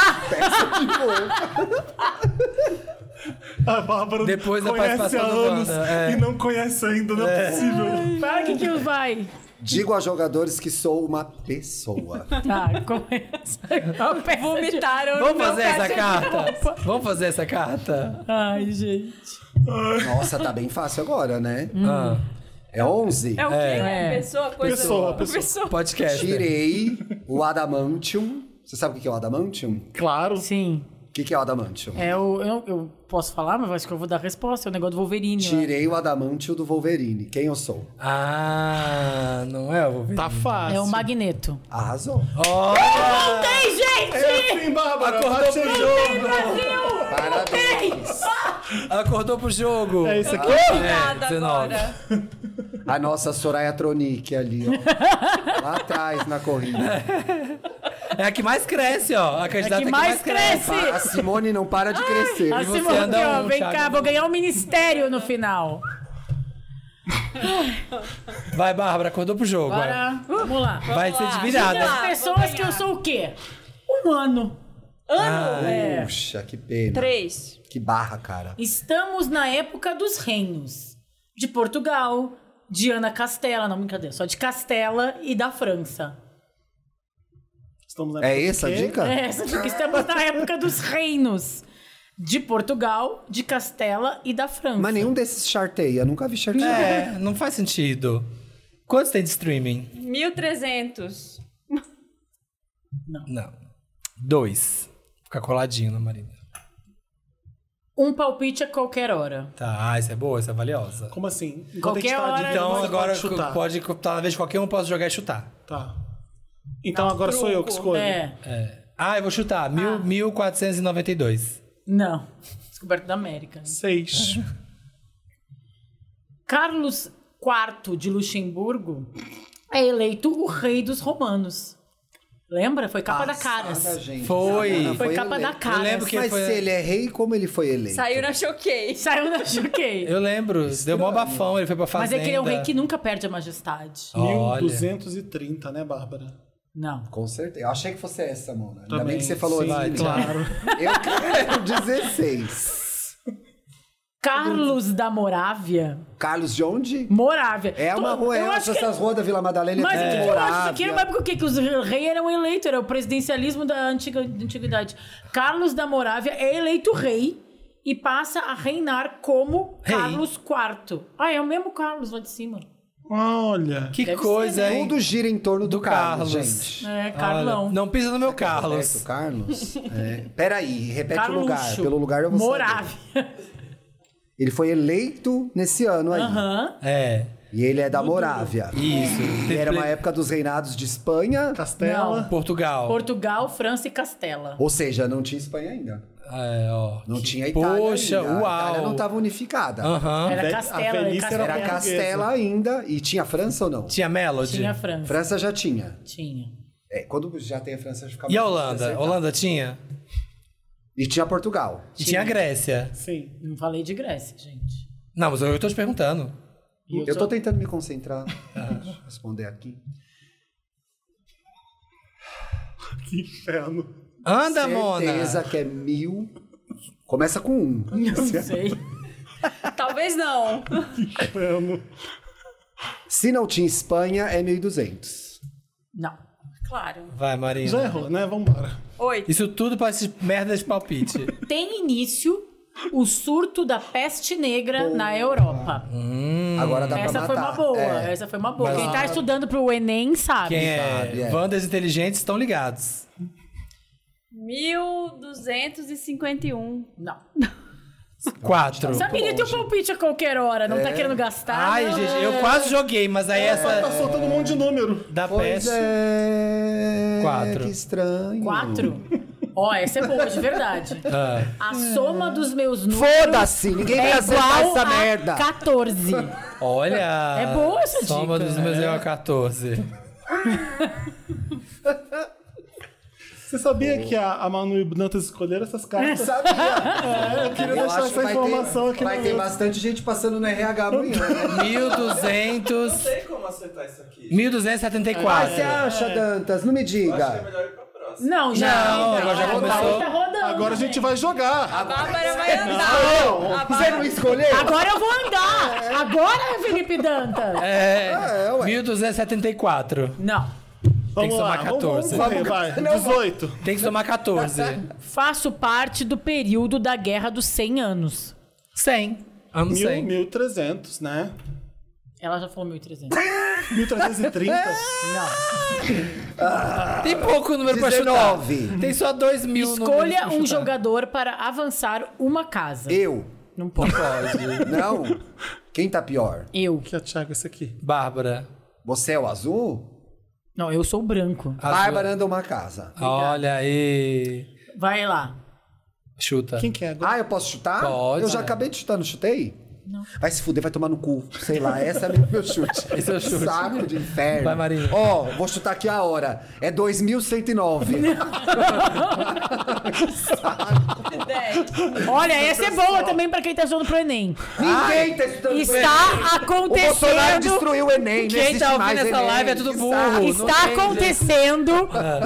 S5: A Bárbara
S1: Depois da
S5: conhece há
S1: participação do
S5: anos
S1: Wanda, é.
S5: e não conhece ainda, não é, possível.
S4: Para que que vai.
S3: Digo aos jogadores que sou uma pessoa.
S4: Tá, começa.
S7: Vomitaram no
S1: Vamos
S7: meu
S1: fazer
S7: caixa
S1: essa
S7: de
S1: carta? Vamos fazer essa carta?
S4: Ai, gente.
S3: Nossa, tá bem fácil agora, né?
S1: Ah,
S3: É 11.
S7: É o quê?
S4: É.
S7: Pessoa, coisa.
S5: Pessoa, pessoa.
S4: Hum.
S1: podcast.
S3: Tirei o adamantium. Você sabe o que é o adamantium?
S5: Claro.
S4: Sim.
S3: O que é o adamantium?
S4: É o. Eu, não- eu posso falar, mas acho que eu vou dar a resposta. É o negócio do Wolverine. lá.
S3: Tirei o adamantium do Wolverine. Quem eu sou?
S1: Ah, não é? Eu vou ver.
S5: Tá fácil.
S4: É o Magneto.
S3: Arrasou.
S1: Olha!
S4: Ei, gente!
S5: É assim, Bárbara.
S1: Acordou
S5: Ratinho.
S1: pro jogo!
S3: Parabéns.
S1: Acordou pro jogo!
S5: É isso aqui.
S1: É,
S7: Nada
S1: 19.
S7: agora.
S3: A nossa Soraya Tronic ali, ó. Lá atrás na corrida.
S1: É a que mais cresce, ó. A candidata
S4: É que mais cresce!
S3: A Simone não para
S7: Ah,
S3: de crescer.
S7: tá
S4: A
S1: você
S4: Simone,
S1: anda
S4: ó,
S1: um,
S4: vem
S1: Thiago.
S4: cá, vou ganhar um ministério no final.
S1: Vai, Bárbara, acordou pro jogo. vai.
S4: Bora. Vamos lá.
S1: Vai ser de virada.
S4: Diga às
S7: vou
S4: pessoas que eu sou o quê? Humano.
S3: Puxa, que pena.
S7: Três.
S3: Que barra, cara.
S4: Estamos na época dos reinos. De Portugal, de Ana Castela, não, brincadeira, só de Castela e da França.
S5: Estamos na
S3: É
S5: época
S3: essa a
S5: que-
S3: dica?
S4: É, essa dica. estamos na época dos reinos. De Portugal, de Castela e da França.
S3: Mas nenhum desses charteia. Nunca vi charteia.
S1: É, não faz sentido. Quantos tem de streaming?
S7: 1300.
S1: Não. Dois. Fica coladinho na Marina.
S4: Um palpite a qualquer hora.
S1: Tá, essa é boa, essa é valiosa.
S5: Como assim? Enquanto
S4: Qualquer
S5: a gente tá
S4: hora,
S5: dizendo,
S1: Então
S5: você
S1: agora
S5: pode chutar.
S1: pode, talvez qualquer um possa jogar e chutar.
S5: Tá. Então agora sou eu que escolho.
S4: É.
S1: Ah, eu vou chutar. Mil, 1492.
S4: Não. Descoberto da América. né?
S5: Seis.
S4: Carlos IV de Luxemburgo é eleito o rei dos romanos. Lembra? Foi capa da
S3: Passada,
S4: Caras.
S3: gente.
S1: Foi.
S3: Essa
S4: Foi,
S3: foi
S4: capa da
S3: eleito.
S4: Caras.
S1: Eu lembro que-
S3: Mas
S1: foi-
S3: se ele é rei, como ele foi eleito?
S7: Saiu na showcase.
S4: Saiu da é Juquei.
S1: Eu lembro, deu mó bafão, ele foi pra fazenda.
S4: Mas é que ele é um rei que nunca perde a majestade.
S1: Olha.
S5: 1230, né, Bárbara?
S4: Não.
S3: Com certeza. Eu achei que fosse essa, mano. Ainda
S5: Também,
S3: bem que você falou né?
S5: sim,
S3: antes. de
S5: claro.
S3: ligar. Eu quero 16.
S4: Carlos da Morávia.
S3: Carlos de onde?
S4: Morável.
S3: É uma
S4: Tu-
S3: rua, é
S4: eu
S3: uma
S4: acho que-
S3: dessas ruas da Vila Madalena.
S4: Mas o
S3: tem
S4: que, é que eu acho
S3: Moravia.
S4: isso aqui? Era uma época que, que os reis eram eleitos, era o presidencialismo da antiga, da antiguidade. Carlos da Morávia é eleito rei e passa a reinar como
S1: Rei.
S4: Carlos IV. Ah, é o mesmo Carlos lá de cima.
S5: Olha.
S1: Que
S4: Deve
S1: coisa, hein?
S3: Tudo gira em torno do,
S1: Do
S3: Carlos,
S1: Carlos.
S3: gente.
S4: É,
S1: Olha,
S4: Carlão.
S1: não pisa no meu
S3: É, do
S1: Carlos.
S3: Carlos? É. Peraí, repete
S4: Carluxo.
S3: o lugar. Pelo lugar eu vou saber.
S4: Morávia.
S3: Ele foi eleito nesse ano aí.
S4: Aham.
S1: É.
S3: E ele é da Morávia.
S1: Isso.
S3: E era uma época dos reinados de Espanha.
S5: Castela.
S1: Portugal.
S4: Portugal, França e Castela.
S3: Ou seja, não tinha Espanha ainda.
S1: É, ó.
S3: Não
S1: Que-
S3: tinha Itália
S1: Poxa,
S3: ainda.
S1: uau. Ah,
S3: A Itália não estava unificada.
S1: Aham.
S4: Era
S5: Ve- a
S4: Castela, era
S5: velhice era
S4: Castela.
S3: Era
S5: Portuguesa.
S3: Castela ainda. E tinha França ou não?
S1: Tinha Melody.
S4: Tinha França.
S3: França já tinha.
S4: Tinha.
S3: É, quando já tem a França, já fica
S1: E a
S3: mais difícil
S1: Holanda?
S3: acertar.
S1: Holanda tinha?
S3: E tinha Portugal.
S1: E tinha a Grécia.
S5: Sim.
S4: Não falei de Grécia, gente.
S1: Não, mas eu tô te perguntando.
S4: E
S3: Eu,
S4: eu
S3: tô...
S4: tô-
S3: tentando me concentrar.
S1: Ah.
S3: Deixa eu responder aqui.
S5: Que inferno.
S1: Anda,
S3: Certeza que é mil. Começa com um.
S4: Não sei.
S2: Talvez não.
S5: Inferno.
S3: Se não tinha Espanha, é 1.200.
S4: Não.
S2: Claro.
S1: Mona. Vai, Marina.
S5: Já errou, né? Vambora.
S2: Oito.
S1: Isso tudo parece merda de palpite.
S4: Tem início o surto da peste negra na Europa.
S1: Hum.
S3: Agora dá pra
S4: Essa
S3: matar.
S4: foi uma boa,
S3: É.
S4: essa foi uma boa.
S1: Mas-
S4: Quem tá estudando pro Enem sabe.
S1: Quem
S3: Sabe,
S1: é,
S3: é.
S1: Wandas inteligentes estão ligados.
S2: 1251.
S4: Não.
S1: Quatro.
S4: Samira, teu um palpite a qualquer hora, não
S3: É.
S4: tá querendo gastar.
S1: Ai,
S4: não.
S1: gente, eu quase joguei, mas aí
S5: Tá
S1: essa
S5: soltando um monte de número.
S1: da
S3: Pois
S1: peste.
S3: é.
S1: Quatro.
S3: Que estranho.
S4: Quatro? Ó, essa é boa, de verdade.
S1: Ah.
S4: A soma dos meus números
S3: Foda-se, ninguém vai
S4: é
S3: acertar
S4: igual
S3: essa
S4: a
S3: merda.
S4: 14.
S1: Olha!
S4: É boa essa
S1: Soma
S4: dica. né?
S1: dos meus é. 14.
S5: Você sabia que a, a Manu e o Dantas escolheram essas cartas?
S3: Sabia?
S5: Eu queria deixar essa informação
S3: vai ter,
S5: aqui
S3: vai
S5: no
S3: ter
S5: meu.
S3: bastante gente passando no RH amanhã. né?
S1: 1200.
S6: Não sei como acertar isso aqui.
S1: 1274.
S3: Ah, você acha, Dantas? Não me
S6: Eu acho que é
S3: diga.
S6: melhor ir pra próxima.
S4: Não, já.
S1: Não, agora já começou.
S4: Tá rodando.
S5: Agora a gente vai
S3: Ah,
S5: jogar.
S2: Bárbara vai andar. A
S3: Você não
S2: Bárbara...
S3: escolheu?
S4: Agora eu vou andar. Agora, Felipe Dantas.
S1: É,
S3: é, ué.
S1: 1274.
S4: Não.
S1: Tem que
S5: Vamos lá,
S1: somar
S5: vamos-
S1: 14.
S5: Vamos correr, vai. 18.
S1: Tem que somar 14.
S4: Faço parte do período da Guerra dos 100 Anos.
S1: 100. Ano
S5: Mil-
S1: 100.
S5: 1300, né?
S4: Ela já falou 1.300.
S5: 1330.
S1: Tem pouco número pra chutar.
S3: 19.
S1: Tem só 2 mil
S4: Escolha
S1: números pra chutar.
S4: um jogador para avançar uma casa.
S3: Eu.
S4: Não pode.
S3: Não. Quem tá pior?
S4: Eu.
S5: que é Thiago esse aqui.
S1: Bárbara.
S3: Você é o azul?
S4: Não, eu sou branco.
S1: Azul.
S3: Bárbara anda uma casa.
S1: Olha aí.
S4: Vai lá.
S1: Chuta.
S5: Quem que é agora?
S3: Ah, eu posso chutar?
S1: Pode.
S3: Eu já acabei de chutar, não chutei? Não. Vai se fuder, vai tomar no cu. Sei lá, essa é o meu chute.
S1: Esse é o chute.
S3: Saco de inferno.
S1: Vai, Marina.
S3: Ó, vou chutar aqui a hora. É 2109.
S4: Olha, essa é boa também para quem tá estudando pro Enem.
S3: Ninguém tá estudando o
S4: Está
S3: Enem. O Bolsonaro
S4: acontecendo.
S3: destruiu o Enem. não
S1: Quem
S3: existe
S1: tá
S3: mais
S1: ouvindo essa
S3: Enem.
S1: live é tudo
S3: Que
S1: burro.
S3: saco.
S4: Está acontecendo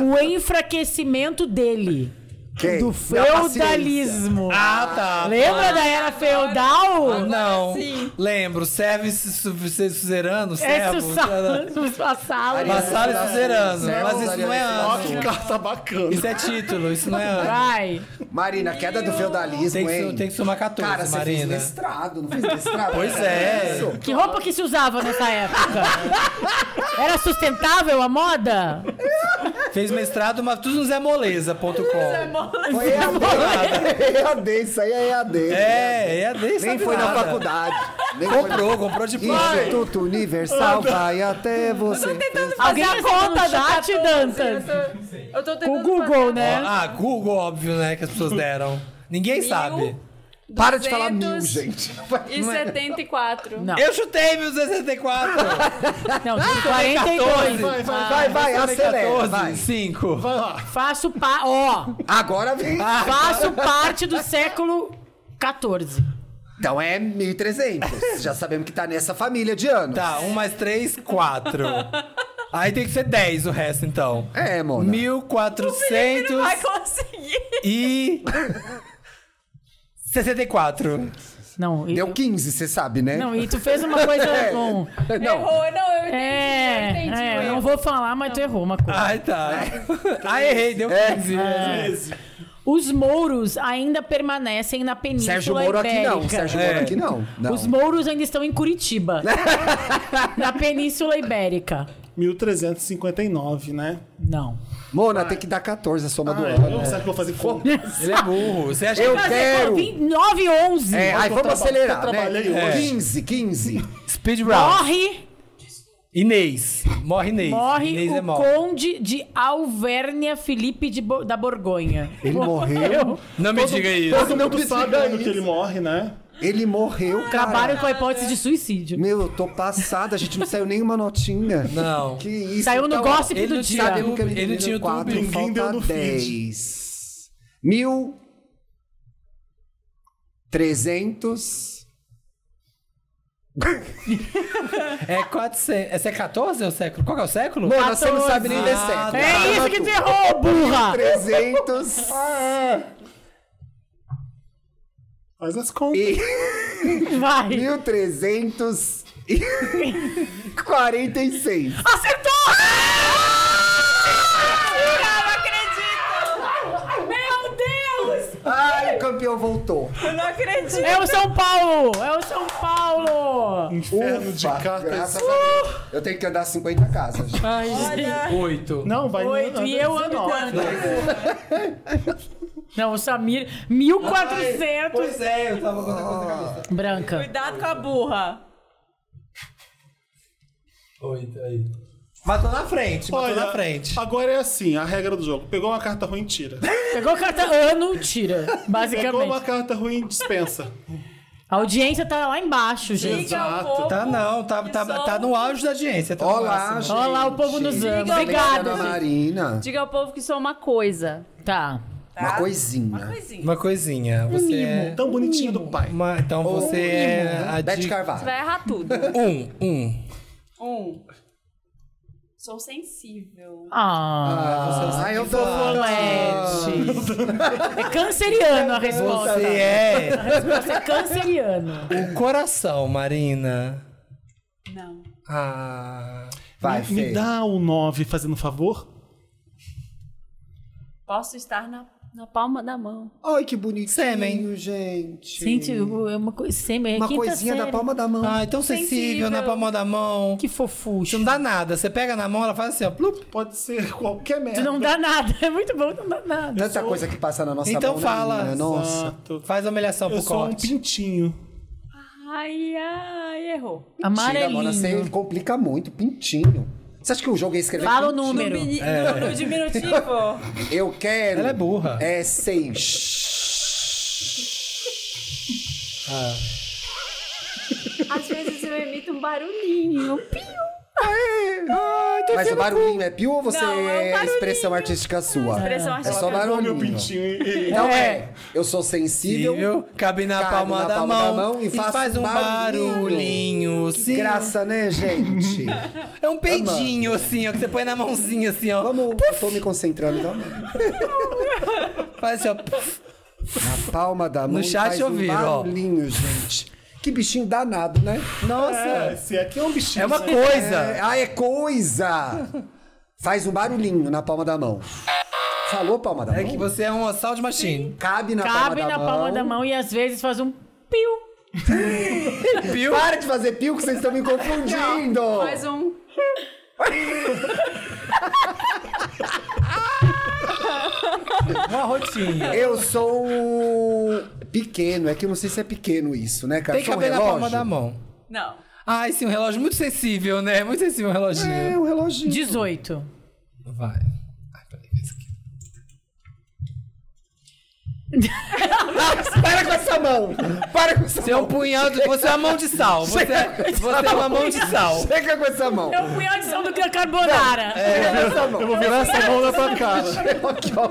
S4: o enfraquecimento dele.
S3: Quem?
S4: Do
S3: Da
S4: feudalismo.
S1: Ah, tá. Ah,
S4: Lembra da era feudal?
S1: Não.
S2: sim.
S1: Lembro. Serve suzerano,
S4: É
S1: servo.
S4: sussa- sala.
S3: assim.
S1: Vassalo e suzerano.
S3: Servo,
S1: Mas isso não é
S3: Ariano,
S5: Ó,
S1: ano.
S5: que carta bacana.
S1: Isso é título, isso não é ano.
S4: Vai.
S3: Marina, queda do feudalismo,
S1: Tem que,
S3: hein?
S1: su- tem que somar 14,
S3: Cara, você fez
S1: Marina.
S3: mestrado, não fez mestrado?
S1: Pois
S3: Cara,
S1: é.
S3: isso.
S4: Que roupa que se usava nessa época? Era sustentável a moda?
S1: Fez mestrado, mas tudo no zemoleza.com.
S3: Foi EAD. EAD, isso aí é EAD.
S1: É, é desse.
S3: Nem foi na faculdade. Nem foi na-
S1: Comprou, comprou de pai.
S3: Instituto Universal vai até você.
S2: Fazer
S4: Alguém
S2: a
S4: recebeu
S2: conta
S4: no chat,
S2: Eu
S4: Dantas?
S2: tô,
S7: Tá
S2: eu tô
S4: Com o
S2: tentando
S4: Google, né?
S1: Ah, Google, óbvio, né? Que as pessoas deram. Ninguém sabe.
S3: Para de falar mil, gente.
S2: E
S7: é
S2: 74.
S4: Não,
S1: Eu chutei 1064.
S4: não, de 42.
S5: Vai, vai, vai.
S3: ah, Vai, vai, acelera.
S1: 14,
S3: Vai.
S1: 5.
S5: Vai lá.
S4: Faço pa... Ó,
S3: Agora vem.
S4: faço parte do século 14.
S3: Então é tá 1.300. Já sabemos que tá nessa família de anos.
S1: Tá, 1 mais 3, 4. Aí tem que ser 10 o resto, então.
S3: É, Mona.
S1: 1400
S7: Não vai conseguir.
S1: e 64.
S4: Não, e-
S3: Deu É. 15, você sabe, né?
S4: não, e tu fez uma coisa com...
S3: Não.
S7: Errou, não, eu entendi. eu
S4: É,
S7: entendi.
S4: é,
S7: eu
S4: não vou falar, mas tu errou uma coisa.
S1: Ai, tá.
S3: É.
S1: Ai, errei, deu 15.
S4: Os mouros ainda permanecem na Península
S3: Sérgio Moro aqui
S4: é Ibérica.
S3: não. Sérgio
S1: É.
S3: Moro aqui não. não.
S4: Os mouros ainda estão em Curitiba. na Península Ibérica.
S5: 1359, né?
S4: Não.
S3: Mona, tem que dar 14 a soma do
S5: Ah, é.
S3: ano.
S5: Eu- Será que eu vou fazer conta?
S1: Ele é burro. Você acha
S3: Eu
S1: que...
S3: quero.
S4: 9 11.
S3: É, aí
S5: eu
S3: vamos
S5: traba-
S3: acelerar,
S5: eu trabalhei
S4: É.
S3: né? Tá.
S5: hoje.
S3: 15, 15.
S1: Speed round.
S4: Morre,
S1: Inês. Morre Inês.
S4: morre
S1: Inês é
S4: o
S1: morta.
S4: conde de Alvernia Felipe de Bo- da Borgonha.
S3: Ele morreu.
S1: Não me diga isso.
S5: Todo
S3: Não
S5: mundo
S3: precisa
S5: sabe ano
S3: isso.
S5: que ele morre, né?
S3: Ele morreu, cara.
S4: Trabalho com a hipótese de suicídio.
S3: Meu, eu tô passada, a gente não saiu nenhuma notinha.
S1: Não.
S3: Que isso. então,
S4: Saiu no gossip
S1: ele
S4: do
S1: não
S4: dia.
S1: sabe o que
S3: Ele,
S1: Ele
S3: ele
S1: não tinha
S3: tinha
S1: o
S3: é quatro,
S1: YouTube.
S5: Ninguém deu
S3: falta
S5: no feed.
S3: 10. Mil... Trezentos...
S1: É 400. Esse é 14 é o século? Qual que é o século?
S3: Mona, você não sabe nem ler
S1: Ah,
S3: certo.
S1: tá.
S4: É isso que te errou, burra!
S3: 300
S5: Faz as contas.
S3: e
S4: Vai!
S3: 1346.
S4: Acertou!
S7: não acredito. Meu Deus.
S3: Ai, o campeão voltou.
S7: Eu não acredito.
S4: É o São Paulo! É o São Paulo!
S5: Inferno É, de cartas.
S3: graças a Deus. Eu tenho que andar 50 casas.
S4: Ai, gente.
S1: 8.
S5: Não, vai
S4: Oito, e eu ando quanto? Não, o Samir, 1400.
S1: Pois é, eu tava com outra coisa na cabeça.
S4: Branca.
S7: Cuidado com a burra.
S1: 8, aí. Matou na frente, matou
S5: Olha,
S1: na frente.
S5: agora é assim, a regra do jogo. Pegou uma carta ruim, tira.
S4: Pegou a carta ano, tira.
S5: Pegou uma
S4: Basicamente.
S5: carta ruim, dispensa.
S4: A audiência tá lá embaixo, gente.
S7: Diga ao
S5: Exato.
S7: povo
S1: Tá não, tá, tá,
S7: só-
S1: tá no auge da audiência. Tá no
S3: Olá,
S1: máximo.
S3: gente.
S4: Olha lá, o povo nos ama. Obrigada,
S3: Ana
S4: gente.
S3: Marina.
S7: Diga ao povo que sou uma coisa.
S4: Tá.
S3: Uma coisinha.
S7: Coisinha.
S1: Uma coisinha, você é...
S5: Tão bonitinho do pai.
S1: uma- então você é a
S3: Um Beth
S1: de-
S7: Você
S3: Carvalho.
S7: vai errar tudo.
S1: Um, um.
S7: Um. Sou sensível.
S4: Ah,
S3: Ah, eu dou.
S4: Led. É canceriano a resposta.
S1: Você é
S4: A resposta é canceriano.
S1: o coração, Marina.
S7: Não.
S1: Ah...
S3: Vai,
S5: me, me
S3: Fê.
S5: dá o 9 fazendo favor?
S7: Posso estar na, na palma da mão.
S3: Ai, que bonitinho,
S1: Sêmen.
S3: gente.
S4: Gente, é uma coisa. Sempre é
S3: Uma
S4: quinta
S3: coisinha
S4: série.
S3: da palma da mão.
S1: Ah, então sensível,
S7: Sensível.
S1: na palma da mão.
S4: Que
S1: Isso
S4: fofucho.
S1: não dá nada. Você pega na mão, ela faz assim, ó. plup.
S5: Pode ser qualquer merda.
S4: Tu não dá nada. É muito bom, tu não dá nada.
S3: Tanta coisa que passa na nossa
S1: Então
S3: mão. né,
S1: fala.
S3: menina? Nossa.
S5: Exato.
S1: Faz a humilhação
S5: Eu
S1: pro
S5: sou um
S1: corte.
S5: pintinho.
S7: Ai, ai, errou.
S3: Tira, Mona, você
S4: Amarelinho.
S3: complica muito. Pintinho. Você acha que o jogo ia escrever?
S4: Fala o
S3: pintinho?
S7: No,
S4: número.
S7: bini-
S1: É.
S7: no- no diminutivo.
S3: Eu quero.
S1: Ela é burra.
S3: É seis.
S7: Às vezes eu emito um barulhinho.
S3: Mas o barulhinho é piu ou você
S7: Não, é um
S3: é,
S7: barulhinho.
S3: expressão artística sua?
S7: Expressão
S3: É
S7: artística.
S3: só
S5: Ô, meu
S3: barulhinho.
S5: pintinho. e- e-
S3: Então é. Eu sou sensível.
S1: Sensível, cabe na
S3: Cabe
S1: palma,
S3: na
S1: da,
S3: palma
S1: mão,
S3: da mão
S1: e, faz um barulhinho. sim.
S3: Graça, né, gente?
S1: É um peidinho, assim, ó, que você põe na mãozinha, assim, ó.
S3: Vamos, eu tô me concentrando, então.
S1: Faz assim, ó. puf.
S3: Na palma da mão.
S1: No chat
S3: faz
S1: ouviram,
S3: um
S1: ó.
S3: barulhinho, gente. Que bichinho danado, né?
S1: Nossa.
S5: É, se aqui é um bichinho.
S1: É uma
S5: né?
S1: coisa.
S3: É, ah, é coisa! Faz um barulhinho na palma da mão. Falou palma da
S1: É
S3: mão?
S1: que você é um assault machine.
S3: Cabe na
S4: Cabe
S3: palma da
S4: na
S3: mão.
S4: palma da mão e às vezes faz um piu.
S1: Viu?
S3: Para de fazer pio que vocês estão me confundindo!
S7: Faz um.
S1: Uma rotinha.
S3: Eu sou pequeno, é que eu não sei se é pequeno isso, né, cara?
S1: Tem que
S3: Sou um
S1: caber na
S3: relógio?
S1: palma da mão.
S7: Não.
S1: Ai, sim, um relógio muito sensível, né? Muito sensível um reloginho.
S3: É, um reloginho.
S4: 18.
S1: Vai. Ai, peraí, que é isso aqui.
S3: Para com essa mão! Para com essa
S1: Você é um punhal de... Você é uma mão de sal. Você, é- você é uma mão de sal.
S3: Chega com essa mão!
S4: É o punhal de São do Carbonara.
S3: Chega com essa mão!
S5: Eu vou virar essa mão na tua cara.
S3: Aqui, ó.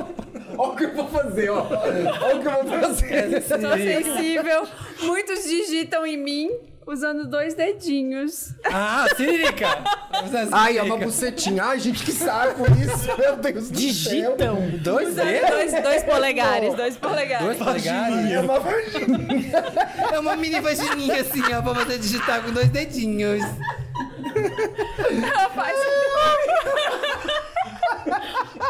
S3: Olha o que eu vou fazer, ó. Olha o que eu vou fazer.
S7: Sou sensível. Muitos digitam em mim
S2: usando dois dedinhos.
S1: Ah, Siririca!
S3: Ai, é uma bucetinha. Ai, gente, que saco isso. Meu Deus do céu.
S4: Digitam.
S1: Dois dedos?
S2: Dois, dois polegares, dois polegares.
S1: é Dois polegares?
S3: É uma vagina.
S1: É uma mini vagininha assim, ó, pra você digitar com dois dedinhos.
S2: Faz- um,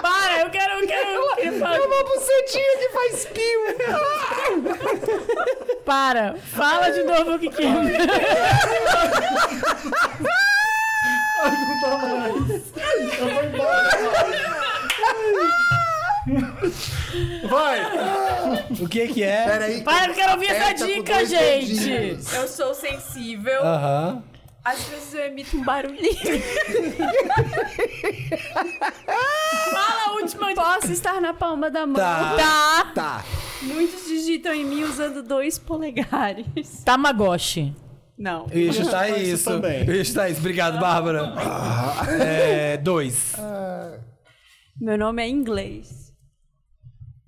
S4: Para, eu quero, eu quero. Eu quero
S3: É
S4: falar.
S3: uma bucetinha que faz pio.
S4: Para, fala de novo o que que é.
S5: Vai!
S1: O que que é?
S3: Peraí.
S4: Para, eu quero ouvir essa
S3: Aperta com
S4: dica,
S3: dois
S4: gente.
S3: dedinhos.
S2: Eu sou sensível.
S1: Aham.
S2: Às vezes eu emito um barulhinho.
S7: Fala a última Posso estar na palma da mão.
S1: Tá.
S4: Tá.
S3: Tá.
S2: Muitos digitam em mim usando dois polegares.
S4: Tamagotchi.
S2: Não.
S1: Eu ia chutar tá
S5: Isso
S1: isso.
S5: também.
S1: Eu ia chutar isso. Obrigado, Bárbara.
S3: Ah.
S1: É, dois.
S2: Meu nome é inglês.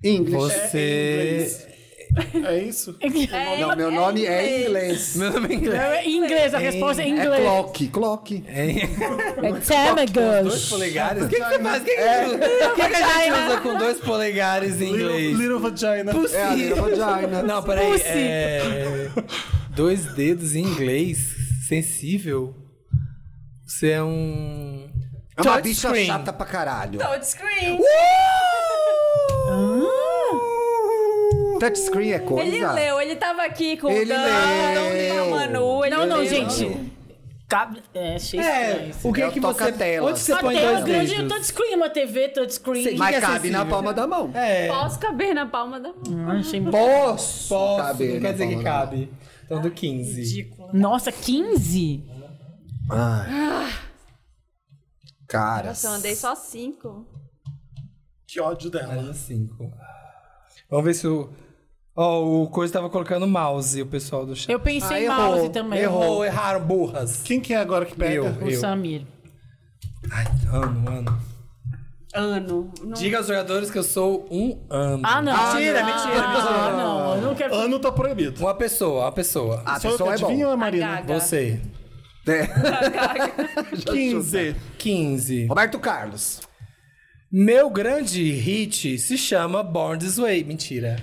S3: English.
S1: Você.
S5: É isso?
S3: Não, meu nome é inglês.
S1: Meu nome é inglês.
S4: É em inglês, a resposta é em
S3: É
S4: inglêês.
S3: clock, clock.
S4: É
S1: Dois
S4: Tamagotchi.
S1: polegares? O que, que você faz? O que, que,
S3: É.
S1: o que que a gente usa com dois polegares em
S5: Little,
S1: inglês?
S5: little vagina.
S3: É a minha vagina.
S1: Não, peraí. É... Dois dedos em inglês. Sensível. Você é um.
S3: É uma
S1: touch
S3: bicha
S1: screen.
S3: chata pra caralho.
S2: Touchscreen.
S1: Uh,
S3: Ah! Touchscreen é coisa.
S2: Ele leu, ele tava aqui com
S3: Ele
S2: o Dan,
S3: leu.
S2: com o Manu. Ele
S4: Não, não,
S2: leu.
S4: gente. Cabe... É, achei
S1: É,
S4: estranho.
S1: o que
S3: É o
S1: que você.
S3: toca-tela.
S1: Onde você põe
S4: Até
S1: dois
S4: o grande
S1: dedos?
S4: touchscreen, uma TV touchscreen.
S1: Sim.
S3: Mas
S1: que é
S3: cabe na
S1: acessível?
S3: palma da mão.
S1: É.
S2: Posso caber na palma da mão.
S4: Ah, achei-
S3: Posso.
S1: Posso,
S3: caber
S1: não
S3: na
S1: quer dizer que
S3: palma da mão.
S1: cabe. Então, do 15.
S4: Nossa, 15?
S3: Ai. Cara.
S2: Nossa, eu andei só cinco.
S5: Que ódio dela.
S1: Ela 5. um Vamos ver se o. Ó, o Coisa tava colocando mouse, o pessoal do chat.
S4: Eu pensei
S3: Ah,
S4: em
S3: errou.
S4: mouse também.
S1: Errou, erraram, burras.
S5: Quem que é agora que pega?
S1: Eu,
S4: O
S1: eu.
S4: Samir.
S1: Ai, ano, ano.
S2: Ano. Não-
S1: Diga aos jogadores que eu sou um ano.
S4: Ah, não.
S1: Mentira,
S4: ah,
S1: mentira,
S4: não. Ah,
S1: mentira.
S4: não. Eu não quero...
S5: Ano tá proibido.
S1: Uma pessoa, uma pessoa.
S3: A
S5: Só eu que
S3: pessoa é
S5: adivinho ou
S3: bom.
S5: é Marina?
S2: Gaga.
S1: Você.
S3: É.
S5: 15.
S1: 15.
S3: Roberto Carlos.
S1: Meu grande hit se chama Born This Way. Mentira.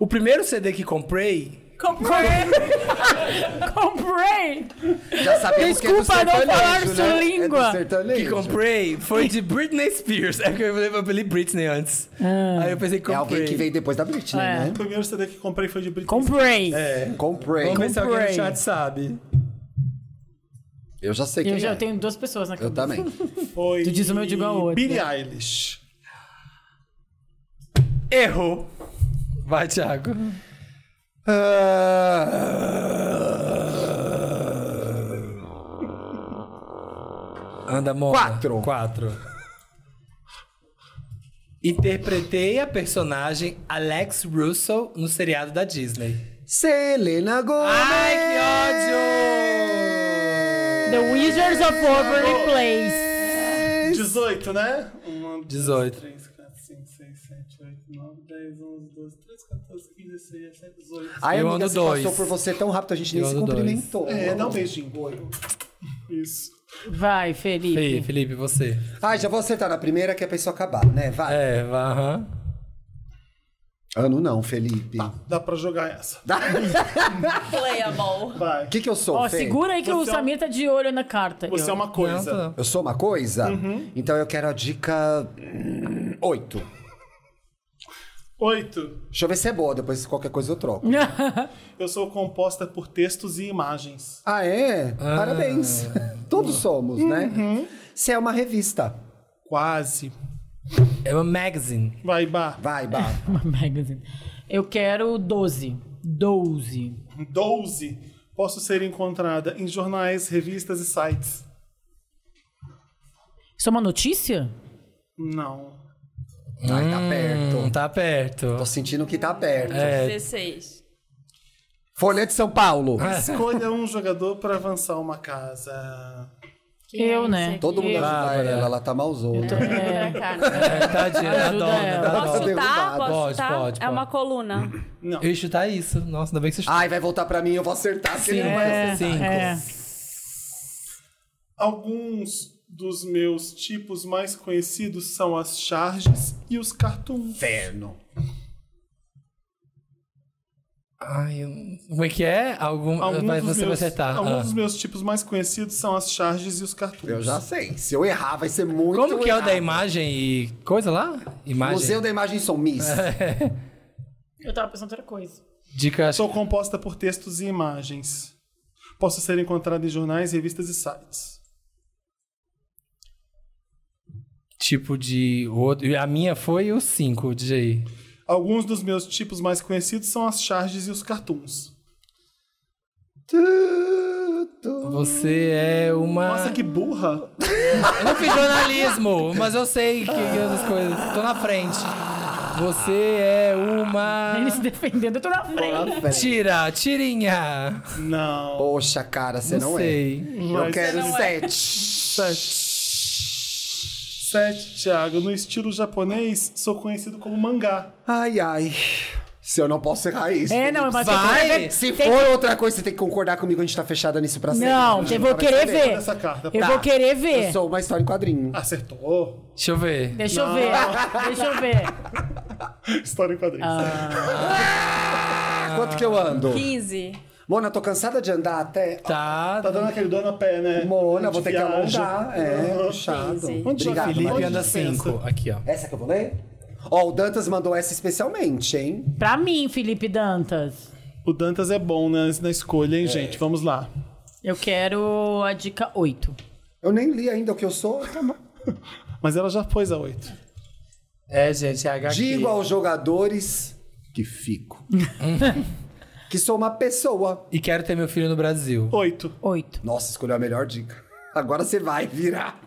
S1: O primeiro CD que comprei.
S4: Comprei!
S3: Já sabemos
S4: Desculpa
S3: que é do
S4: não
S3: sertanejo,
S4: falar
S3: né?
S4: sua
S3: É do
S4: língua.
S3: sertanejo.
S1: Que comprei foi de Britney Spears. É que eu falei, eu falei Britney antes.
S4: Ah.
S1: Aí eu pensei que
S3: É
S1: comprei.
S3: alguém que veio depois da Britney,
S4: É.
S5: O
S3: né?
S5: primeiro CD que comprei foi de Britney.
S4: Comprei!
S3: Comprei.
S1: Vamos ver se alguém no
S4: Comprei.
S1: chat sabe.
S3: Eu já sei quem
S4: Eu já
S3: é.
S4: tenho duas pessoas na cabeça.
S3: Eu também.
S5: Foi
S4: Tu diz o meu, eu digo a outra.
S5: Billie Eilish.
S1: Errou. Vai, Thiago.
S3: Ah,
S1: Anda, Mona.
S3: Quatro.
S1: Quatro. Interpretei a personagem Alex Russell no seriado da Disney.
S3: Selena Gomez.
S1: Ai, que
S4: The Wizards of Waverly Place.
S3: É
S5: 18, né? 1,
S1: 18.
S5: 3, 4, 5, 6, 7, 8, 9, 10, 11, 12, 13, 14, 15, 16, 17, 18.
S3: Ai,
S1: Eu
S3: amiga,
S1: ando
S3: você
S1: dois.
S3: passou por você tão rápido, a gente nem
S1: Eu
S3: se
S1: ando dois.
S3: cumprimentou.
S5: É, dá um beijinho. Isso.
S4: Vai, Felipe.
S1: Ei, Felipe, você.
S3: Ai, já vou acertar na primeira que é pra isso acabar, né? Vai.
S1: É, vá, aham.
S3: Ano não, Felipe.
S5: Dá pra jogar essa.
S2: Playable.
S5: Vai.
S3: O que que eu sou,
S4: Ó,
S3: Fê?
S4: segura aí que o
S5: Você é um-
S4: Samir tá de olho na carta.
S5: Você é
S4: Eu-
S5: uma
S1: Não,
S5: coisa.
S1: tá não.
S3: Eu sou uma coisa?
S4: Uhum.
S3: Então eu quero a dica 8.
S5: 8.
S3: Deixa eu ver se é boa, depois qualquer coisa eu troco.
S5: Eu sou composta por textos e imagens.
S3: Ah, é? Parabéns. Todos somos,
S4: Uhum.
S3: né? Se é uma revista.
S5: Quase.
S1: É uma magazine.
S5: Vai, Bá.
S3: Vai, Bá.
S4: Uma magazine. Eu quero 12. 12.
S5: 12. Posso ser encontrada em jornais, revistas e sites.
S4: Isso é uma notícia?
S5: Não.
S3: Ai, tá
S1: Hum, É.
S3: perto.
S1: tá perto.
S3: Tô sentindo que tá perto.
S2: 16.
S3: Folha de São Paulo.
S1: É.
S5: Escolha um jogador pra avançar uma casa.
S4: Eu, né?
S3: Todo mundo
S4: Eu-
S3: ajuda
S1: Bárbara.
S3: ela, ela tá malzona.
S7: É. Pra cá, né?
S1: É, tadinha, dá
S4: Ajuda
S1: dó, né?
S4: ela.
S1: Dá
S7: Posso
S1: dó.
S3: derrubada.
S7: chutar? Posso
S1: Pode,
S7: chutar?
S1: pode,
S7: É
S1: pode.
S7: uma coluna.
S5: Não.
S1: Eu ia chutar tá isso. Nossa, ainda bem que você chutou.
S3: Ai, vai voltar pra mim, eu vou acertar. porque
S1: Sim,
S3: ele não Ah, vai
S1: é,
S3: acertar.
S1: sim.
S4: É.
S5: Alguns dos meus tipos mais conhecidos são as charges e os cartoons.
S3: Inferno.
S1: Ai, eu- como é que é? Algum...
S5: Alguns
S1: Mas
S5: dos
S1: você vai
S5: meus-
S1: acertar.
S5: Alguns
S1: Ah.
S5: dos meus tipos mais conhecidos são as charges e os cartoons.
S3: Eu já sei. Se eu errar, vai ser muito
S1: Como que é o da
S3: errado.
S1: imagem e coisa lá? Imagem.
S3: Museu da Imagem Som Miss.
S4: Eu tava pensando outra coisa.
S1: Dica.
S5: Sou composta por textos e imagens. Posso ser encontrada em jornais, revistas e sites.
S1: Tipo de outro. e A minha foi o 5, DJ.
S5: Alguns dos meus tipos mais conhecidos são as charges e os cartoons.
S1: Você é uma.
S5: Nossa, que burra!
S1: Eu não fiz jornalismo, mas eu sei que que essas coisas. Tô na frente. Você é uma.
S4: Ele se defendendo, eu tô na frente.
S1: Tira, tirinha.
S5: Não.
S3: Poxa, cara, você não,
S1: não sei.
S3: é. Eu quero
S2: não é.
S3: sete.
S5: Sete, Thiago. No estilo japonês, sou conhecido como mangá.
S3: Ai, ai. Se eu não posso errar isso.
S4: É, não, mas eu
S1: Vai!
S4: quero ver.
S3: Se
S4: Tem-
S3: for outra coisa, você tem que concordar comigo, a gente tá fechada nisso pra sempre.
S4: Não,
S3: A gente
S4: eu
S3: nunca
S4: vou
S3: vai
S4: querer
S3: saber.
S4: ver.
S5: Essa carta.
S4: Eu
S3: Tá.
S4: vou querer ver.
S3: Eu sou uma história em quadrinho.
S5: Acertou.
S1: Deixa eu ver.
S4: Deixa eu ver. Deixa eu ver.
S5: História em quadrinhos.
S3: Ah. Quanto que eu ando?
S7: 15.
S3: Mona, tô cansada de andar até.
S1: Tá.
S5: Tá dando aquele dó na pé, né?
S3: Mona, vou
S5: De
S3: ter que
S5: viagem.
S3: alongar. É, puxado.
S7: Sim, sim.
S5: Onde já
S3: Obrigado,
S5: Felipe assim?
S1: Felipe
S5: Onde
S3: Maria.
S1: anda
S5: dispensa?
S1: 5. Aqui, ó.
S3: Essa que eu vou ler? Ó, o Dantas mandou essa especialmente, hein?
S4: Pra mim, Felipe Dantas.
S5: O Dantas é bom na, na escolha,
S3: É.
S5: hein, gente? Vamos lá.
S4: Eu quero a dica 8.
S3: Eu nem li ainda o que eu sou.
S5: Mas ela já pôs a oito.
S1: É, gente, é HQ.
S3: Digo aos jogadores que fico. que sou uma pessoa.
S1: E quero ter meu filho no Brasil.
S5: Oito.
S4: 8.
S3: Nossa, escolheu a melhor dica. Agora você vai virar.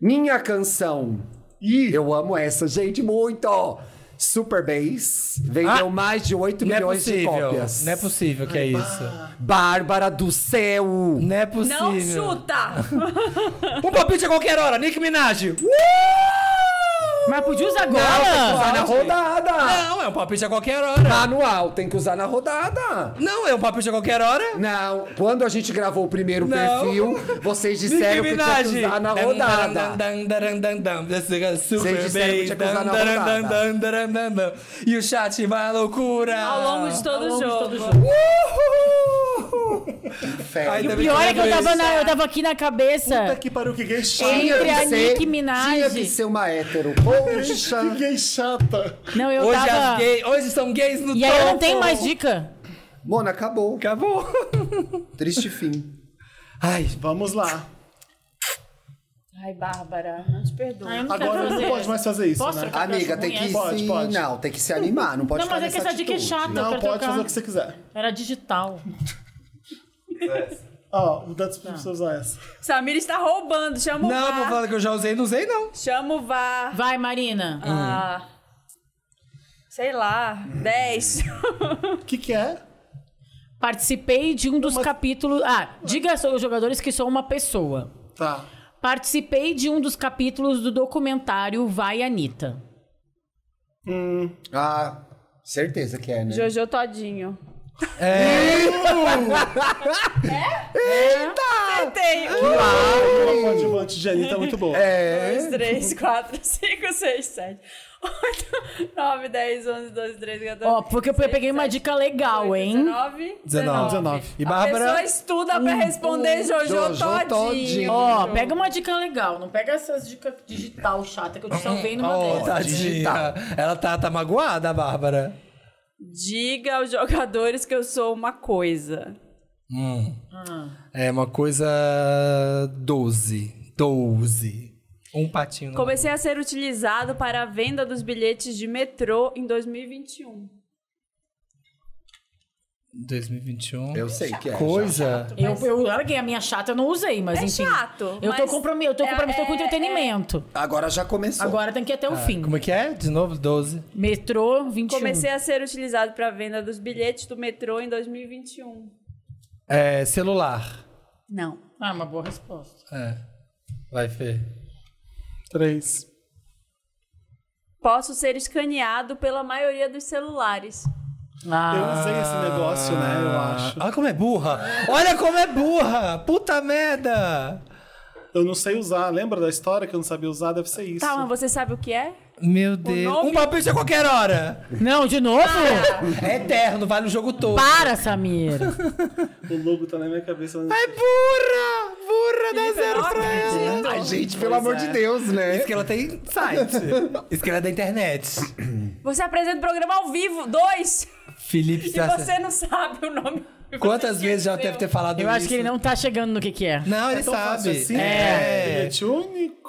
S3: Minha canção. Ih, eu amo essa, gente, muito. Super Bass vendeu
S1: Ah,
S3: mais de 8
S1: Não é
S3: milhões de
S1: possível.
S3: cópias.
S1: Não é possível que é isso.
S3: Bárbara do céu!
S1: Não é possível.
S7: Não chuta!
S1: Um palpite a qualquer hora, Nick Minaj. Uh!
S4: Mas podia usar
S3: Não,
S4: agora?
S3: tem que usar na rodada!
S1: Não, é um palpite a qualquer hora.
S3: Manual, tem que usar na rodada!
S1: Não, é um palpite a qualquer hora.
S3: Não, quando a gente gravou o primeiro
S1: Não.
S3: perfil, vocês disseram que tinha que usar na rodada.
S1: Super
S3: disseram que
S1: bem.
S3: tinha que usar na
S1: E o chat vai à loucura.
S7: Ao longo de todo o jogo.
S3: Inferno.
S1: Ai,
S4: O
S1: também
S4: pior é que eu
S1: lembro
S4: tava,
S1: isso.
S4: na- eu tava aqui na
S5: Puta
S4: cabeça.
S5: que pariu, que
S3: é
S5: gay chata.
S4: Entre a Nicki
S3: Tinha
S4: Minaj.
S3: que ser uma hétero. Poxa!
S5: Que gay chata.
S4: Não, eu
S1: Hoje, as
S4: tava.
S1: gay- hoje são gays no
S4: E aí eu não tenho mais dica.
S3: Mona, acabou.
S1: Acabou.
S3: Triste fim.
S1: Ai,
S5: Vamos lá.
S7: Ai, Bárbara, não te perdoo.
S4: Ah, eu não quero
S5: Agora não
S4: fazer.
S5: pode mais fazer isso,
S4: Posso?
S5: né?
S3: Amiga, tem que
S4: mulher.
S3: se...
S5: Pode, pode.
S3: Não, tem que se animar, não pode
S4: Não,
S3: ficar
S4: mas é que
S3: nessa
S4: essa dica é
S3: atitude.
S4: chata.
S5: Não,
S4: quero
S5: pode
S4: trocar.
S5: fazer o que você quiser.
S4: Era digital.
S5: Ó, o Dantas
S7: Tá.
S5: precisa usar essa.
S7: Samir está roubando. Chama o
S1: não, vou
S7: VAR.
S1: falar que eu já usei, não usei não.
S7: Chama o VAR.
S4: Vai, Marina.
S1: Hum.
S7: Ah, sei lá, 10.
S5: O que que é?
S4: Participei de um dos capítulos. Ah, diga aos jogadores que sou uma pessoa.
S5: Tá.
S4: Participei de um dos capítulos do documentário Vai Anitta.
S3: Ah, certeza que é, né?
S7: Jojo Todinho. É? Tentei. Um,
S5: Uma coadjuvante de Anitta muito boa.
S3: É.
S7: dois, três, quatro, cinco, seis, sete, oito, nove, dez, onze, doze, treze, quatorze.
S4: Ó, porque eu peguei uma dica legal, hein? Hum,
S7: 19?
S1: 19.
S5: 19.
S1: E
S7: A pessoa
S1: Bárbara,
S4: é
S7: estuda pra responder Jojo,
S3: Jojo
S7: Todinho.
S3: Todinho.
S4: Ó, pega uma dica legal. Não pega essas dicas digital chata que eu te salvei assim, numa
S1: oh,
S4: dessas.
S1: tadinha.
S3: Digital.
S1: Ela tá, tá magoada, a Bárbara.
S7: Diga aos jogadores que eu sou uma coisa.
S1: É uma coisa 12. 12. Um patinho. na
S7: Comecei a ser utilizado para a venda dos bilhetes de metrô em 2021.
S1: 2021.
S3: Eu sei que é.
S1: Coisa.
S4: Eu, eu larguei a minha chata, eu não usei, mas
S7: É
S4: enfim.
S7: chato,
S4: Eu tô
S7: mas
S4: compromisso, eu tô
S7: é-
S4: compromisso com
S7: é-
S4: entretenimento.
S3: já. Agora já começou.
S4: Agora tem que ir até o fim.
S1: Como é que é? De novo, 12.
S4: Metrô 21.
S7: Comecei a ser utilizado para a venda um. dos bilhetes do metrô em 2021.
S1: É, celular.
S7: Não.
S4: Ah, uma boa resposta.
S1: É. Vai, Fê.
S5: Três.
S7: Posso ser escaneado pela maioria dos celulares.
S4: Ah.
S5: Eu usei esse negócio, né? Eu acho.
S1: Olha como é burra! Olha como é burra! Puta merda!
S5: Eu não sei usar. Lembra da história que eu não sabia usar? Deve ser isso.
S7: Tá, mas você sabe o que é?
S1: Meu Deus. Um palpite a qualquer hora!
S4: Não, de novo?
S1: É eterno, vale o jogo todo.
S4: Para, Samir.
S5: O logo tá na minha cabeça. mas-
S1: É burra! Burra, dá zero pra ela!
S3: Ai, gente, pelo amor
S4: é.
S3: de Deus, né?
S1: Isso é que ela tem site. Isso que ela é da internet.
S7: Você apresenta o programa ao vivo, dois!
S1: Felipe
S7: E você não sabe o nome. que
S1: Quantas
S7: você
S1: vezes já
S7: esqueceu.
S1: deve ter falado
S4: Eu
S1: isso?
S4: acho que ele não tá chegando no que que é.
S1: Não, ele
S5: tão
S1: sabe.
S5: fácil assim?
S1: É.
S5: Bilhete único.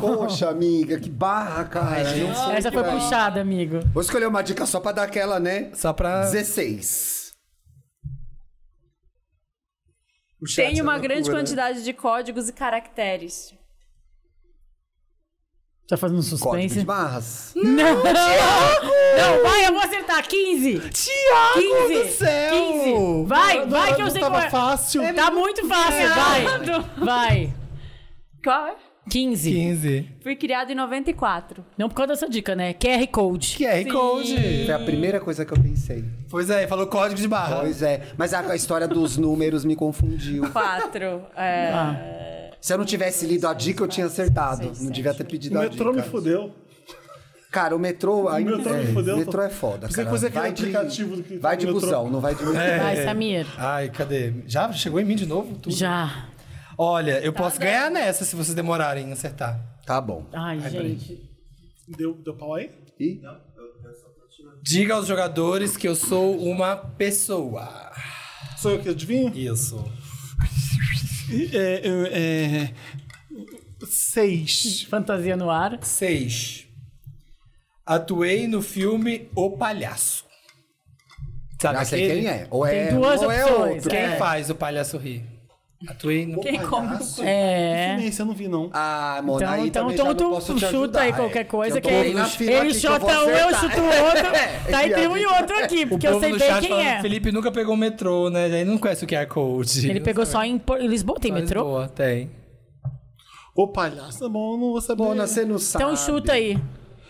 S3: Poxa, amiga, que barra, cara. Eu não sei
S4: Essa
S3: o que
S4: foi
S3: vai.
S4: puxada, amigo.
S3: Vou escolher uma dica só pra dar aquela, né?
S1: Só pra.
S3: 16. O chat
S7: Tem
S3: é
S7: uma
S3: loucura,
S7: grande
S3: né?
S7: quantidade de códigos e caracteres.
S4: Tá fazendo
S3: Código de
S4: suspense?
S3: barras.
S4: Não, Não, vai, eu vou acertar. 15.
S1: Tiago
S4: 15.
S1: do céu!
S4: 15. Vai, vai que eu sei
S5: Tava
S4: qual é.
S5: fácil.
S4: Tá muito fácil, vai. Vai.
S7: Qual é?
S4: 15.
S1: 15.
S7: Fui criado em 94.
S4: Não por causa dessa dica, né? QR Code.
S1: QR Code.
S3: Foi a primeira coisa que eu pensei.
S1: é, Pois é, falou código de
S5: Ah.
S1: barra.
S3: Pois é. Mas a, a história dos números me confundiu.
S7: Quatro. É...
S4: Ah.
S3: Se eu não tivesse lido a dica, eu tinha acertado. Não devia ter pedido
S5: O
S3: a
S5: metrô me
S3: dica.
S5: fudeu.
S3: Cara, o metrô ainda.
S5: metrô me
S3: é,
S5: fudeu,
S3: o metrô
S5: tô-
S3: é foda.
S5: Pensei que
S3: Cara.
S5: fosse aquele
S3: vai de,
S5: aplicativo do que
S3: vai
S5: tá
S3: de
S5: no metrô.
S3: busão, não vai de metrô.
S4: Vai, Samir.
S1: Ai, cadê? Já chegou em mim de novo? Tudo.
S4: Já. Tá
S1: Olha, eu posso ganhar nessa se vocês demorarem em acertar.
S3: Tá bom.
S4: Ai, gente.
S5: Deu, deu pau aí?
S3: E
S1: Diga aos jogadores que eu sou uma pessoa.
S5: Sou eu que adivinho?
S1: Isso.
S5: É, é, é, Seis.
S4: Fantasia no ar.
S1: 6. Atuei no filme O Palhaço.
S5: Tá,
S1: Sabe
S3: já sei
S1: aquele?
S3: quem é. Ou é,
S4: Tem duas
S3: ou é
S4: opções,
S3: outro.
S1: Quem
S4: É.
S1: faz o palhaço rir? Atuei no.
S7: Quem come o cu?
S4: É.
S5: Que esse Ah, eu não vi, não.
S3: Ah, mano,
S4: Então,
S3: aí
S4: então,
S3: também já
S4: então
S3: não
S4: tu
S3: posso te
S4: chuta
S3: ajudar,
S4: aí
S3: é.
S4: qualquer coisa
S3: Eu
S4: que
S3: tô
S4: ele,
S3: bem na fila
S4: ele
S3: aqui que eu
S4: chuta
S3: vou
S4: um, eu
S3: acertar.
S4: chuto o outro.
S3: É,
S4: tá, e
S3: que
S4: tem
S3: a
S4: um e
S3: dica-
S4: outro aqui, porque
S1: o
S4: eu
S1: povo
S4: sei
S1: no
S4: bem
S1: chat
S4: quem
S1: falando,
S4: é.
S1: Felipe nunca pegou o metrô, né? Aí não conhece o QR Code.
S4: Ele pegou só em, Por- em Lisboa, tem metrô?
S1: Boa, tem.
S5: Ô palhaço, tá bom, eu não vou saber.
S3: Mona, você não sabe.
S4: Então chuta aí.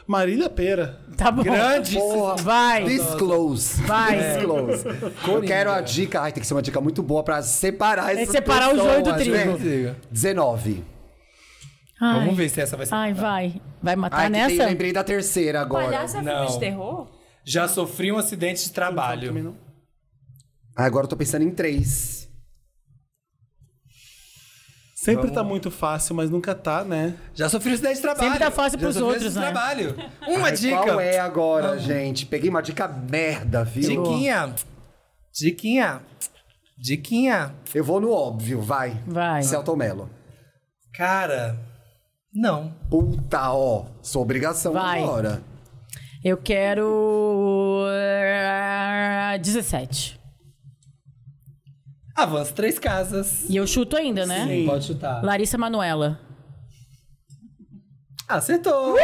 S5: Marília Pera.
S4: Tá bom.
S1: Grande.
S3: Porra,
S4: Vai.
S3: Disclose.
S4: Vai.
S3: Disclose. Eu quero a dica. Ai, tem que ser uma dica muito boa pra separar né?
S4: que
S3: esse.
S4: separar o joio do trigo.
S1: Diga.
S3: 19.
S4: Ai.
S1: Vamos ver se essa vai ser.
S4: Ai, vai. Vai matar
S3: Ai, que tem,
S4: Tá nessa?
S3: lembrei da terceira agora.
S7: Palhaço é filme
S1: Não.
S7: de terror?
S1: Já sofri um acidente de
S5: Também
S1: trabalho.
S5: não.
S3: Ah, agora eu tô pensando em três.
S5: Sempre tá muito fácil, mas nunca tá, né?
S1: Já sofri um acidente de trabalho.
S4: Sempre tá
S1: Já
S4: fácil pros
S1: sofri um
S4: outros,
S1: acidente de trabalho. Uma
S3: Ai,
S1: dica.
S3: Qual é agora, gente? Peguei uma dica merda, viu?
S1: Diquinha. Diquinha. Diquinha.
S3: Eu vou no óbvio, vai.
S4: Vai.
S3: Celton Mello.
S1: Cara, não.
S3: Puta, ó. Sua obrigação
S4: Vai.
S3: agora.
S4: Eu quero. eh, 17.
S1: Avança três casas.
S4: E eu chuto ainda, né?
S1: Sim, pode chutar.
S4: Larissa Manuela.
S1: Acertou!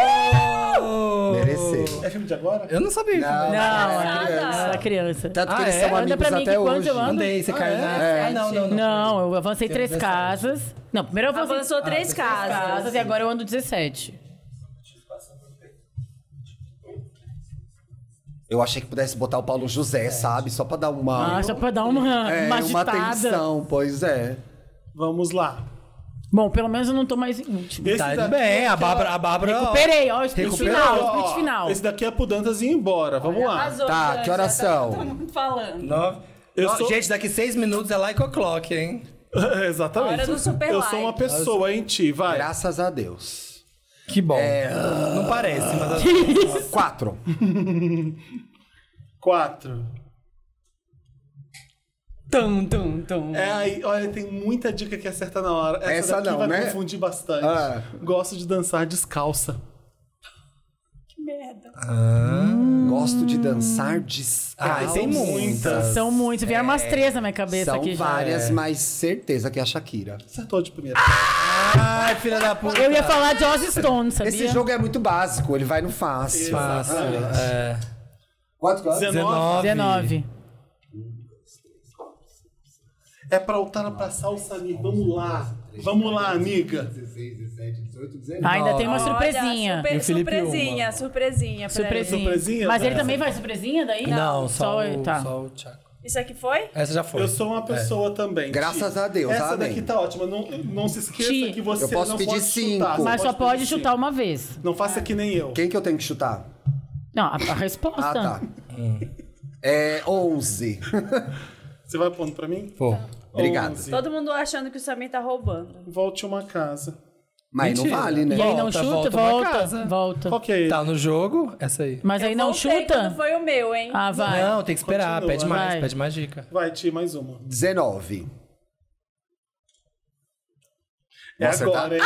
S3: Mereceu.
S5: É filme de agora?
S1: Eu não sabia.
S3: Não.
S4: Uh! Não,
S3: era
S4: era
S3: criança.
S4: era criança.
S3: Tanto que
S1: Ah,
S3: eles
S1: é?
S3: são
S1: Manda
S3: amigos
S4: pra mim que
S3: até
S4: quando
S3: hoje.
S4: eu ando-
S1: Andei, você caiu na...
S3: É?
S1: Ah, não, não, não.
S4: Não, eu avancei
S1: Tem
S4: três
S1: 17.
S4: casas. Não, primeiro eu avancei
S7: Avançou três
S4: três
S7: casas.
S4: casas e agora eu ando 17.
S3: Oh. Eu achei que pudesse botar o Paulo José, sabe? Só pra dar uma.
S4: Ah, só pra dar uma,
S3: é, uma
S4: uma agitada.
S3: atenção, pois é.
S5: Vamos lá.
S4: Bom, pelo menos eu não tô mais em último.
S5: Esse
S1: Tá
S5: daqui- é
S1: bem, a Bárbara... A Bárbara ó,
S4: Recuperei, ó, o split
S1: Recuperou,
S4: final,
S5: Ó,
S4: o split final.
S5: Esse daqui é pro Dantas ir embora. Vamos lá.
S7: Arrasou,
S3: Tá,
S7: Janja,
S3: que horas
S7: tá
S3: são?
S7: todo mundo falando.
S1: nove.
S5: Eu
S1: Ó,
S5: sou-
S1: Gente, daqui seis minutos é like o'clock, hein?
S5: Exatamente.
S7: Hora do super
S5: eu
S7: like.
S5: sou uma pessoa, hein, Ti? Vai.
S3: Graças a Deus.
S1: Que bom. É, Não parece, mas...
S3: Quatro.
S5: Quatro.
S4: Tum, tum, tum.
S5: É aí, olha, tem muita dica que acerta na hora. Essa,
S3: Essa
S5: daqui
S3: não,
S5: vai
S3: né?
S5: confundir bastante.
S3: Ah.
S5: Gosto de dançar descalça.
S3: Gosto de dançar descalço.
S1: Ah, tem muitas.
S4: São muitos, vieram umas três na minha cabeça
S3: É, São
S4: aqui já. é.
S3: várias, mas certeza que é a Shakira.
S5: Acertou de primeira.
S1: Ai, filha da puta.
S4: Eu ia falar de Ozzy Stone, sabia?
S3: Esse jogo é muito básico, ele vai no fácil.
S1: Fácil. É.
S3: Quatro
S5: 19.
S1: 19.
S4: 19.
S5: É pra ultrapassar o Samir. Vamos lá. Vamos lá, amiga.
S8: 16, 17, 18, 19.
S4: Ah, Ainda tem uma
S2: Olha,
S4: surpresinha.
S2: super-
S1: E o Felipe
S2: surpresinha,
S1: uma.
S2: surpresinha. pra
S4: Surpresinha.
S5: Surpresinha,
S4: Mas ele
S5: Dani?
S4: também vai surpresinha daí?
S1: Não, só, o,
S4: tá.
S1: só o Thiago.
S2: ele. Isso aqui foi?
S1: Essa já foi.
S5: Eu sou uma pessoa também.
S3: Graças
S5: Ti.
S3: a Deus,
S5: Essa
S3: amém.
S5: daqui tá ótima. Não, não se esqueça
S4: Ti.
S5: que você
S3: Eu posso
S5: não
S3: pedir
S5: pode
S3: cinco.
S5: chutar. Você
S4: Mas só pode
S5: pedir
S4: chutar
S5: cinco.
S4: uma vez.
S5: Não faça que nem eu.
S3: Quem que eu tenho que chutar?
S4: Não, a, a
S3: Ah,
S4: resposta.
S3: tá. É 11.
S5: Você vai pondo pra mim?
S1: Pô.
S3: Obrigado.
S5: Onze.
S2: Todo mundo achando que o Samir tá roubando.
S5: Volte uma casa.
S3: Mas não
S1: Mentira.
S3: vale, né?
S4: E aí não
S1: Volta,
S4: chuta,
S1: volta pra
S4: volta,
S1: casa.
S4: volta.
S5: Qual que é ele?
S1: Tá no jogo, essa aí.
S4: Mas aí
S2: Eu
S4: não
S2: voltei
S4: chuta.
S2: quando Foi o meu, hein?
S4: Ah, vai.
S1: Não, tem que esperar.
S5: Continua,
S1: Pede mais,
S4: vai.
S1: pede mais dica.
S5: Vai, Ti, mais uma.
S3: 19.
S5: É
S3: Vou acertar?
S5: agora, hein?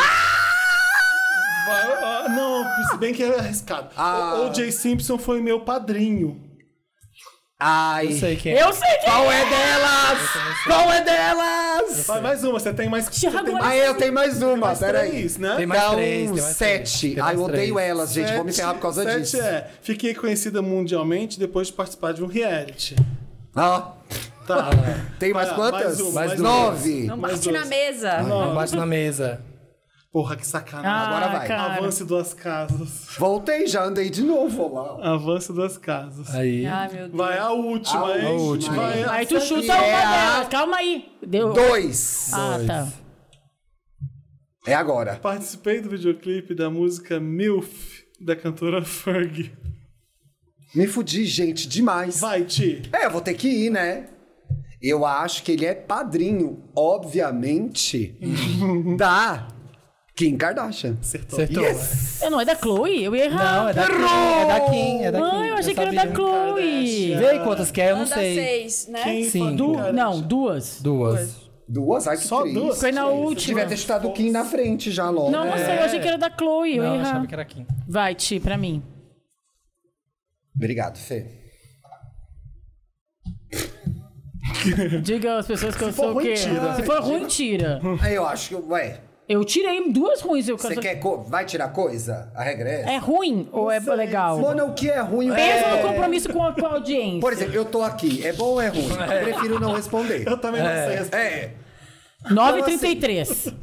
S5: Vai, ó, não, se bem que é arriscado.
S3: Ah.
S5: O, o Jay Simpson foi meu padrinho.
S3: Ai.
S1: Não sei quem é.
S4: Eu sei que
S3: Qual é delas? Qual é delas?
S5: Vai, mais uma, você tem mais. Você
S4: Thiago,
S5: tem
S4: olha
S5: mais
S3: Aí eu tenho mais uma,
S5: mais
S3: peraí.
S5: três, né?
S1: Tem mais
S3: Dá
S1: assim. três,
S3: um
S1: tem mais três.
S3: sete.
S1: Tem
S3: Ai,
S1: mais
S3: eu odeio
S1: três.
S3: elas, gente. Vou me
S5: Sete-
S3: ferrar por causa
S5: sete
S3: disso.
S5: é. Fiquei conhecida mundialmente depois de participar de um reality.
S3: Ah,
S5: Tá.
S3: tem mais
S5: Ah,
S3: quantas?
S5: mais uma,
S1: mais duas.
S3: Nove.
S2: não
S5: mais
S2: bate na
S5: dois.
S2: mesa.
S1: Não bate na mesa.
S5: Porra, que sacanagem.
S4: Ah,
S3: Agora vai.
S4: cara.
S5: Avance duas casas.
S3: Voltei, já andei de novo. Olá.
S1: Ah.
S5: Avance duas casas.
S1: Aí.
S2: Ai, meu Deus.
S5: Vai a última,
S3: A
S5: hein?
S1: última.
S5: Vai a
S4: Aí tu
S5: sete-
S4: chuta
S3: é
S4: uma
S3: a-
S4: delas. Calma aí. Deu.
S3: Dois.
S4: Ah, tá.
S3: É agora.
S5: Participei do videoclipe da música MILF, da cantora Ferg.
S3: Me fudi, gente, demais.
S5: Vai, Ti.
S3: É, eu vou ter que ir, né? Eu acho que ele é padrinho, obviamente,
S5: Uhum.
S3: da Kim Kardashian.
S5: Acertou.
S1: Acertou.
S4: Eu não é da Chloe? Eu ia errar.
S1: Não, é da Kim. É da Kim. É da Kim.
S4: Ah, eu achei que era da Chloe.
S1: Vê aí quantas que é, eu não
S2: Manda
S1: sei.
S2: seis, né?
S5: Quem
S1: Cinco.
S5: foi,
S1: Du-
S5: cara?
S4: Não, duas.
S1: Duas.
S3: Duas? Ai, que
S5: Só
S3: triste.
S5: duas? é
S4: Foi na
S5: Que isso?
S3: Se
S4: última.
S3: tiver ter chutado o Kim na frente já logo.
S4: Não, não sei, eu achei que era da Chloe. Eu
S1: Não,
S4: ia
S1: eu
S4: errar.
S1: achava que era Kim.
S4: Vai, Ti, pra mim.
S3: Obrigado, Fê.
S4: Diga às pessoas que eu sou
S5: for
S4: o quê?
S5: ruim, tira.
S4: Se for ruim, tira.
S5: Uhum.
S3: Aí eu acho que. Ué,
S4: Eu tirei duas ruins. Eu
S3: você
S4: quero...
S3: quer. co- Vai tirar coisa? A regra é essa?
S4: É ruim ou é legal?
S3: Mona, o que é ruim? o que
S4: Pensa
S3: é...
S4: no compromisso com a, com a audiência.
S3: Por exemplo, eu tô aqui. É bom ou é ruim? Prefiro não responder.
S5: Eu também não sei.
S3: É,
S4: 9h33.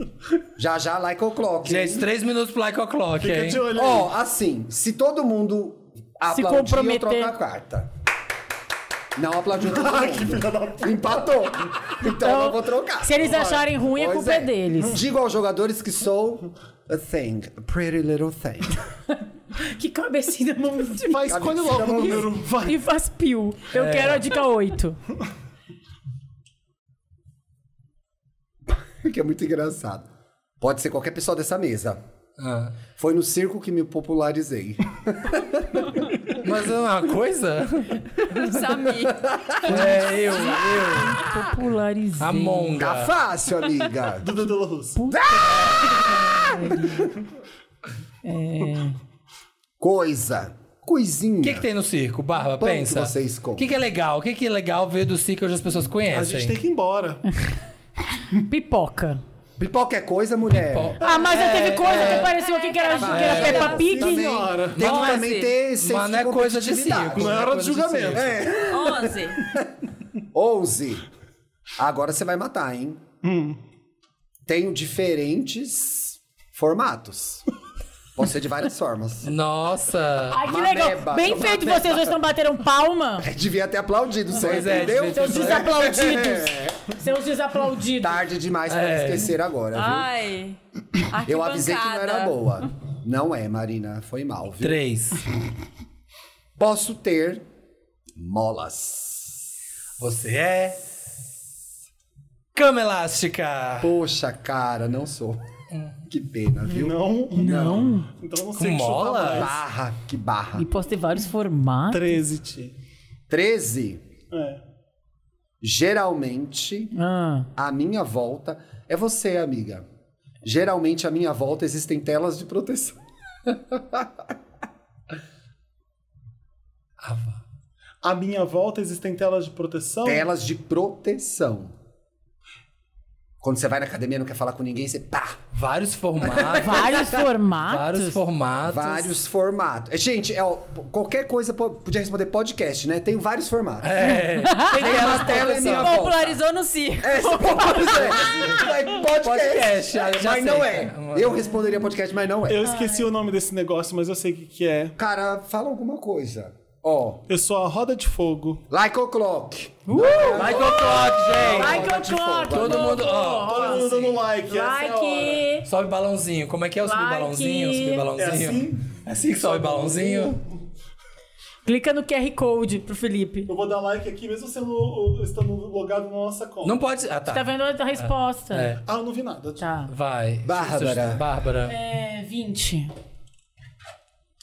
S3: já já, like ou clock.
S1: Gente, três minutos pro Like O'Clock,
S5: Fica
S1: hein?
S5: de olho aí.
S3: Ó, assim, se todo mundo aplaudir,
S4: comprometer.
S3: eu troco a carta. Não aplaudiu todo mundo. Empatou. Então, eu não vou trocar.
S4: Se eles acharem ruim, é
S3: Pois
S4: culpa é deles.
S3: Digo aos jogadores que sou a thing, a pretty little thing.
S4: Que cabecinha não
S5: Vai, escolhe
S3: Cabeça
S5: logo
S3: da
S5: o
S3: mão.
S5: número. Vai.
S4: E faz pio. Eu quero a dica 8.
S3: que é muito engraçado. Pode ser qualquer pessoa dessa mesa.
S1: Ah.
S3: Foi no circo que me popularizei.
S1: Mas é uma coisa?
S2: Samir.
S1: É, eu, eu.
S4: Ah, Popularizei.
S1: A
S3: Tá
S1: Monga.
S3: fácil, amiga. Ah!
S5: Duda Dela Russo.
S3: Coisa. Coisinha.
S1: O que, que tem no circo? Barba,
S3: Pão que
S1: pensa.
S3: você esconde.
S1: O que, que é legal? O que, que é legal ver do circo onde as pessoas
S5: A
S1: conhecem?
S5: gente tem que ir embora.
S4: Pipoca.
S3: Pipoca é coisa, mulher.
S1: Pô,
S4: Ah, mas já teve coisa que apareceu aqui que era, que era
S1: é.
S4: Peppa Pig.
S3: Também,
S5: senhora.
S3: tem que
S1: Nossa,
S3: também ter senso
S1: mas não é
S3: de
S1: coisa de
S3: competitividade.
S1: circo.
S5: Não é hora de julgamento.
S1: É.
S2: 11.
S3: 11. Agora você vai matar, hein? Tenho diferentes formatos. Pode ser de várias formas.
S1: Nossa.
S4: Ai, que
S3: Mameba,
S4: legal. Bem
S3: mameba.
S4: feito, vocês dois não bateram palma.
S3: Devia ter aplaudido, você
S1: Pois é,
S3: entendeu? É.
S1: devia ter
S4: Seus desaplaudidos. Seus desaplaudidos.
S3: Tarde demais pra
S1: É.
S3: esquecer agora, viu?
S2: Ai.
S3: Tá Eu avisei que não era
S2: arquibancada.
S3: boa. Não é, Marina. Foi mal, viu?
S1: Três.
S3: Posso ter molas.
S1: Você é. Cama elástica.
S3: Poxa, cara, não sou. Que pena, viu?
S5: Não. Não. Então não sei
S1: Com
S5: que chutar
S1: mola?
S5: mais.
S3: Barra, que barra.
S4: E posso ter vários formatos.
S5: 13, Ti.
S3: 13.
S5: É.
S3: Geralmente,
S4: Ah,
S3: à minha volta é você, amiga. Geralmente à minha volta existem telas de proteção.
S5: À minha volta existem telas de proteção.
S3: Telas de proteção. Quando você vai na academia e não quer falar com ninguém, você pá!
S1: Vários formatos.
S4: Vários formatos.
S1: vários formatos.
S3: Vários formatos. É, Gente, é, ó, p- qualquer coisa po- podia responder podcast, né? Tem vários formatos.
S1: É.
S3: Tem aquela tela e minha volta.
S7: Popularizou no circo.
S3: É, você pode é podcast,
S1: Podcast, já- já
S3: mas
S1: sei.
S3: não é. Eu responderia podcast, mas não é.
S5: Eu esqueci o nome desse negócio, mas eu sei o que, que é.
S3: Cara, fala alguma coisa. Ó,
S5: Eu sou a roda de fogo.
S3: like o clock.
S1: Michael Clock, gente.
S4: Like
S3: Roda de
S4: o clock,
S3: fogo.
S1: Uh! Todo mundo, ó.
S5: Todo mundo dando like. essa é a hora.
S4: Like.
S1: Sobe balãozinho. Como é que é o subir
S4: Like.
S1: balãozinho? Subir balãozinho.
S5: É assim?
S1: É assim que sobe balãozinho?
S4: Clica no QR Code pro Felipe.
S5: Eu vou dar like aqui, mesmo sendo o- estando logado na nossa conta.
S1: Não pode. Ah, tá.
S4: Tá vendo a resposta?
S1: É.
S5: Ah, eu não vi nada.
S4: Tá.
S1: Vai.
S3: Bárbara.
S1: Bárbara.
S4: É, 20.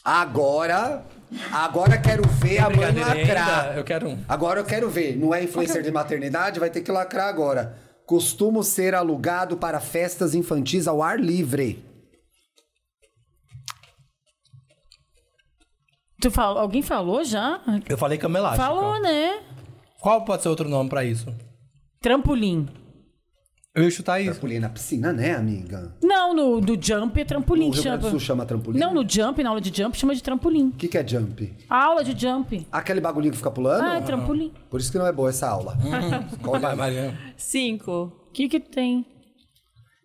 S3: Agora, agora quero ver a mãe
S1: Brincadeira
S3: lacrar.
S1: ainda? Eu quero um.
S3: Agora eu quero ver. Não é influencer de maternidade? Vai ter que lacrar agora. Costumo ser alugado para festas infantis ao ar livre.
S4: Tu fala, alguém falou já?
S1: Eu falei cama elástica.
S4: Falou, né?
S1: Qual pode ser outro nome pra isso?
S4: Trampolim.
S1: Eu ia chutar isso.
S3: Trampolim na piscina, né, amiga?
S4: Não, no do jump é trampolim
S3: O
S4: que
S3: Rio Grande do Sul
S4: chama.
S3: chama trampolim?
S4: Não, no jump, na aula de jump, chama de trampolim.
S3: O que, que é jump?
S4: A aula de jump.
S3: Aquele bagulhinho que fica pulando?
S4: Ah, é trampolim.
S3: Por isso que não é boa essa aula.
S1: Hum, Vai, Mariana.
S7: Cinco.
S4: O que que tem?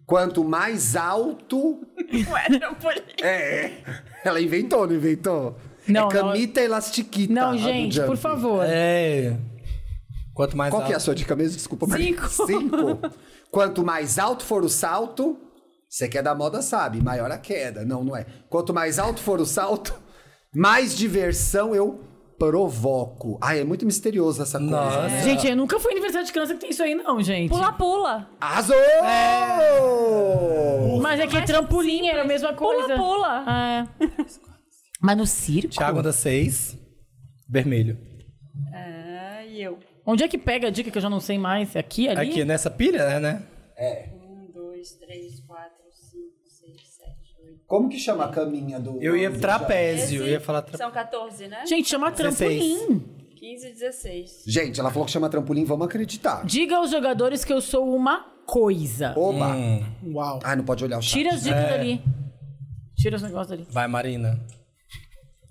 S3: Quanto mais alto.
S7: Não é trampolim.
S3: É. Ela inventou, não inventou?
S4: Não,
S3: é camita elastiquita. a
S4: Não,
S3: do
S4: gente,
S3: Tá, jump.
S4: por favor.
S1: É. Quanto mais
S3: Qual que é a
S1: alto-
S3: sua dica mesmo? Desculpa, Cinco. Cinco. Quanto mais alto for o salto, você que é da moda sabe, maior a queda. Não, não é. Quanto mais alto for o salto, mais diversão eu provoco. Ai, é muito misterioso essa coisa.
S1: Nossa.
S4: Gente, eu nunca fui em universidade de criança que tem isso aí, não, gente.
S7: Pula, pula.
S3: Arrasou!
S4: Mas é que trampolim era a mesma
S7: Pula,
S4: coisa.
S7: pula.
S4: É. Mas no circo?
S1: Thiago anda seis. Vermelho.
S2: Ah, e eu.
S4: Onde é que pega a dica que eu já não sei mais? É Aqui, ali?
S1: Aqui nessa pilha, né?
S3: É.
S2: Um, dois, três, quatro, cinco, seis, sete, oito.
S3: Como que chama a caminha do.
S1: Eu ia trapézio. Eu ia falar trapézio.
S2: São 14, né?
S4: Gente, chama trampolim.
S1: 16.
S2: 15 e 16.
S3: Gente, ela falou que chama trampolim, vamos acreditar.
S4: Diga aos jogadores que eu sou uma coisa.
S3: Oba!
S1: É. Hum,
S5: Uau.
S3: Ai, não pode olhar o chat.
S4: Tira as dicas dali. Tira os negócios dali.
S1: Vai, Marina.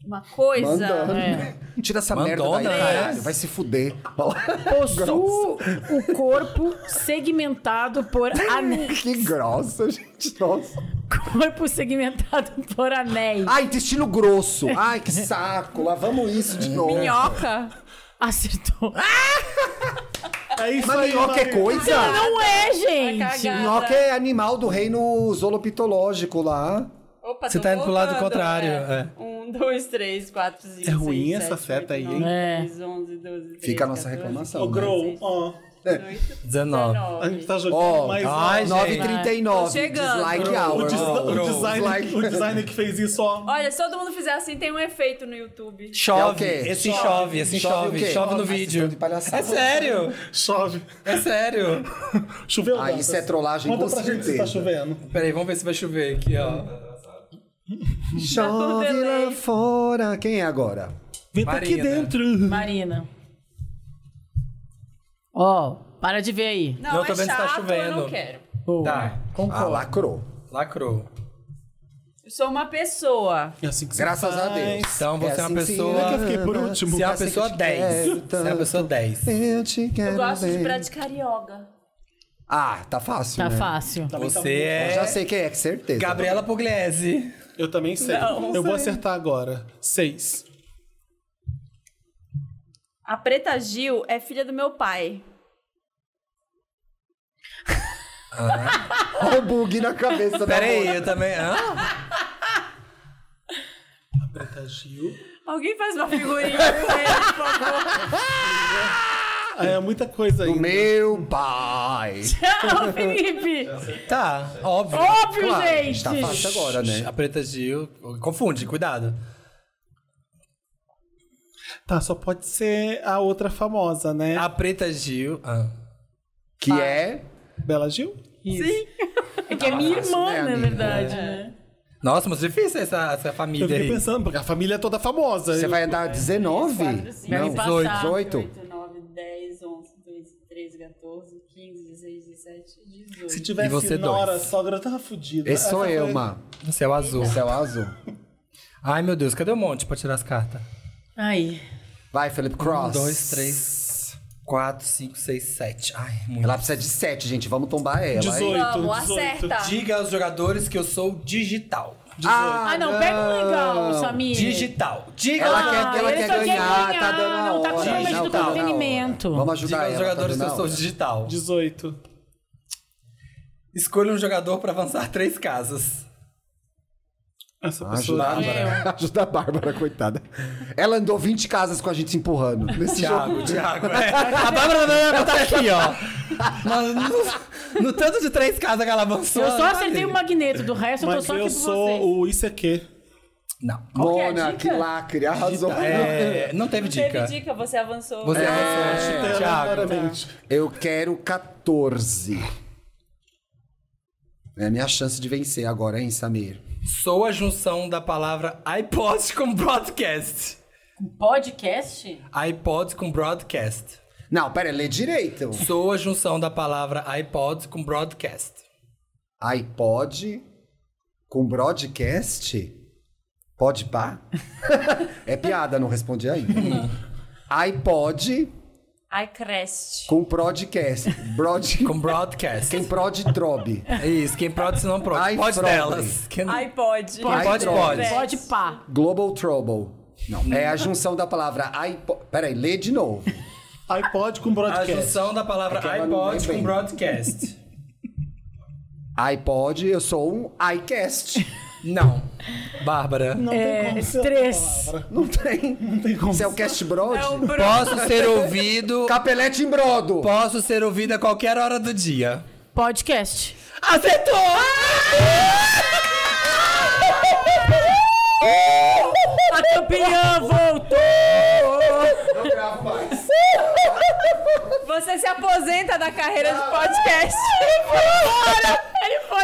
S2: Uma coisa.
S3: Mandando.
S4: É.
S3: Tira essa
S1: Mandona, né?
S3: merda daí,
S1: cara.
S3: caralho. Vai se fuder. Olha lá.
S4: Possuo o corpo segmentado por anéis.
S3: Que grossa, gente. Nossa.
S4: Corpo segmentado por anéis.
S3: Ai, intestino grosso. Ai, que saco. Lavamos isso de novo.
S7: Minhoca.
S4: Acertou.
S5: É isso
S3: Mas
S5: aí.
S3: minhoca é
S5: Maria.
S3: coisa?
S4: Não é, gente.
S2: cagada.
S3: Minhoca é animal do reino zoolopitológico lá.
S2: Opa,
S1: Você
S2: tô
S1: tá indo pro lado
S2: voltando,
S1: contrário,
S2: né? Um, dois, três, quatro, cinco,
S5: É ruim
S2: seis,
S5: essa
S2: sete,
S5: feta
S2: oito, nove,
S5: aí,
S4: hein?
S2: dez, onze, doze, treze,
S3: Fica a nossa
S2: 14,
S3: reclamação.
S5: Ô,
S3: né?
S5: Grow, ó.
S2: 18,
S1: 19.
S5: A gente tá jogando
S3: Ó,
S5: mais.
S1: ai,
S5: ó,
S1: gente.
S3: 9h39.
S7: Tô chegando.
S3: Dislike
S5: o,
S3: hour.
S5: des-
S1: Grow,
S5: o
S1: grow.
S5: designer, o designer que fez isso, ó.
S2: Olha, se todo mundo fizer assim, tem um efeito no YouTube.
S1: Chove,
S3: É o quê?
S1: esse chove, esse
S3: Chove
S1: chove, chove,
S3: o quê?
S1: no
S3: Ai, vocês
S1: vídeo.
S3: estão de palhaçada.
S1: É sério,
S5: Chove.
S1: é sério.
S5: Choveu.
S3: Ah,
S5: Dantas?
S3: isso é trollagem,
S5: Conta
S3: com
S5: pra gente se
S3: certeza.
S5: tá chovendo.
S1: Peraí, vamos ver se vai chover aqui, ó.
S3: Chove lá fora. Quem é agora?
S5: Vem pra aqui
S1: Marina.
S5: dentro.
S4: Marina. Ó, para de ver aí.
S2: Não,
S1: Não,
S2: é
S1: tô vendo se
S2: chato,
S1: tá
S2: eu
S1: chovendo.
S2: não quero.
S4: Boa.
S1: Tá,
S3: Ah, lacrou.
S1: lacrou.
S2: Eu sou uma pessoa.
S5: É assim que se
S3: Graças a
S5: faz.
S3: Deus.
S1: Então você é uma
S3: assim que se
S1: pessoa-
S5: Eu fiquei por último.
S1: Se é uma
S3: Assim que
S1: pessoa
S3: te
S1: 10.
S3: quero
S1: Se é uma
S3: tanto. Tá
S1: pessoa 10.
S3: Eu te quero
S2: Eu gosto de
S3: bem.
S2: praticar yoga.
S3: Ah, tá fácil,
S4: Tá
S3: né?
S4: fácil.
S1: Você
S3: Eu
S1: é
S3: já sei quem é, que certeza.
S1: Gabriela Pugliese.
S5: Eu também sei. eu vou acertar agora. Seis.
S2: A Preta Gil é filha do meu pai.
S3: Olha o bug na cabeça da
S1: Peraí,
S3: moça.
S1: eu também... Hã?
S5: Preta Gil.
S2: Alguém faz uma figurinha com ele, por favor.
S5: Ah, é muita coisa aí.
S3: Do meu pai.
S4: Tchau, Felipe.
S1: Tá, óbvio.
S4: Óbvio,
S3: Claro,
S4: gente.
S3: Tá fácil agora, né?
S1: A Preta Gil... Confunde, cuidado.
S5: Tá, só pode ser a outra famosa, né?
S1: A Preta Gil... Ah.
S3: Que é...
S5: Bela Gil?
S4: É que é minha irmã,
S3: né,
S4: na
S3: amiga?
S4: verdade, né?
S1: Nossa, mas difícil essa, essa
S5: Eu
S1: família
S5: fiquei
S1: aí.
S5: pensando, porque a família é toda famosa.
S3: Você
S5: Eu-
S3: vai andar 19?
S1: Vai me
S3: Não,
S1: passar.
S3: 18.
S2: 8, 9, 10, 11, 12, 13, 14, 15, 16, 17, 17, 18.
S5: Se
S1: E
S5: tivesse
S1: você
S5: Nora,
S1: dois.
S5: sogra, eu tava fudida.
S3: Esse sou
S5: Essa
S3: eu,
S5: foi-
S3: mano.
S1: No céu azul.
S3: Céu azul.
S1: Ai, meu Deus, cadê o monte pra tirar as cartas?
S4: Aí.
S3: Vai, Felipe Cross.
S1: Um, dois, três, quatro, cinco, seis, sete. Ai, muito.
S3: Ela precisa de 7, gente. Vamos tombar ela. hein?
S5: 18.
S7: Vamos,
S5: 18.
S7: acerta.
S1: Diga aos jogadores que eu sou digital.
S3: Ah,
S4: Ah, não, pega um legal, Samir.
S1: Digital. Diga
S3: Ela
S1: aos-
S3: quer, ela
S4: ele
S3: quer,
S4: só quer
S3: ganhar,
S4: ganhar,
S3: tá dando a
S4: não tá
S3: hora.
S1: comprometido
S3: não,
S1: com
S3: tá dando a
S4: entretenimento.
S3: hora. Vamos ajudar
S1: Diga aos
S3: ela,
S1: jogadores
S3: tá
S1: que eu
S3: dando a
S1: sou
S3: hora.
S1: digital.
S5: 18.
S1: Escolha um jogador pra avançar três casas.
S3: Ah!
S5: Essa
S3: Ajuda a
S5: pessoa.
S1: Bárbara.
S3: Bárbara. Ajuda a Bárbara, coitada. Ela andou 20 casas com a gente se empurrando. Nesse jogo.
S1: Thiago, Thiago. É. A Bárbara não tá aqui, ó. Mas no, no tanto de três casas que ela avançou.
S4: Eu
S1: ela
S4: só
S1: tá
S4: acertei
S1: ali.
S4: o magneto, do resto eu tô
S5: Mas
S4: só
S5: eu
S4: aqui por vocês.
S5: sou o ICQ.
S1: Não.
S3: Mona, que lacre, arrasou.
S1: É, não teve dica.
S2: Teve dica, você avançou.
S1: Você
S5: É,
S1: avançou. Thiago.
S5: claramente.
S3: Eu quero 14. É a minha chance de vencer agora, hein, Samir?
S1: Sou a junção da palavra iPod com broadcast.
S4: Podcast?
S1: iPod com broadcast.
S3: Não, pera, lê direito.
S1: Sou a junção da palavra iPod com broadcast.
S3: iPod com broadcast? Pode pá? é piada, não respondi ainda.
S1: Uhum.
S3: iPod
S2: iCrest.
S3: com broadcast. Broad...
S1: Com broadcast.
S3: Quem prod trobe.
S1: É Isso, quem prod se não prod.
S3: Ai,
S1: Pode
S3: prode.
S1: delas. Quem não
S2: iPod.
S3: Ai,
S1: pode,
S3: prode.
S1: pode.
S4: Pode pá.
S3: Global Trouble. Não, é a junção da palavra iPod. Peraí, lê de novo.
S5: iPod com
S1: A
S5: broadcast.
S1: junção da palavra
S3: É que ela não vai
S1: iPod
S3: bem.
S1: com broadcast.
S3: iPod, eu sou um iCast.
S1: Não. Bárbara.
S5: Não tem
S2: É,
S5: como ser
S4: Três.
S3: Não tem. Não tem como. Você é o Cast Broad?
S1: Posso ser ouvido.
S3: Capelete em brodo.
S1: Posso ser ouvido a qualquer hora do dia.
S4: Podcast.
S1: Acertou!
S4: A campeã voltou!
S3: Não gravo mais.
S2: Você se aposenta da carreira de podcast.
S4: Ele foi
S5: Ah.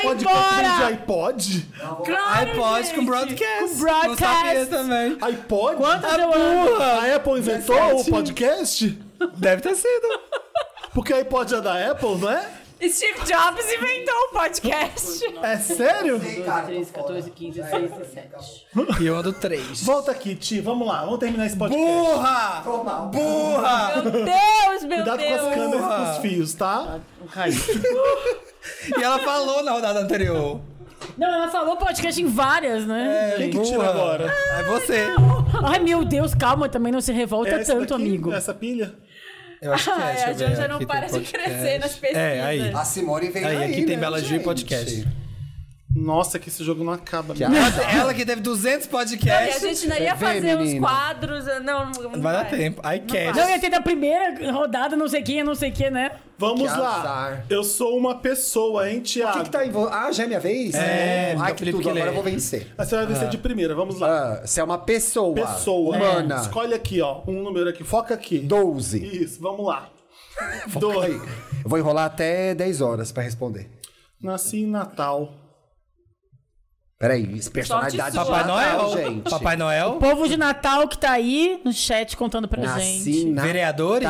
S5: Pode de
S4: embora!
S5: iPod?
S4: Claro,
S1: iPod
S4: gente.
S1: com broadcast.
S4: Com broadcast.
S1: Não sabia também.
S5: iPod?
S4: Quantas
S5: a
S4: eu ando?
S5: burra! A Apple inventou o podcast?
S1: Deve ter sido.
S5: Porque o iPod é da Apple, não é?
S2: Steve Jobs inventou o podcast.
S5: É sério?
S4: 13, 14, 15, 16, 17.
S1: E eu ando três.
S5: Volta aqui, Ti. Vamos lá. Vamos terminar esse podcast.
S1: Burra! Burra!
S2: Meu Deus, meu
S5: Cuidado com as
S2: Deus.
S5: câmeras e com os fios, tá?
S1: E ela falou na rodada anterior.
S4: Não, ela falou podcast em várias, né?
S5: Quem que tira
S1: Burra.
S5: agora?
S1: É você.
S4: Ai, meu Deus, calma, também não se revolta
S5: É essa
S4: tanto,
S5: daqui?
S4: amigo.
S5: Essa pilha?
S1: Eu acho que é, deixa
S2: a
S1: eu ver,
S2: Janja não
S1: aqui tem
S2: para de
S1: podcast.
S2: crescer nas pesquisas.
S1: É, aí.
S3: A Simone veio
S1: Aí,
S3: aí,
S1: aqui tem
S3: né,
S1: Bela Gil e
S3: gente?
S1: podcast.
S5: Nossa, que esse jogo não acaba.
S3: Que
S5: meu.
S1: Ela- Ela que teve 200
S2: E a
S1: podcasts.
S2: gente não ia
S3: Vem,
S2: fazer uns
S3: menina.
S2: quadros. eh, Não, não,
S1: Não vai dar tempo. I
S4: Não,
S1: can't.
S4: ia ter da primeira rodada, não sei quem, não sei quem, né?
S5: Vamos
S3: Que
S5: lá.
S3: azar.
S5: Eu sou uma pessoa, hein,
S3: O que,
S5: Tiago?
S3: que tá envolvido? Ah, já é minha vez?
S1: É,
S3: Ai,
S1: então,
S3: que
S1: Felipe
S3: tudo,
S1: que lê.
S3: agora eu vou vencer.
S5: A senhora vai ser de primeira. Vamos lá.
S3: Ah, você é uma pessoa.
S5: Pessoa.
S3: Humana.
S1: É,
S5: Escolhe aqui, ó. Um número aqui. Foca aqui.
S3: 12.
S5: Isso, vamos lá.
S3: Aí,
S5: Dois.
S3: eu vou enrolar até 10 horas pra responder.
S5: Nasci em Natal.
S3: Peraí, isso é personalidade de
S1: Papai
S3: Natal,
S1: Noel?
S3: gente.
S1: Papai Noel?
S4: Povo de Natal que tá aí no chat contando pra
S3: Nasci
S4: gente.
S3: em Natal.
S1: Vereadores?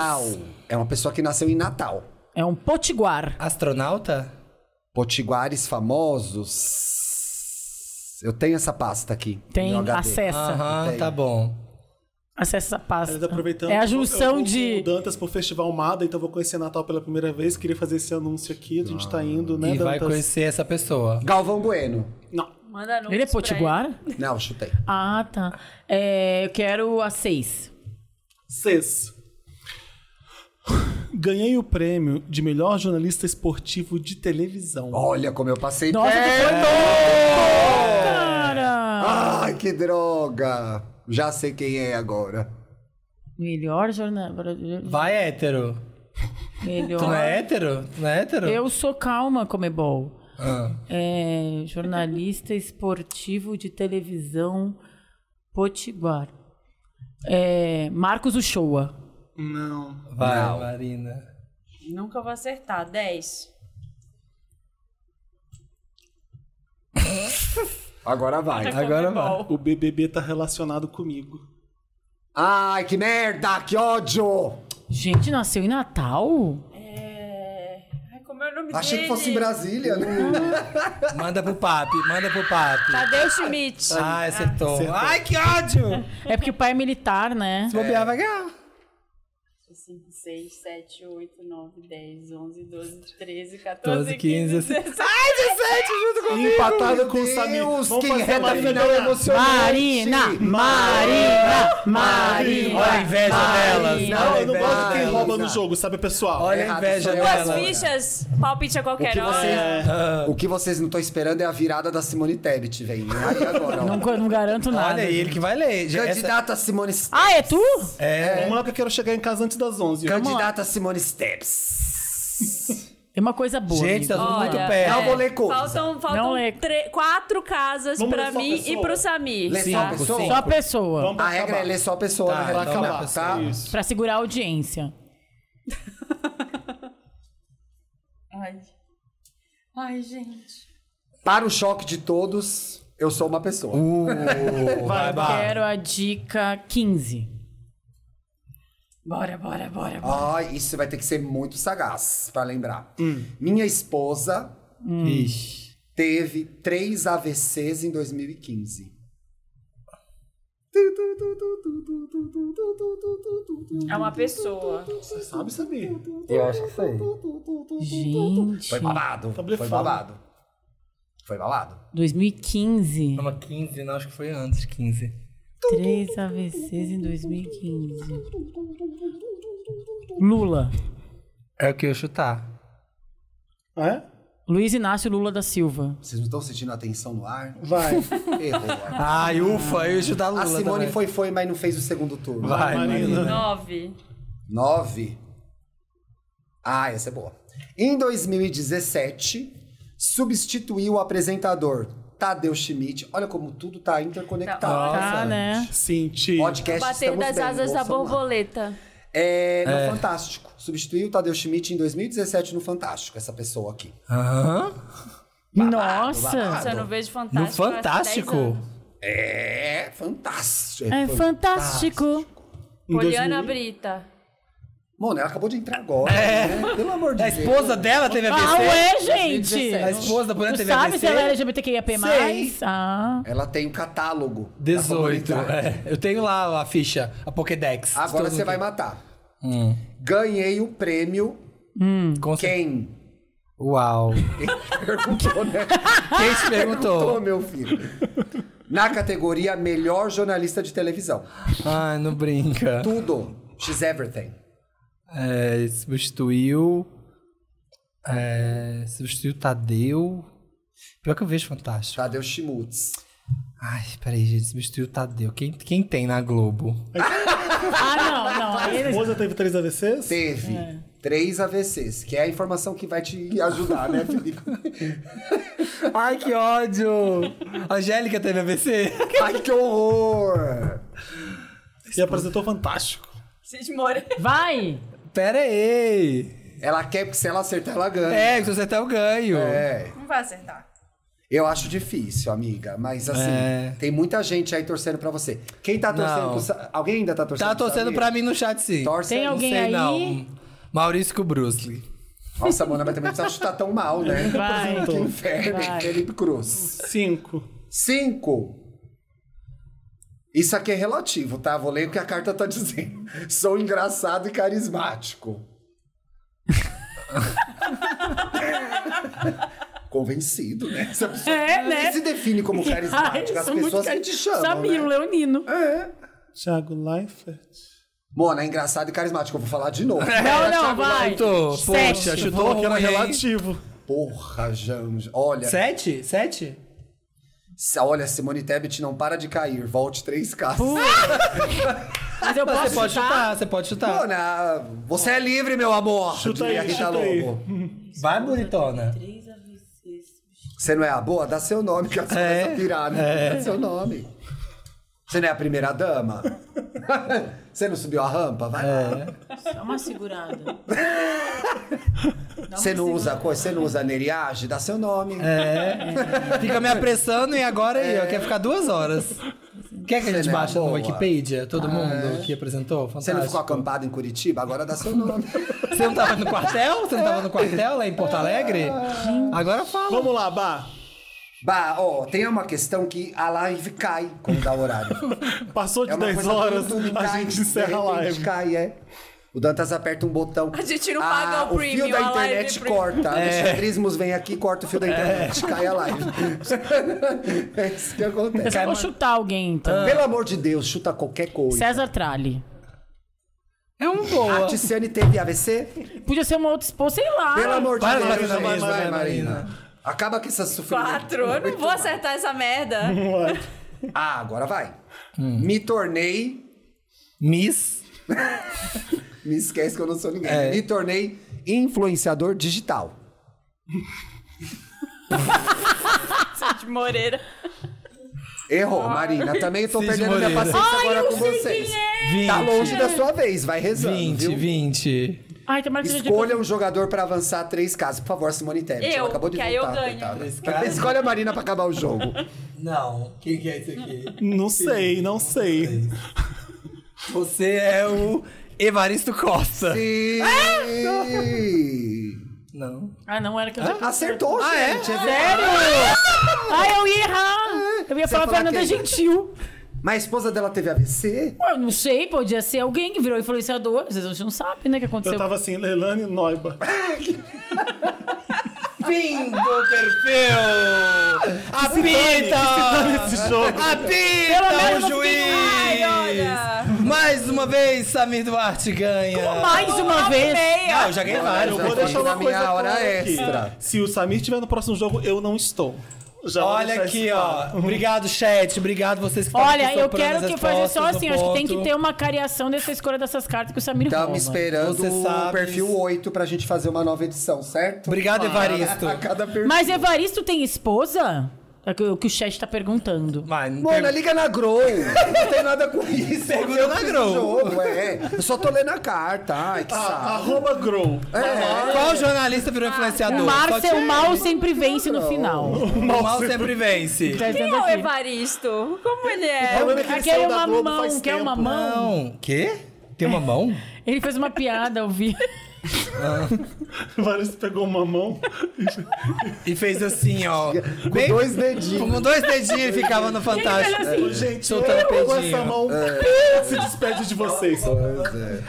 S3: É uma pessoa que nasceu em Natal.
S4: É um potiguar.
S1: Astronauta?
S3: Potiguares famosos. Eu tenho essa pasta aqui.
S4: Tem
S3: no meu HD.
S4: acessa.
S1: Aham, tá bom.
S4: Acessa essa
S5: Mas
S4: pasta.
S5: aproveitando
S4: É
S5: que
S4: a
S5: eu vou- eu
S4: junção
S5: vou
S4: de.
S5: com o Dantas pro Festival Mada, então eu vou conhecer Natal pela primeira vez. Queria fazer esse anúncio aqui. A gente tá indo, né,
S1: E
S5: Dantas?
S1: vai conhecer essa pessoa.
S3: Galvão Bueno.
S5: Não.
S2: Manda anúncio
S4: Ele é
S2: pra
S4: potiguar?
S3: Não, chutei.
S4: Ah, tá. É, eu quero a seis.
S5: Seis. Ganhei o prêmio de melhor jornalista esportivo de televisão.
S3: Olha como eu passei
S4: Nossa,
S3: perto.
S4: tu foi Cara!
S3: Ai, que droga. Já sei quem é agora.
S4: Melhor jornal.
S1: Vai, hétero. Tu não
S4: Melhor.
S1: é hétero? Tu não é hétero?
S4: Eu sou calma, Comebol.
S1: Ah.
S4: É, jornalista esportivo de televisão Potiguar. É, Marcos Uchoa.
S5: Não.
S1: Vai,
S3: Não.
S1: Marina.
S2: ele. Nunca vou acertar. 10.
S3: Agora vai.
S1: Agora vai.
S5: O BBB tá relacionado comigo.
S3: Ai, que merda, que ódio.
S4: Gente, nasceu em Natal?
S2: É... Ai, como eu não
S3: Achei que fosse em
S2: Brasília.
S3: Brasília, né?
S1: Manda pro papi, manda pro papi.
S7: Tadeu Schmidt.
S1: Ai, acertou. Ai, que ódio!
S4: É porque o pai é militar, né?
S1: Se bobear, vai ganhar.
S2: 5, 6, 7, 8, 9, 10, 11, 12, 13,
S1: 12,
S2: 14,
S1: 15,
S2: 15,
S1: 16.
S2: 16.
S1: Ai, 17 junto comigo!
S5: Empatada
S3: Meu
S5: com o Samir.
S3: Deus,
S5: Vamos
S3: que
S5: fazer
S3: reta
S5: uma
S3: final emocionante.
S4: Marina! Marina! Marina!
S1: Olha a inveja delas.
S5: Não,
S1: Olha a
S5: eu não
S1: inveja
S5: gosto de quem
S1: delas.
S5: rouba no jogo, sabe, pessoal?
S1: Olha a
S3: Errado,
S1: inveja
S3: sou eu.
S7: Duas
S1: delas.
S7: fichas, palpite a
S3: O
S7: qualquer
S3: que, é
S7: hora.
S3: vocês, o que vocês não estão esperando é a virada da Simone Tebet, velho. Aí agora, ó.
S4: Não, não garanto nada.
S1: Olha aí, ele que vai ler. Já- essa-
S3: Candidata Simone...
S4: Ah, é tu?
S1: É,
S5: Vamos lá que eu quero chegar em casa antes das 11.
S3: Candidata Simone Steps.
S4: Tem É uma coisa boa.
S1: gente, tá
S4: amigo.
S1: tudo muito
S7: Olha,
S3: Não vou
S1: perto.
S3: ler coisa.
S7: Faltam,
S4: Não
S7: faltam
S4: lê.
S7: tre- quatro casas
S5: Vamos
S7: pra
S5: ler só a
S7: mim e
S5: pessoa.
S7: pro Samir.
S3: Lê só a
S1: Cinco,
S3: pessoa.
S4: Só a pessoa.
S5: Vamos
S3: A
S5: acabar.
S3: regra é ler só a pessoa,
S1: Tá,
S3: né?
S1: então
S5: Pra
S1: Vamos
S5: acabar,
S1: lá,
S5: tá?
S1: pessoal.
S5: Isso.
S4: Pra segurar a audiência.
S2: Ai. Ai, gente.
S3: Para o choque de todos, eu sou uma pessoa.
S1: Uh, vai, vai.
S4: Quero a dica 15.
S2: Bora, bora, bora. bora.
S3: Ah, isso vai ter que ser muito sagaz pra lembrar. Minha esposa
S1: Ixi.
S3: teve três AVCs em 2015.
S7: É uma pessoa.
S5: Você sabe, Samir?
S3: Eu acho que foi.
S4: Gente.
S3: Foi babado.
S5: Tá
S3: Foi
S5: blefando.
S3: babado. Foi babado.
S4: 2015.
S1: Toma 15, não, acho que foi antes, 15.
S4: Três AVCs em 2015. Lula.
S1: É o que eu chutar.
S5: É?
S4: Luiz Inácio Lula da Silva.
S3: Vocês não estão sentindo a tensão no ar?
S5: Vai.
S3: Errou.
S1: Ai, ufa, eu ia chutar Lula
S3: A Simone
S1: também.
S3: foi, foi, mas não fez o segundo turno.
S1: Vai, Marina.
S7: Nove.
S3: Nove. Ah, essa é boa. Em 2017, substituiu o apresentador Tadeu Schmidt. Olha como tudo tá interconectado.
S4: Tá, né?
S5: Senti.
S3: Podcast
S7: Bater
S3: estamos
S7: das
S3: bem,
S7: Tá asas da
S3: Bolsonaro.
S7: borboleta.
S3: É, no Fantástico. Substituiu o Tadeu Schmidt em 2017 no Fantástico, essa pessoa aqui.
S1: Aham.
S4: Nossa.
S3: babado.
S7: Se eu não vejo
S1: No
S7: fantástico. há
S1: Fantástico.
S7: dez anos.
S3: É, fantástico.
S4: É fantástico.
S5: Em
S7: Poliana
S5: 2000.
S7: Brita.
S3: Mano, ela acabou de entrar agora. né? Pelo amor de
S1: É. A
S3: Deus.
S1: esposa dela teve
S4: Ah,
S1: AVC?
S4: ué, gente.
S1: A esposa da Poliana
S4: Tu
S1: teve
S4: sabe
S1: AVC?
S4: se ela é LGBTQIAP+.
S1: Sei.
S4: Ah.
S3: Ela tem o catálogo. da
S1: 18.
S3: comunidade.
S1: é. Eu tenho lá a ficha, a Pokédex.
S3: Agora
S1: Todo
S3: você vai
S1: mundo-
S3: matar.
S1: Hum.
S3: Ganhei o prêmio.
S1: Com cer-
S3: Quem?
S1: Uau.
S3: Perguntou, né?
S1: Quem te
S3: Perguntou,
S1: perguntou?
S3: meu filho. Na categoria melhor jornalista de televisão.
S1: Ai, não brinca.
S3: Tudo. She's everything.
S1: É, substituiu. É, substituiu Tadeu. Pior que eu vejo fantástico.
S3: Tadeu Schmutz.
S1: Ai, peraí, gente. Substituiu Tadeu. Quem, quem tem na Globo?
S4: Ah, não, não.
S5: A
S4: Aí eles-
S5: esposa teve três AVCs?
S3: Teve três AVCs, que é a informação que vai te ajudar, né, Felipe?
S1: Ai, que ódio! Angélica teve AVC?
S3: Ai, que horror!
S5: E apresentou Fantástico.
S2: Cid Moreira.
S4: Vai.
S1: Pera aí!
S3: Ela quer, porque se ela acertar, ela ganha.
S1: É, se você até eu ganho. Tá
S3: É.
S2: Não vai acertar.
S3: Eu acho difícil, amiga. Mas assim,
S1: É.
S3: tem muita gente aí torcendo pra você. Quem tá torcendo
S1: Não.
S3: pro Sa- Alguém ainda tá torcendo
S1: Tá torcendo pra mim no chat, sim.
S3: Torce
S4: Tem
S3: aí.
S4: alguém
S1: Sei
S4: aí?
S1: não. Maurício com Bruce Lee.
S3: Nossa, Mona, mas também não precisa chutar tão mal, né?
S4: Vai.
S3: Que inferno,
S4: Vai.
S3: Felipe Cruz.
S5: Cinco.
S3: Cinco. Isso aqui é relativo, tá? Vou ler o que a carta tá dizendo. Sou engraçado e carismático. Convencido, né? Essa pessoa
S4: É, né?
S3: que se define como é carismático.
S4: Ai,
S3: As
S4: sou muito
S3: pessoas que
S4: cari-
S3: te chamam.
S4: Samir,
S3: né?
S4: o Leonino.
S5: Thiago Leifert.
S3: Mona, é engraçado e carismático. Eu vou falar de novo.
S5: É.
S4: Não, não, vai.
S1: Chutou. Poxa,
S4: Sete.
S1: chutou
S5: que era
S1: ruim, hein?
S5: relativo.
S3: Porra, Janja. Olha,
S1: Sete? Sete?
S3: olha, Simone Tebet não para de cair. Volte três casas.
S4: Mas eu
S1: Você
S4: posso
S1: pode
S4: chutar?
S1: chutar, você pode chutar.
S3: né? Mona, você é livre, meu amor.
S5: Chuta
S3: diria
S5: aí,
S3: Rita
S5: chuta aí.
S3: Lobo.
S1: Vai, bonitona.
S3: Você não é a boa? Dá seu nome, que ela
S1: É,
S3: começa a pirar, né? Dá seu nome. Você não é a primeira dama? Você não subiu a rampa? Vai
S5: É.
S3: lá.
S4: Dá É uma segurada.
S3: Você não usa coisa, você não usa neriage? Dá seu nome.
S5: É,
S1: Fica me apressando e agora aí, ó. Quer ficar duas horas. Quer que a gente
S3: Cena
S1: baixe no
S3: é boa. Ah, é.
S1: Wikipedia? Todo mundo que apresentou?
S3: Você
S1: Fantástico.
S3: não ficou acampado em Curitiba? Agora dá seu nome.
S1: Você não tava no quartel? Você não tava no quartel lá em Porto Alegre?
S3: Ah.
S1: Agora fala.
S5: Vamos lá, Bah.
S3: bah, ó, tem uma questão que a live cai quando dá o horário.
S5: Passou de
S3: É uma
S5: 10
S3: coisa né?
S5: horas,
S3: do YouTube,
S5: a
S3: cai,
S5: gente
S3: de
S5: encerra
S3: repente
S5: a live.
S3: Cai, é. O Dantas aperta um botão.
S7: A gente não paga o
S3: O
S7: premium,
S3: fio da
S7: a live
S3: internet
S7: premium.
S3: corta.
S5: É.
S3: Alexandrismos vem aqui, corta o fio da internet, cai a live. é isso que
S4: Eu
S3: acontece.
S4: só vou chutar alguém, então.
S3: Pelo amor de Deus, chuta qualquer coisa.
S4: César Tralli.
S1: É um
S3: A
S1: boa.
S3: Tiziane teve AVC?
S4: Podia ser uma outra esposa, sei lá.
S7: Ah.
S3: Pelo amor de
S1: Vai,
S3: Deus,
S1: Marina,
S3: vai,
S1: vai,
S5: né,
S3: vai,
S1: Marina.
S3: Marina. Acaba com essa sofrimento.
S7: Quatro. Eu não vou acertar essa merda.
S3: Ah, agora vai.
S5: Hum.
S3: Me tornei.
S1: Miss.
S3: Me esquece que eu não sou ninguém.
S1: É.
S3: Me tornei influenciador digital.
S7: De Moreira.
S3: Errou,
S7: Ah.
S3: Marina. Também tô
S1: Cid
S3: perdendo minha
S1: Moreira.
S3: paciência agora com vocês.
S1: 20.
S7: é
S3: Tá longe da sua vez, vai rezando,
S1: 20,
S3: viu?
S1: 20.
S4: Ai, tomara que seja de
S3: Escolha um jogador pra avançar três casas. Por favor, Simone Tebet.
S7: Eu,
S3: Ela acabou de
S7: que
S3: voltar,
S7: aí eu ganho.
S3: coitada.
S1: Três casas.
S3: Escolha a Marina pra acabar o jogo.
S1: Não, quem que é isso aqui?
S5: Não sei, não sei.
S1: Você é o Evaristo Costa.
S3: E...
S1: Não.
S4: Ah, não era que eu já...
S3: Acertou,
S1: Ah, é?
S3: gente. É verdade.
S4: Sério? Ai, eu ia errar. Eu ia
S3: Você
S4: falar
S3: ia falar
S4: Fernanda
S3: quem?
S4: Gentil.
S3: Mas a esposa dela teve AVC?
S4: Ué, Eu não sei, podia ser alguém que virou influenciador. é Às vezes a gente não sabe, né, o que aconteceu.
S5: Eu tava assim, Leilane Noiba.
S1: Fim do perfil! Apita!
S5: Esse jogo.
S1: Apita, o
S7: Ai,
S1: juiz!
S7: olha.
S1: Mais uma vez, Samir Duarte ganha.
S4: Mais uma vez.
S1: Ah, eu já ganhei vários.
S5: Eu
S1: né?
S5: vou deixar uma
S3: É Na minha
S5: coisa clara
S3: hora
S5: aqui.
S3: extra.
S5: Se o Samir tiver no próximo jogo, eu não estou. Já vou
S1: Olha
S5: deixar
S1: aqui,
S5: isso
S1: ó.
S5: claro.
S1: Obrigado, chat. Obrigado vocês que estavam
S4: Olha,
S1: aqui
S4: eu
S1: soprando
S4: quero
S1: as
S4: que fazer só
S1: respostas no
S4: assim. Acho que tem que
S1: ponto.
S4: ter uma cariação dessa escolha dessas cartas que o Samir rouba.
S3: Estamos esperando
S1: Você
S3: o
S1: sabe-
S3: perfil 8 pra gente fazer uma nova edição, certo?
S1: Obrigado, Evaristo.
S3: A cada perfil.
S4: Mas Evaristo tem esposa? É o que- o que o chat tá perguntando.
S1: Mas não
S3: Mona,
S1: tem-
S3: liga é na Grow. Não tem nada com isso.
S1: Pergunta
S3: Eu
S1: na
S3: fiz o
S1: Grow.
S3: Jogo, é. Eu só tô lendo a carta. Ai, que
S5: Ah,
S3: saco.
S5: Arroba Grow.
S3: É.
S1: Qual jornalista virou influenciador?
S4: O, Mar,
S1: Só
S4: se-
S1: tinha
S4: o mal
S1: ele.
S4: sempre vence no final.
S1: O mal sempre vence.
S4: Tá
S7: Quem
S4: dizendo
S7: é o
S4: aqui.
S7: Evaristo? Como ele
S5: O
S7: é?
S5: problema é que ele
S4: Aquele
S5: saiu
S4: é
S5: da
S4: uma
S5: Globo faz
S4: mão, quer
S5: tempo.
S4: uma mão?
S1: Não. Quê? Tem uma mão?
S4: Ele fez uma piada, eu vi.
S3: É.
S5: Vários pegou uma mão.
S1: E fez assim, ó.
S3: Com
S1: Bem-
S3: dois dedinhos.
S1: Com dois dedinhos ele ficava no Fantástico.
S5: Ô, Gente,
S1: Soltando
S5: com
S1: pedinho.
S5: essa mão se despede de vocês.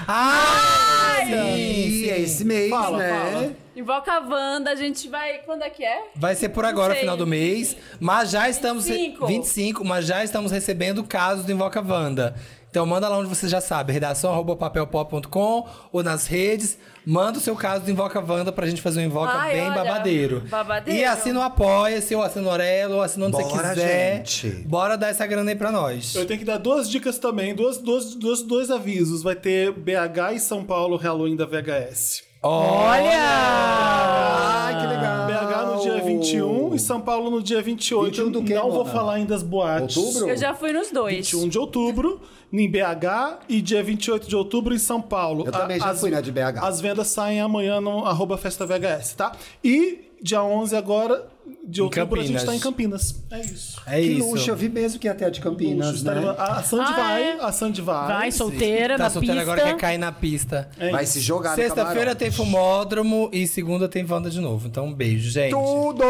S1: Ah!
S3: E é esse mês,
S5: Fala,
S3: né?
S5: fala.
S7: Invoca a Wanda, a gente vai. Quando é que é?
S1: Vai ser por agora,
S7: Sei.
S1: final do mês. Mas já estamos. re-
S7: 25.
S1: 25, mas já estamos recebendo casos do Invoca Vanda. Então manda lá onde você já sabe, redação arroba papelpop.com ou nas redes. Manda o seu caso do Invoca Vanda pra gente fazer um Invoca
S7: Ai,
S1: bem
S7: olha,
S1: babadeiro.
S7: babadeiro.
S1: E assina o Apoia-se, ou assina o Orelo, ou assina onde você
S3: Bora,
S1: quiser.
S3: gente.
S1: Bora dar essa grana aí pra nós.
S5: Eu tenho que dar duas dicas também, duas, duas, duas, dois avisos. Vai ter BH e São Paulo Halloween da VHS.
S1: Olha!
S3: Ai, que legal.
S5: BH
S3: Ah,
S5: no dia 21 e São Paulo no dia 28.
S3: 21 do quê,
S5: Não vou
S3: Mona?
S5: falar ainda as boates.
S3: Outubro?
S7: Eu já fui nos dois.
S5: 21 de outubro em BH e dia 28 de outubro em São Paulo.
S3: Eu também já fui na de BH.
S5: As vendas saem amanhã no arroba festa VHS, tá? E dia 11 agora de outubro a gente
S1: Campinas.
S5: tá em Campinas. É isso.
S1: É
S3: Que
S1: isso.
S3: luxo, eu vi mesmo que ia até a de Campinas, né?
S5: Estaremos- A Sandy
S4: Ah,
S5: vai,
S4: é?
S5: a Sandy vai.
S4: Vai, solteira,
S1: Tá
S4: na
S1: solteiro
S4: pista.
S1: agora quer cair na pista.
S5: É
S3: Vai
S5: isso.
S3: se jogar né, no
S1: Sexta-feira
S3: camarote.
S1: tem fumódromo e segunda tem Wanda de novo. Então um beijo, gente.
S3: Tudo!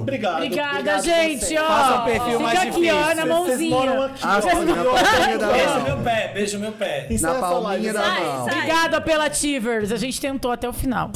S5: Obrigado.
S4: Obrigada,
S5: Obrigado
S4: gente, ó.
S1: Faça um perfil
S4: Fica
S1: mais
S4: aqui, ó,
S1: difícil.
S4: na
S1: Vocês
S5: Vocês moram
S4: mãozinha.
S5: aqui.
S3: Ah,
S1: é
S5: ó.
S3: na palminha da
S1: Beijo
S3: mão.
S1: é meu pé, beijo meu é pé.
S5: Encerra
S3: Na
S5: essa live,
S4: Ah,
S3: palminha da
S5: encerra.
S3: mão.
S4: Obrigada pela Ativers. A gente tentou até o final.